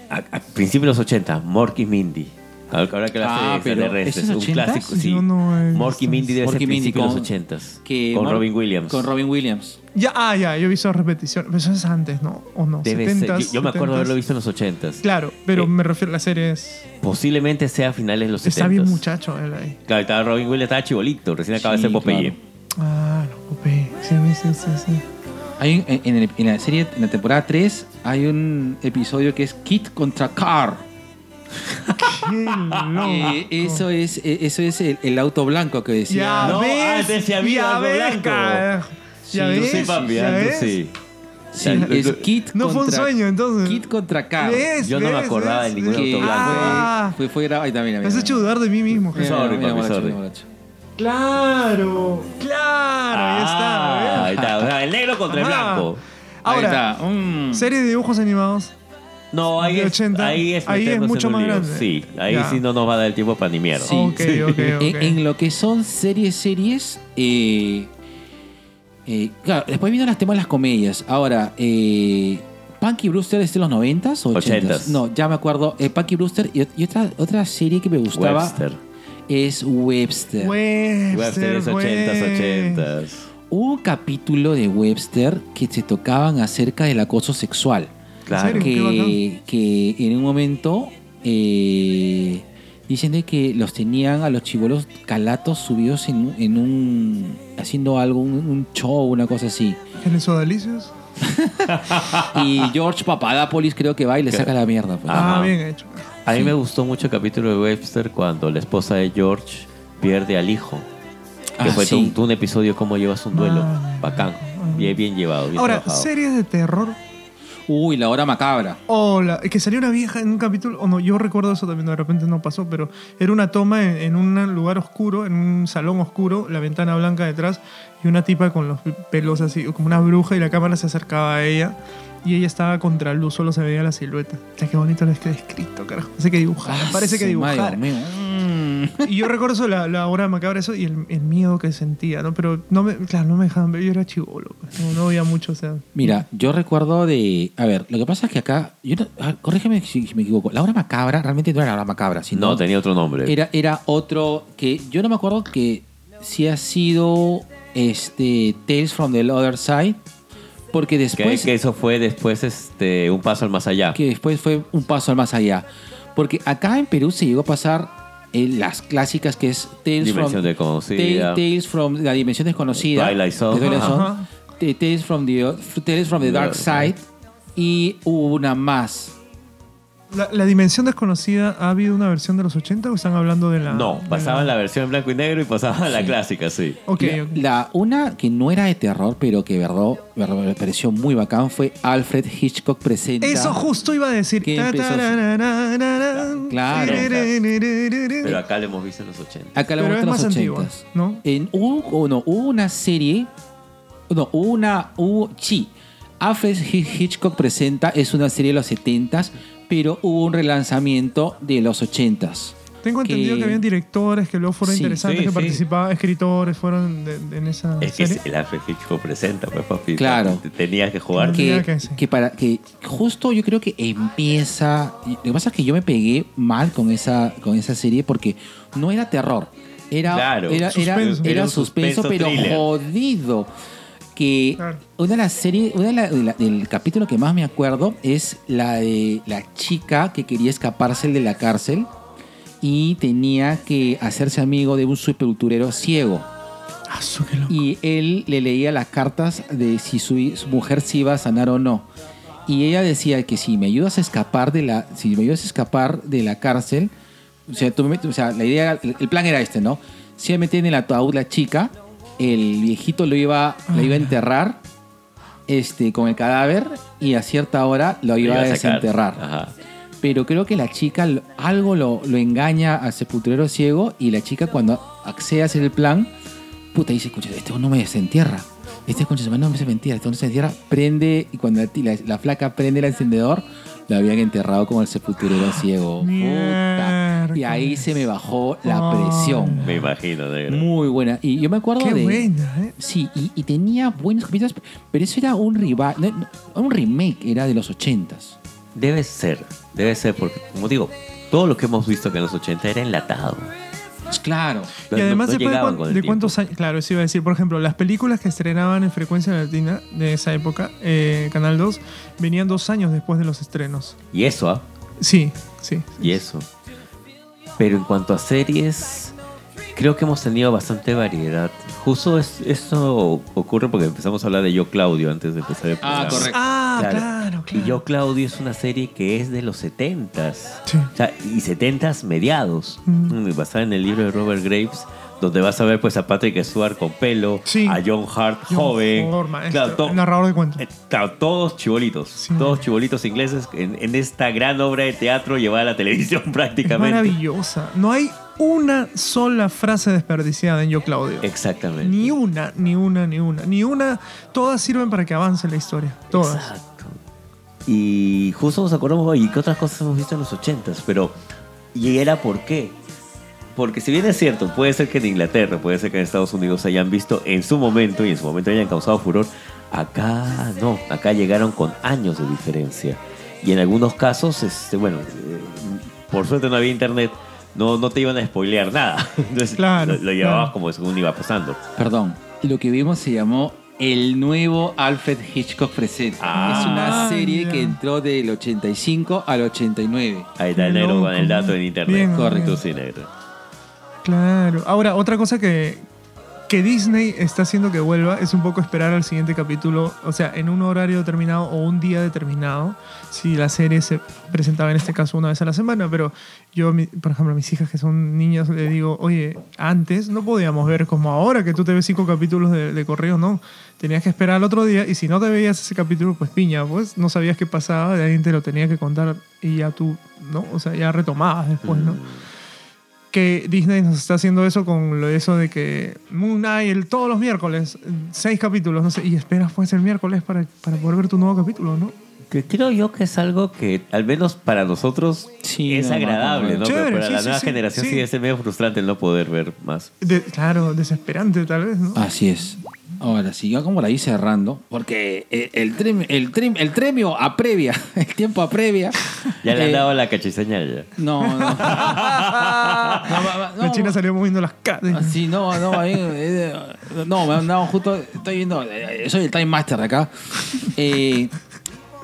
[SPEAKER 2] A, a principios de los 80, Mork y Mindy. Ahora que la
[SPEAKER 5] Ah,
[SPEAKER 2] serie
[SPEAKER 5] pero
[SPEAKER 2] sale
[SPEAKER 5] ¿eso
[SPEAKER 2] es
[SPEAKER 5] es
[SPEAKER 2] un
[SPEAKER 5] 80s?
[SPEAKER 2] clásico, sí.
[SPEAKER 3] Yo no he
[SPEAKER 2] Mork y
[SPEAKER 3] visto
[SPEAKER 2] Mindy debe
[SPEAKER 5] Mork y
[SPEAKER 2] ser
[SPEAKER 5] Mindy
[SPEAKER 2] principios de los
[SPEAKER 5] con-
[SPEAKER 2] 80
[SPEAKER 5] que
[SPEAKER 2] Con
[SPEAKER 5] Mar-
[SPEAKER 2] Robin Williams.
[SPEAKER 5] Con Robin Williams.
[SPEAKER 3] Ya, ah, ya, yo he visto repeticiones, pero eso es antes, ¿no? O no,
[SPEAKER 2] Debe ser.
[SPEAKER 3] 70s,
[SPEAKER 2] Yo, yo me acuerdo de
[SPEAKER 3] 70s.
[SPEAKER 2] haberlo visto en los 80
[SPEAKER 3] Claro, pero
[SPEAKER 2] Eh,
[SPEAKER 3] me refiero, la serie es...
[SPEAKER 2] Posiblemente sea a finales de los 70s.
[SPEAKER 3] Está bien muchacho él ahí.
[SPEAKER 2] Claro, estaba Robin Williams, estaba chibolito, recién acaba
[SPEAKER 5] Sí,
[SPEAKER 2] de ser Popeye.
[SPEAKER 5] claro.
[SPEAKER 3] Ah, no, Popeye. Sí, sí, sí, sí.
[SPEAKER 5] Hay, un- en, en el- en la serie, en la temporada 3, hay un episodio que es Kit contra Car.
[SPEAKER 3] Qué loco.
[SPEAKER 5] Eh, eso es, eh, eso es el, el auto blanco que decía.
[SPEAKER 3] Ya
[SPEAKER 2] No,
[SPEAKER 3] ves,
[SPEAKER 2] antes se ah, había
[SPEAKER 3] ya
[SPEAKER 2] algo
[SPEAKER 3] ves,
[SPEAKER 2] blanco.
[SPEAKER 3] carajo.
[SPEAKER 5] Sí,
[SPEAKER 3] Ya
[SPEAKER 5] yo
[SPEAKER 3] ves,
[SPEAKER 2] Entonces, papi,
[SPEAKER 3] ya
[SPEAKER 2] antes
[SPEAKER 3] ves.
[SPEAKER 2] sí.
[SPEAKER 5] Sí,
[SPEAKER 2] O sea,
[SPEAKER 5] es
[SPEAKER 2] lo-
[SPEAKER 5] Kit
[SPEAKER 3] No fue un
[SPEAKER 5] contra-
[SPEAKER 3] sueño, entonces.
[SPEAKER 5] Kit contra K.
[SPEAKER 3] ¿Ves?
[SPEAKER 2] Yo no me
[SPEAKER 3] ¿Ves?
[SPEAKER 2] acordaba
[SPEAKER 3] ¿Ves?
[SPEAKER 2] de ningún
[SPEAKER 3] ¿Ves?
[SPEAKER 5] Que
[SPEAKER 2] auto blanco.
[SPEAKER 3] Ah,
[SPEAKER 5] fue, fue grabado. Ahí también,
[SPEAKER 3] me has hecho dudar de mí mismo, jefe.
[SPEAKER 2] Sorry, papi, sorry.
[SPEAKER 3] Claro, claro, ahí está.
[SPEAKER 2] Ah,
[SPEAKER 3] ¿ves?
[SPEAKER 2] ahí está. O sea, el negro contra el
[SPEAKER 3] Ajá.
[SPEAKER 2] blanco.
[SPEAKER 5] Ahora,
[SPEAKER 3] Ahora,
[SPEAKER 5] Mm.
[SPEAKER 3] serie de dibujos animados.
[SPEAKER 2] No, ahí
[SPEAKER 3] De
[SPEAKER 2] es,
[SPEAKER 3] 80.
[SPEAKER 2] ahí es,
[SPEAKER 3] Ahí es
[SPEAKER 2] meternos
[SPEAKER 3] mucho
[SPEAKER 2] en un
[SPEAKER 3] más
[SPEAKER 2] lío.
[SPEAKER 3] grande.
[SPEAKER 2] Sí, ahí
[SPEAKER 3] Ya.
[SPEAKER 2] sí no nos va a dar el tiempo para ni mierda.
[SPEAKER 5] Sí,
[SPEAKER 3] Ok,
[SPEAKER 5] sí.
[SPEAKER 3] ok, ok.
[SPEAKER 5] En, en lo que son series, series, eh, eh, claro, después vienen las temas de las comedias. Ahora, eh, Punky Brewster es de los 90s o 80s.
[SPEAKER 2] Ochentas.
[SPEAKER 5] No, ya me acuerdo. eh, Punky Brewster y, y otra, otra serie que me gustaba
[SPEAKER 2] Webster.
[SPEAKER 5] es Webster.
[SPEAKER 2] Webster
[SPEAKER 3] Webster,
[SPEAKER 2] es 80s,
[SPEAKER 3] güey.
[SPEAKER 2] 80s.
[SPEAKER 5] Hubo un capítulo de Webster que se tocaban acerca del acoso sexual.
[SPEAKER 2] Claro.
[SPEAKER 3] serio? Qué
[SPEAKER 5] que,
[SPEAKER 3] bacán.
[SPEAKER 5] que en un momento eh, dicen de que los tenían a los chivolos calatos subidos en, en un haciendo algo un, un show una cosa así
[SPEAKER 3] ¿En el Sodalicios?
[SPEAKER 5] y George Papadopoulos creo que va y le saca la mierda pues.
[SPEAKER 2] Ajá.
[SPEAKER 3] Ah, bien hecho.
[SPEAKER 2] A mí me gustó mucho el capítulo de Webster cuando la esposa de George pierde al hijo. Que
[SPEAKER 5] Ah,
[SPEAKER 2] fue
[SPEAKER 5] sí.
[SPEAKER 2] un, un episodio cómo llevas un duelo.
[SPEAKER 3] Ah.
[SPEAKER 2] Bacán. Bien, bien llevado, bien
[SPEAKER 3] Ahora,
[SPEAKER 2] trabajado.
[SPEAKER 3] series de terror.
[SPEAKER 5] uy la hora macabra
[SPEAKER 3] Hola, que salió una vieja en un capítulo, o no, yo recuerdo eso también, de repente no pasó, pero era una toma en, en un lugar oscuro, en un salón oscuro, la ventana blanca detrás, y una tipa con los pelos así, como una bruja, y la cámara se acercaba a ella, y ella estaba contra luz, solo se veía la silueta. O sea, qué bonito lo que he descrito, carajo. Parece que dibujara,
[SPEAKER 5] Ah,
[SPEAKER 3] parece que
[SPEAKER 5] su madre,
[SPEAKER 3] dibujara.
[SPEAKER 5] Dios mío. Mm.
[SPEAKER 3] Y yo recuerdo eso, la, la hora macabra, eso, y el, el miedo que sentía, ¿no? Pero, no me, claro, no me dejaban ver, yo era chivolo, pues, no, no veía mucho, o sea.
[SPEAKER 5] Mira, yo recuerdo de. A ver, lo que pasa es que acá. Yo no- ah, corrígeme si si me equivoco. La hora macabra realmente no era la hora macabra, sino.
[SPEAKER 2] No, tenía otro nombre.
[SPEAKER 5] Era, era otro que yo no me acuerdo que si ha sido este Tales from the Other Side, porque
[SPEAKER 2] que,
[SPEAKER 5] después
[SPEAKER 2] que
[SPEAKER 5] que,
[SPEAKER 2] eso fue después este un paso al más allá.
[SPEAKER 5] después fue un paso al más allá, porque acá en Perú se llegó a pasar eh, las clásicas que es Tales
[SPEAKER 2] Dimensión
[SPEAKER 5] from
[SPEAKER 2] desconocida.
[SPEAKER 5] Tale- Tales from la dimensión desconocida,
[SPEAKER 2] Twilight Zone.
[SPEAKER 5] de Twilight Zone,
[SPEAKER 3] Ajá.
[SPEAKER 5] de Tales from the Tales from the Dark Side y hubo una más.
[SPEAKER 3] La, la dimensión desconocida, ¿ha habido una versión de los 80 o están hablando de la.?
[SPEAKER 2] No,
[SPEAKER 3] de
[SPEAKER 2] pasaban la versión en blanco y negro y pasaban la clásica, sí.
[SPEAKER 3] Ok,
[SPEAKER 5] la,
[SPEAKER 3] ok.
[SPEAKER 5] la- una que no era de terror, pero que verdad, verdad, me pareció muy bacán fue Alfred Hitchcock presenta.
[SPEAKER 3] Eso justo iba a decir.
[SPEAKER 5] Que
[SPEAKER 3] Ta-
[SPEAKER 5] empezó-
[SPEAKER 3] tararararán.
[SPEAKER 5] Claro.
[SPEAKER 3] Terererererere.
[SPEAKER 2] Pero acá lo hemos visto en los 80.
[SPEAKER 5] Acá la
[SPEAKER 3] Pero es
[SPEAKER 5] hemos visto en
[SPEAKER 3] más
[SPEAKER 5] los
[SPEAKER 3] antigua,
[SPEAKER 5] 80s.
[SPEAKER 3] ¿no?
[SPEAKER 5] En, hubo, o no, hubo una serie. No, hubo una. Hubo, sí. Alfred Hi- Hitchcock presenta es una serie de los 70s, pero hubo un relanzamiento de los 80s.
[SPEAKER 3] Tengo entendido que,
[SPEAKER 5] que-
[SPEAKER 3] habían directores que luego fueron
[SPEAKER 5] Sí,
[SPEAKER 3] interesantes,
[SPEAKER 2] sí,
[SPEAKER 3] que
[SPEAKER 2] sí.
[SPEAKER 3] participaban, escritores, fueron de- de- en esa
[SPEAKER 2] Es que
[SPEAKER 3] serie.
[SPEAKER 2] es el Alfred Hitchcock presenta, pues papi.
[SPEAKER 5] Claro.
[SPEAKER 2] Te- Tenías que jugar.
[SPEAKER 3] Claro.
[SPEAKER 5] que,
[SPEAKER 3] Mira que sí.
[SPEAKER 5] que para que justo yo creo que empieza lo que pasa es que yo me pegué mal con esa con esa serie porque no era terror era
[SPEAKER 2] Claro.
[SPEAKER 5] era, era-
[SPEAKER 3] Suspenso.
[SPEAKER 5] era
[SPEAKER 2] Era un
[SPEAKER 5] suspenso,
[SPEAKER 2] suspenso
[SPEAKER 5] pero
[SPEAKER 2] thriller.
[SPEAKER 5] jodido que
[SPEAKER 3] Claro.
[SPEAKER 5] una de las series una de la- de la- del capítulo que más me acuerdo es la de la chica que quería escaparse de la cárcel y tenía que hacerse amigo de un sepulturero ciego
[SPEAKER 3] Ah, su, qué loco.
[SPEAKER 5] y él le leía las cartas de si su, su mujer se iba a sanar o no. Y ella decía que si me ayudas a escapar de la, si me ayudas a escapar de la cárcel, o sea, tú me- o sea, la idea, el, el plan era este, ¿no? Si ella metía en el ataúd la chica, el viejito lo iba, la iba a enterrar, este, con el cadáver y a cierta hora lo
[SPEAKER 2] Iba
[SPEAKER 5] iba,
[SPEAKER 2] sacar.
[SPEAKER 5] a
[SPEAKER 2] Ah,
[SPEAKER 5] desenterrar
[SPEAKER 2] Ajá.
[SPEAKER 5] pero creo que la chica lo- algo lo, lo engaña al sepulturero ciego y la chica cuando accede a hacer el plan, puta, dice, escucha, este no me desentierra, este concha de su madre no me desentierra, este no se entierra, prende y cuando la, ti- la- la flaca prende el encendedor, la habían enterrado como el sepulturero ciego. Puta. Y ahí
[SPEAKER 3] Miércoles.
[SPEAKER 5] se me bajó la
[SPEAKER 3] Ay.
[SPEAKER 5] presión.
[SPEAKER 2] Me imagino, negro.
[SPEAKER 5] Muy buena. Y yo me acuerdo
[SPEAKER 3] Qué
[SPEAKER 5] de...
[SPEAKER 3] buena, ¿eh?
[SPEAKER 5] Sí, y, y tenía buenos capítulos, pero eso era un rival, no, no, un remake, era de los ochentas.
[SPEAKER 2] Debe ser, debe ser, porque como digo, todo lo que hemos visto que en los 80 era enlatado.
[SPEAKER 5] Claro.
[SPEAKER 2] No-
[SPEAKER 3] y además
[SPEAKER 2] no
[SPEAKER 3] después de,
[SPEAKER 2] llegaban
[SPEAKER 3] cuan-
[SPEAKER 2] con el
[SPEAKER 3] de
[SPEAKER 2] tiempo.
[SPEAKER 3] cuántos años, claro, eso iba a decir, por ejemplo, las películas que estrenaban en frecuencia latina de esa época, eh, Canal 2, venían dos años después de los estrenos.
[SPEAKER 2] Y eso, ¿ah?
[SPEAKER 3] Sí, sí.
[SPEAKER 2] Y eso. Pero en cuanto a series, creo que hemos tenido bastante variedad. Justo es- esto ocurre porque empezamos a hablar de Yo Claudio antes de empezar el programa.
[SPEAKER 5] correcto.
[SPEAKER 3] Ah,
[SPEAKER 2] Claro.
[SPEAKER 3] claro, claro.
[SPEAKER 2] Y Yo Claudio es una serie que es de los 70s.
[SPEAKER 3] Sí.
[SPEAKER 2] O sea, y 70s mediados. Mm,
[SPEAKER 3] Mm.
[SPEAKER 2] Basada en el libro de Robert Graves, donde vas a ver pues a Patrick Stewart con pelo,
[SPEAKER 3] Sí.
[SPEAKER 2] a John Hart
[SPEAKER 3] John
[SPEAKER 2] joven,
[SPEAKER 3] Hart, maestro,
[SPEAKER 2] to-
[SPEAKER 3] narrador de cuentos.
[SPEAKER 2] eh, claro, todos chibolitos, todos chibolitos ingleses en, en esta gran obra de teatro llevada a la televisión
[SPEAKER 3] Es
[SPEAKER 2] prácticamente.
[SPEAKER 3] maravillosa. No hay una sola frase desperdiciada en Yo Claudio.
[SPEAKER 2] Exactamente.
[SPEAKER 3] Ni una, ni una, ni una, ni una. Todas sirven para que avance la historia. Todas.
[SPEAKER 2] Exacto. Y justo nos acordamos, oye, ¿qué otras cosas hemos visto en los ochentas? Pero, ¿y era por qué? Porque si bien es cierto, puede ser que en Inglaterra, puede ser que en Estados Unidos hayan visto en su momento y en su momento hayan causado furor, acá no, acá llegaron con años de diferencia. Y en algunos casos, este, bueno, eh, por suerte no había internet, no, no te iban a spoilear nada. Entonces,
[SPEAKER 3] Claro,
[SPEAKER 2] lo, lo llevabas
[SPEAKER 3] claro.
[SPEAKER 2] como según iba pasando.
[SPEAKER 10] Perdón, lo que vimos se llamó El nuevo Alfred Hitchcock Presenta.
[SPEAKER 2] Ah.
[SPEAKER 10] es una serie
[SPEAKER 3] Ah, ya.
[SPEAKER 10] que entró del 85 al 89.
[SPEAKER 2] Ahí está
[SPEAKER 3] Qué
[SPEAKER 2] el negro con el
[SPEAKER 3] loco.
[SPEAKER 2] dato en internet.
[SPEAKER 3] Bien,
[SPEAKER 2] Correcto,
[SPEAKER 3] bien.
[SPEAKER 2] sí, negro.
[SPEAKER 3] Claro. Ahora, otra cosa que, que Disney está haciendo que vuelva es un poco esperar al siguiente capítulo, o sea, en un horario determinado o un día determinado, si la serie se presentaba en este caso una vez a la semana, pero yo, mi- por ejemplo, a mis hijas que son niñas, le digo, oye, antes no podíamos ver como ahora que tú te ves cinco capítulos de, de correo, no. Tenías que esperar al otro día y si no te veías ese capítulo, pues piña, pues no sabías qué pasaba, alguien te lo tenía que contar y ya tú, ¿no? O sea, ya retomabas después, ¿no? que Disney nos está haciendo eso con lo eso de que Moon Knight el- todos los miércoles, seis capítulos, no sé, y esperas pues el miércoles para, para poder ver tu nuevo capítulo, ¿no?
[SPEAKER 2] Que creo yo que es algo que, al menos para nosotros,
[SPEAKER 10] Sí,
[SPEAKER 2] es
[SPEAKER 10] no,
[SPEAKER 2] agradable, ¿no?
[SPEAKER 10] no,
[SPEAKER 3] no. Chévere,
[SPEAKER 2] Pero para
[SPEAKER 3] sí,
[SPEAKER 2] la
[SPEAKER 3] sí,
[SPEAKER 2] nueva
[SPEAKER 3] sí,
[SPEAKER 2] generación sí.
[SPEAKER 3] sí.
[SPEAKER 2] es medio frustrante el no poder ver más.
[SPEAKER 3] De- claro, desesperante tal vez, ¿no?
[SPEAKER 2] Ah.
[SPEAKER 5] Así es. Ahora sí, yo como la vi cerrando, porque eh, el, trim- el, trim- el tremio a previa, el tiempo a previa.
[SPEAKER 2] Ya le han
[SPEAKER 5] eh,
[SPEAKER 2] dado la cachiseña ya.
[SPEAKER 5] No, no. No, va- va-
[SPEAKER 3] la
[SPEAKER 5] no.
[SPEAKER 3] China salió moviendo las
[SPEAKER 5] Ah,
[SPEAKER 3] cadenas.
[SPEAKER 5] Sí, no, no, ahí, eh, no, me- no, justo estoy viendo, eh, soy el Time Master de acá. Eh,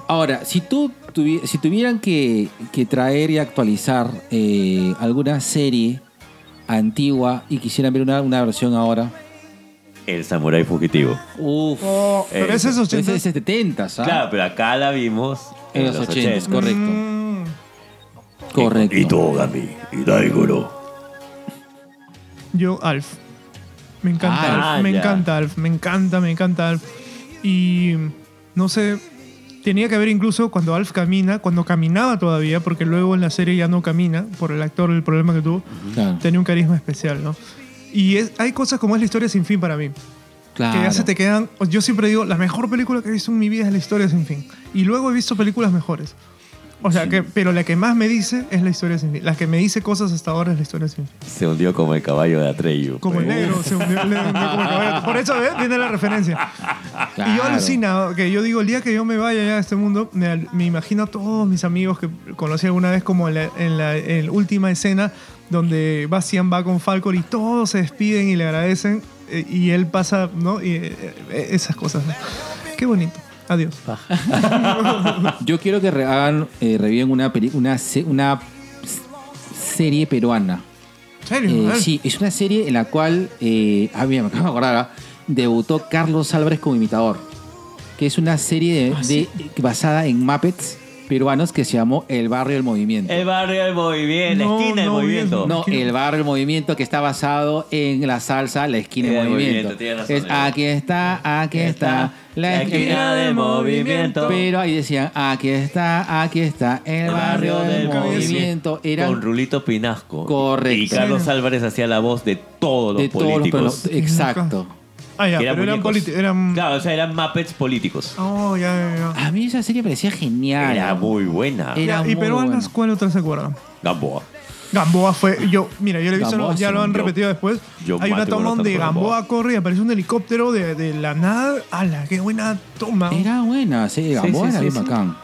[SPEAKER 5] ahora, si tú tuvi- si tuvieran que, que traer y actualizar eh, alguna serie antigua y quisieran ver una, una versión ahora,
[SPEAKER 2] El samurái fugitivo.
[SPEAKER 5] uff,
[SPEAKER 3] Oh, pero
[SPEAKER 2] Eh,
[SPEAKER 3] ese es 80.
[SPEAKER 5] de 70, ¿sabes?
[SPEAKER 2] Claro, pero acá la vimos
[SPEAKER 5] En los 80, correcto.
[SPEAKER 3] Mm,
[SPEAKER 5] Correcto.
[SPEAKER 2] Togami, y Daigoro.
[SPEAKER 3] yo, Alf. Me encanta
[SPEAKER 2] Ah,
[SPEAKER 3] Alf, me
[SPEAKER 2] ya.
[SPEAKER 3] encanta Alf, me encanta, me encanta Alf. Y no sé, tenía que ver incluso cuando Alf camina, cuando caminaba todavía, porque luego en la serie ya no camina, por el actor, el problema que tuvo.
[SPEAKER 5] Claro.
[SPEAKER 3] tenía un carisma especial, ¿no? Y es- hay cosas como es la historia sin fin para mí, que ya se te quedan. Yo siempre digo, la mejor película que he visto en mi vida es la historia sin fin. Y luego he visto películas mejores. O sea, que, pero la que más me dice es la historia sin fin. La que me dice cosas hasta ahora es la historia sin fin.
[SPEAKER 2] Se hundió como el caballo de Atreyu.
[SPEAKER 3] Como el
[SPEAKER 2] pues.
[SPEAKER 3] negro, se hundió- le hundió como el caballo. Por eso, ¿ves? Tiene la referencia. Y yo
[SPEAKER 5] Claro.
[SPEAKER 3] alucina, que yo digo, el día que yo me vaya ya de este mundo, me, al- me imagino a todos mis amigos que conocí alguna vez como en la, en la- en la última escena donde Bastian va con Falcor y todos se despiden y le agradecen eh, y él pasa, ¿no? Y eh, eh, esas cosas. ¿no? Qué bonito. Adiós.
[SPEAKER 5] Yo quiero que re- hagan, eh, reviven una, peli- una, se- una s- serie peruana.
[SPEAKER 3] ¿En serio?
[SPEAKER 5] Eh,
[SPEAKER 3] A ver.
[SPEAKER 5] sí, es una serie en la cual, eh, ah, mira, me acabo de acordar, ah, debutó Carlos Álvarez como imitador, que es una serie
[SPEAKER 3] Ah,
[SPEAKER 5] de, de- basada en Muppets peruanos que se llamó El Barrio del Movimiento.
[SPEAKER 2] El barrio del movimiento,
[SPEAKER 3] No,
[SPEAKER 2] la esquina del
[SPEAKER 3] no,
[SPEAKER 2] movimiento.
[SPEAKER 3] bien,
[SPEAKER 5] no,
[SPEAKER 3] Eh, ¿Qué?
[SPEAKER 5] el barrio del movimiento que está basado en la salsa, la esquina
[SPEAKER 2] El
[SPEAKER 5] del movimiento.
[SPEAKER 2] movimiento, tienes razón,
[SPEAKER 5] Es,
[SPEAKER 2] Diego.
[SPEAKER 5] aquí está, aquí está, la esquina,
[SPEAKER 2] del movimiento.
[SPEAKER 5] Pero ahí decían, aquí está, aquí está, el, barrio, del movimiento. Era
[SPEAKER 2] Con Rulito Pinasco.
[SPEAKER 5] Correcto.
[SPEAKER 2] Y Carlos Álvarez hacía la voz de todos los
[SPEAKER 5] de todos los
[SPEAKER 2] políticos.
[SPEAKER 5] peruanos. Exacto.
[SPEAKER 3] Ah, ya,
[SPEAKER 2] Que eran
[SPEAKER 3] pero eran
[SPEAKER 2] muñecos.
[SPEAKER 3] politi- eran-
[SPEAKER 2] Claro, o sea, eran Muppets políticos.
[SPEAKER 3] Oh, ya, ya, ya.
[SPEAKER 5] A mí esa serie me parecía genial.
[SPEAKER 2] Era muy buena.
[SPEAKER 5] Era
[SPEAKER 3] Ya, ¿Y
[SPEAKER 5] muy
[SPEAKER 3] peruanas
[SPEAKER 5] buena.
[SPEAKER 3] cuál otra se acuerdan?
[SPEAKER 2] Gamboa.
[SPEAKER 3] Gamboa fue. Yo, mira, yo lo he visto,
[SPEAKER 5] Gamboa
[SPEAKER 3] ya
[SPEAKER 5] sí,
[SPEAKER 3] lo han
[SPEAKER 2] yo-
[SPEAKER 3] repetido después.
[SPEAKER 2] yo
[SPEAKER 3] Hay una
[SPEAKER 2] mato con
[SPEAKER 3] toma donde
[SPEAKER 2] Nathan
[SPEAKER 3] Gamboa,
[SPEAKER 2] Gamboa.
[SPEAKER 3] corre y aparece un helicóptero de, de la nada. ¡Hala! ¡Qué buena toma!
[SPEAKER 5] Era buena, sí, Gamboa
[SPEAKER 2] sí,
[SPEAKER 5] era
[SPEAKER 2] sí,
[SPEAKER 5] bien
[SPEAKER 2] sí.
[SPEAKER 5] bacán.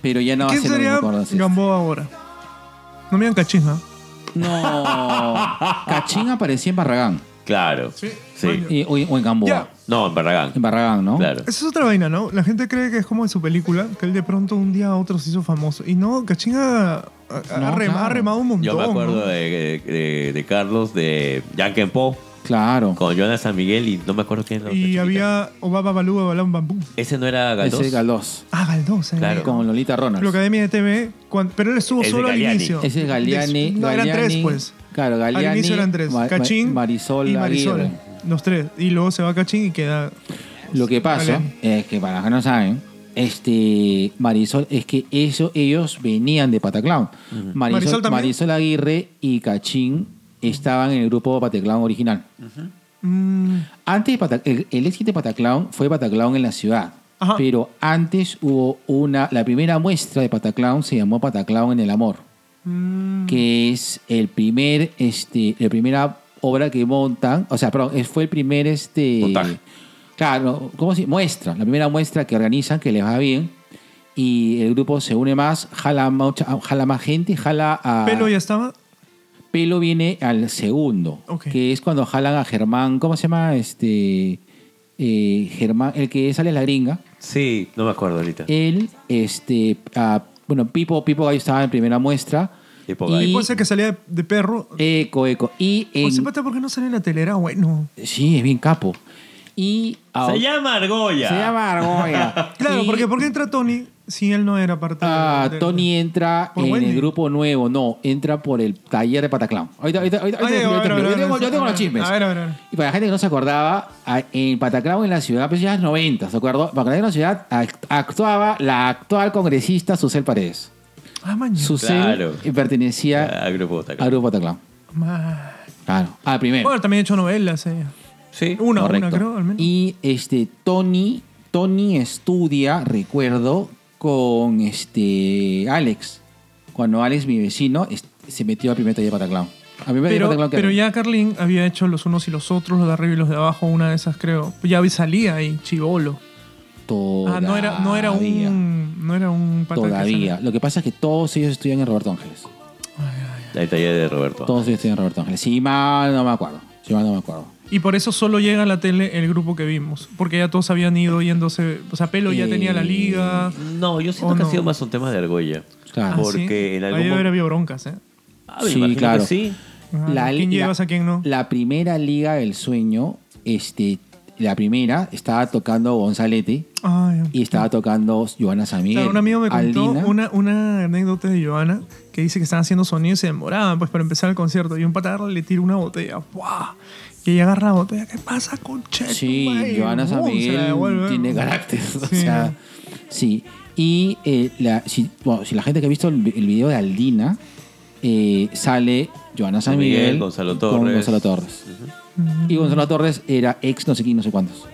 [SPEAKER 5] Pero ya no
[SPEAKER 3] ¿Quién
[SPEAKER 5] hace lo
[SPEAKER 3] sería
[SPEAKER 5] mismo con los-
[SPEAKER 3] Gamboa ahora? No me dan cachisma.
[SPEAKER 5] No. Cachín aparecía en Barragán.
[SPEAKER 2] Claro.
[SPEAKER 3] Sí.
[SPEAKER 2] Sí.
[SPEAKER 5] Y- o, o en Gamboa.
[SPEAKER 3] Ya.
[SPEAKER 2] No, en Barragán.
[SPEAKER 5] En Barragán, ¿no?
[SPEAKER 2] Claro.
[SPEAKER 3] Esa es otra vaina, ¿no? La gente cree que es como de su película, que él de pronto un día a otro se hizo famoso. Y no, Cachín ha, ha- ha
[SPEAKER 5] No,
[SPEAKER 3] rem-
[SPEAKER 5] claro.
[SPEAKER 3] ha remado un montón.
[SPEAKER 2] Yo me
[SPEAKER 3] ¿no?
[SPEAKER 2] acuerdo de, de- de Carlos de Yankee Po
[SPEAKER 5] Claro.
[SPEAKER 2] con Jonas San Miguel y no me acuerdo quién era la otra
[SPEAKER 3] Y
[SPEAKER 2] chiquita.
[SPEAKER 3] había Obaba Balú, Balán Bambú.
[SPEAKER 2] Ese no era Galdós.
[SPEAKER 5] Ese es Galdós.
[SPEAKER 3] Ah, Galdós, ¿eh?
[SPEAKER 2] Claro.
[SPEAKER 5] Con Lolita Ronald.
[SPEAKER 3] Lo Academia de TV, cuando- pero él estuvo
[SPEAKER 2] Es de
[SPEAKER 3] solo al
[SPEAKER 2] Galeani.
[SPEAKER 3] inicio.
[SPEAKER 5] Ese es Galeani.
[SPEAKER 3] No, eran
[SPEAKER 5] Galeani-
[SPEAKER 3] tres, pues.
[SPEAKER 1] Claro, Galeani.
[SPEAKER 3] Al inicio eran tres,
[SPEAKER 1] Ma- Ma-
[SPEAKER 3] Cachín
[SPEAKER 1] Marisol,
[SPEAKER 3] y Marisol.
[SPEAKER 1] Aguirre.
[SPEAKER 3] Los tres. Y luego se va Cachín y queda...
[SPEAKER 1] Lo que pasa
[SPEAKER 3] Galeani.
[SPEAKER 1] es que, para los que no saben, este Marisol, es que eso, ellos venían de Pataclown. Marisol,
[SPEAKER 3] Marisol también.
[SPEAKER 1] Marisol Aguirre y Cachín estaban en el grupo Pataclown original.
[SPEAKER 3] Mm,
[SPEAKER 1] Antes de Pata- el, el éxito de Pataclown fue Pataclown en la ciudad.
[SPEAKER 3] Ajá.
[SPEAKER 1] Pero antes hubo una. La primera muestra de Pataclown se llamó Pataclown en el amor. Que es el primer. Este, la primera obra que montan. O sea, perdón, es- fue el primer. Este,
[SPEAKER 2] Montaje.
[SPEAKER 1] Claro, ¿cómo se Muestra. La primera muestra que organizan, que les va bien. Y el grupo se une más, jala, mucha- jala más gente, jala a.
[SPEAKER 3] Pelo ya estaba.
[SPEAKER 1] Pelo viene al segundo,
[SPEAKER 3] Ok.
[SPEAKER 1] que es cuando jalan a Germán, ¿cómo se llama? Este eh, Germán, el que sale en la gringa.
[SPEAKER 2] Sí, no me acuerdo ahorita.
[SPEAKER 5] Eh,
[SPEAKER 1] Él, este, ah, bueno, Pipo, Pipo Gallo estaba en primera muestra.
[SPEAKER 2] Pipo Gallo.
[SPEAKER 1] Y-
[SPEAKER 3] Puede ser que salía de, de perro.
[SPEAKER 1] Eco, eco. Y en-
[SPEAKER 3] Pues sepate por qué no sale en la telera, bueno.
[SPEAKER 1] sí, es bien capo. Y ah,
[SPEAKER 2] Se llama Argolla.
[SPEAKER 1] se llama Argolla.
[SPEAKER 3] Claro,
[SPEAKER 1] Y,
[SPEAKER 3] porque ¿por qué entra Tony si él no era parte de-
[SPEAKER 1] ah,
[SPEAKER 3] de,
[SPEAKER 1] Tony entra
[SPEAKER 3] Por
[SPEAKER 1] en
[SPEAKER 3] Wendy.
[SPEAKER 1] el grupo nuevo, no, entra por el taller de Pataclown. Ahorita, ahorita, ahorita-
[SPEAKER 3] Oye,
[SPEAKER 1] ahorita-
[SPEAKER 3] a ver, a ver,
[SPEAKER 1] yo
[SPEAKER 3] a ver,
[SPEAKER 1] tengo- yo tengo
[SPEAKER 3] a
[SPEAKER 1] los
[SPEAKER 3] ver,
[SPEAKER 1] chismes.
[SPEAKER 3] A ver, a ver, a ver.
[SPEAKER 1] Y para la gente que no se acordaba, a- en Pataclao, en la ciudad, pues ya es 90, ¿se acuerdo? Pataclao en la ciudad act- actuaba la actual congresista Susel Paredes.
[SPEAKER 3] Ah, mañana.
[SPEAKER 1] Susel
[SPEAKER 2] Claro.
[SPEAKER 1] eh, pertenecía
[SPEAKER 2] Ah, Grupo Botaca.
[SPEAKER 1] a Grupo Pataclao.
[SPEAKER 3] Ma-
[SPEAKER 1] Claro, al primero.
[SPEAKER 3] Bueno, también ha hecho novelas ella.
[SPEAKER 2] Sí.
[SPEAKER 5] Uh.
[SPEAKER 3] Una,
[SPEAKER 1] Correcto.
[SPEAKER 3] una creo, al menos.
[SPEAKER 1] Y este, Tony, Tony estudia, recuerdo, con este Alex. Cuando Alex, mi vecino, es- se metió al primer taller de Pataclao. Al primer taller de
[SPEAKER 3] pero,
[SPEAKER 1] Pataclao que
[SPEAKER 3] pero
[SPEAKER 1] era.
[SPEAKER 3] ya Carlin había hecho los unos y los otros, los de arriba y los de abajo, una de esas creo. Ya salía ahí, chivolo. Ah, no era, no era
[SPEAKER 1] Todavía.
[SPEAKER 3] un. No era un pata que
[SPEAKER 1] Todavía.
[SPEAKER 3] salía.
[SPEAKER 1] Lo que pasa es que todos ellos estudian en Roberto Ángeles.
[SPEAKER 2] La talla de Roberto.
[SPEAKER 1] Todos ellos estudian en Roberto Ángeles. Si mal no me acuerdo. Si mal no me acuerdo.
[SPEAKER 3] Y por eso solo llega a la tele el grupo que vimos. Porque ya todos habían ido yéndose. O sea, Pelo ya
[SPEAKER 1] Eh,
[SPEAKER 3] tenía la liga.
[SPEAKER 2] No, yo siento
[SPEAKER 3] Oh,
[SPEAKER 2] que
[SPEAKER 3] no.
[SPEAKER 2] ha sido más un tema de Argolla.
[SPEAKER 1] Claro.
[SPEAKER 3] Ah,
[SPEAKER 2] porque
[SPEAKER 3] sí.
[SPEAKER 2] en
[SPEAKER 3] Ahí
[SPEAKER 2] algún
[SPEAKER 3] debe haber
[SPEAKER 2] momento-
[SPEAKER 3] habido broncas, ¿eh?
[SPEAKER 2] Ah, me
[SPEAKER 1] Sí,
[SPEAKER 2] imagino que
[SPEAKER 1] claro.
[SPEAKER 2] sí.
[SPEAKER 3] Ajá, ¿a Ah, ¿Quién llevas a quién no?
[SPEAKER 1] La primera Liga del Sueño, este, la primera, estaba tocando Gonzalete
[SPEAKER 3] Ay,
[SPEAKER 1] y estaba tocando Joana Samir.
[SPEAKER 3] Claro, un amigo me contó
[SPEAKER 1] Aldina.
[SPEAKER 3] una, una anécdota de Joana que dice que estaban haciendo sonido y se demoraban pues para empezar el concierto. Y un pata agarra y le tira una botella. ¡Buah! Y ella agarra la botella. ¿Qué pasa con Che?
[SPEAKER 1] Sí,
[SPEAKER 3] tu madre?
[SPEAKER 1] Joana
[SPEAKER 3] ¡Bum! Se eh, la
[SPEAKER 1] Samir
[SPEAKER 3] devuelve.
[SPEAKER 1] tiene carácter. O
[SPEAKER 3] Sí.
[SPEAKER 1] sea, sí. Y eh, la, si, bueno, si la gente que ha visto el, vi- el video de Aldina, eh, sale Joana San
[SPEAKER 2] Miguel,
[SPEAKER 1] Miguel,
[SPEAKER 2] Gonzalo
[SPEAKER 1] con
[SPEAKER 2] Torres.
[SPEAKER 1] Gonzalo Torres. Y Gonzalo Torres era ex no sé quién, no sé cuántos.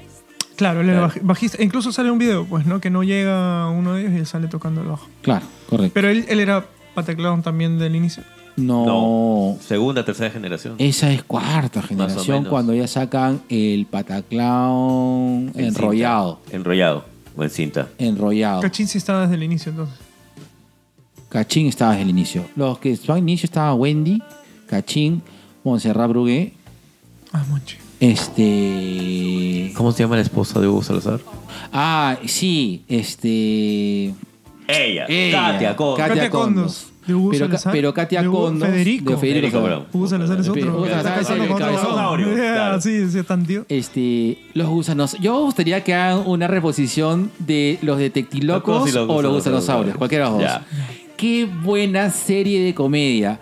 [SPEAKER 3] Claro, él era baj- bajista. E Incluso sale un video, pues, ¿no? Que no llega uno de ellos y él sale tocando el bajo.
[SPEAKER 1] Claro, correcto.
[SPEAKER 3] Pero él, él era pataclón también del inicio.
[SPEAKER 1] No.
[SPEAKER 2] Segunda, tercera generación.
[SPEAKER 1] Esa es cuarta
[SPEAKER 2] o
[SPEAKER 1] generación
[SPEAKER 2] menos.
[SPEAKER 1] cuando ya sacan el pataclown
[SPEAKER 2] En
[SPEAKER 1] enrollado.
[SPEAKER 2] cinta. Enrollado. O en cinta.
[SPEAKER 1] Enrollado.
[SPEAKER 3] Cachín sí estaba desde el inicio, entonces.
[SPEAKER 1] Cachín estaba desde el inicio. Los que estaban al inicio estaba Wendy, Cachín, Montserrat Brugué,
[SPEAKER 3] Ah, monche.
[SPEAKER 1] este...
[SPEAKER 2] ¿Cómo se llama la esposa de Hugo Salazar?
[SPEAKER 1] Ah, sí, este...
[SPEAKER 2] Ella.
[SPEAKER 1] Ella,
[SPEAKER 2] Katia Costa.
[SPEAKER 3] Katia Condos, de Hugo
[SPEAKER 1] pero, Ca-
[SPEAKER 3] Salazar,
[SPEAKER 1] pero Katia
[SPEAKER 3] de Hugo
[SPEAKER 1] Condos
[SPEAKER 3] Federico.
[SPEAKER 1] de Federico
[SPEAKER 2] Federico
[SPEAKER 1] Salazar.
[SPEAKER 2] Brown.
[SPEAKER 3] Hugo Salazar es otro.
[SPEAKER 1] Hugo Salazar
[SPEAKER 3] Está
[SPEAKER 1] es el
[SPEAKER 3] casado con otro.
[SPEAKER 1] cabezón
[SPEAKER 2] áureo,
[SPEAKER 3] Yeah,
[SPEAKER 2] claro.
[SPEAKER 3] Sí, sí, tan tío.
[SPEAKER 1] Este, los gusanos. Yo me gustaría que hagan una reposición de los
[SPEAKER 2] Locos
[SPEAKER 1] detectilocos
[SPEAKER 2] y los
[SPEAKER 1] o los
[SPEAKER 2] gusanosaurios.
[SPEAKER 1] gusanosaurios, cualquiera de los dos.
[SPEAKER 2] Ya.
[SPEAKER 1] Qué buena serie de comedia.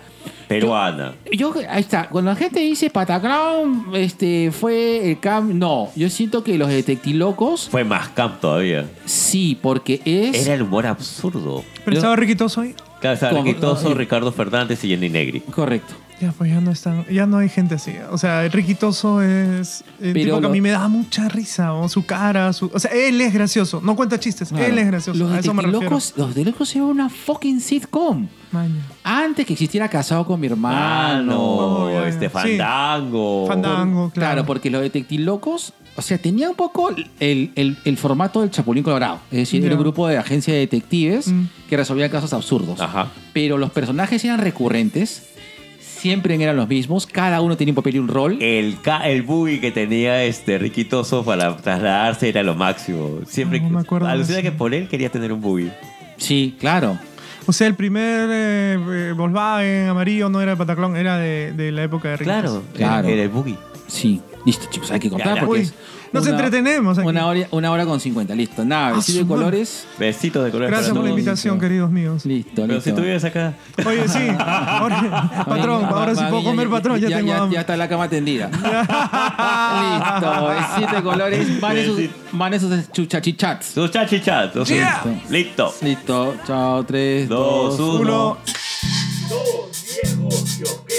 [SPEAKER 2] Peruana.
[SPEAKER 1] Yo, ahí está, cuando la gente dice Pataclown, este, fue el cam. No, yo siento que los detectilocos,
[SPEAKER 2] Fue más camp todavía.
[SPEAKER 1] sí, porque es.
[SPEAKER 2] Era el humor absurdo.
[SPEAKER 3] Pero estaba riquitoso ahí.
[SPEAKER 2] Claro, estaba
[SPEAKER 1] Como-
[SPEAKER 2] Riquitoso,
[SPEAKER 1] sí.
[SPEAKER 2] Ricardo Fernández y Jenny Negri.
[SPEAKER 1] Correcto.
[SPEAKER 3] Ya, pues ya no están, ya no hay gente así. O sea, el riquitoso es el
[SPEAKER 1] Pero
[SPEAKER 3] tipo que
[SPEAKER 1] lo-
[SPEAKER 3] a mí me da mucha risa, o su cara, su, o sea, él es gracioso, no cuenta chistes, él es gracioso,
[SPEAKER 1] Los
[SPEAKER 3] a eso me refiero.
[SPEAKER 1] detectilocos, los detectilocos era una fucking sitcom.
[SPEAKER 3] Maña.
[SPEAKER 1] Antes que existiera Casado con mi hermano.
[SPEAKER 2] Mano,
[SPEAKER 3] Oh, ya, ya.
[SPEAKER 2] este
[SPEAKER 3] Sí.
[SPEAKER 2] fandango.
[SPEAKER 3] Fandango,
[SPEAKER 1] Claro,
[SPEAKER 3] Oh, claro.
[SPEAKER 1] porque los detectilocos, o sea, tenía un poco el, el- el formato del Chapulín Colorado. Es decir, era
[SPEAKER 3] Ya.
[SPEAKER 1] un grupo de agencia de detectives
[SPEAKER 3] Mm.
[SPEAKER 1] que resolvían casos absurdos.
[SPEAKER 2] Ajá.
[SPEAKER 1] Pero los personajes eran recurrentes, siempre eran los mismos, cada uno tenía un papel y un rol.
[SPEAKER 2] El, ca- el buggy que tenía este Riquitoso para trasladarse era lo máximo. Siempre
[SPEAKER 3] No me acuerdo de
[SPEAKER 2] alucina
[SPEAKER 3] eso.
[SPEAKER 2] que por él quería tener un buggy.
[SPEAKER 1] Sí, claro.
[SPEAKER 3] O sea, el primer eh, eh, Volkswagen amarillo no era de Pataclón, era de, de la época de
[SPEAKER 2] Claro,
[SPEAKER 3] riquitoso.
[SPEAKER 1] Claro.
[SPEAKER 2] Era, era el buggy.
[SPEAKER 1] Sí.
[SPEAKER 5] Listo, chicos, hay que
[SPEAKER 2] Ya,
[SPEAKER 5] contar
[SPEAKER 2] ya.
[SPEAKER 5] porque
[SPEAKER 3] Uy,
[SPEAKER 5] es
[SPEAKER 3] nos entretenemos aquí.
[SPEAKER 5] Una hora, una hora con 50, listo. Nada,
[SPEAKER 3] Ah,
[SPEAKER 5] vestido
[SPEAKER 3] su
[SPEAKER 5] de
[SPEAKER 3] madre.
[SPEAKER 5] colores.
[SPEAKER 2] Besitos de colores
[SPEAKER 3] Gracias
[SPEAKER 2] para
[SPEAKER 3] por la
[SPEAKER 2] todos.
[SPEAKER 3] invitación, queridos míos.
[SPEAKER 5] Listo,
[SPEAKER 2] Pero si
[SPEAKER 5] listo.
[SPEAKER 2] tú vives acá,
[SPEAKER 3] Oye, sí. Ahora- patrón,
[SPEAKER 5] Va-
[SPEAKER 3] ahora sí
[SPEAKER 5] va
[SPEAKER 3] puedo
[SPEAKER 5] bien,
[SPEAKER 3] comer, patrón. Ya
[SPEAKER 5] ya,
[SPEAKER 3] tengo hambre.
[SPEAKER 5] ya está la cama tendida. Listo, besitos de colores. Van esos, van esos chuchachichats.
[SPEAKER 2] sus chachichas. sus-
[SPEAKER 3] Yeah.
[SPEAKER 2] Listo.
[SPEAKER 5] Listo, chao, 3,
[SPEAKER 2] Dos,
[SPEAKER 5] 2,
[SPEAKER 2] uno.
[SPEAKER 3] Uno.
[SPEAKER 11] Dos viejos que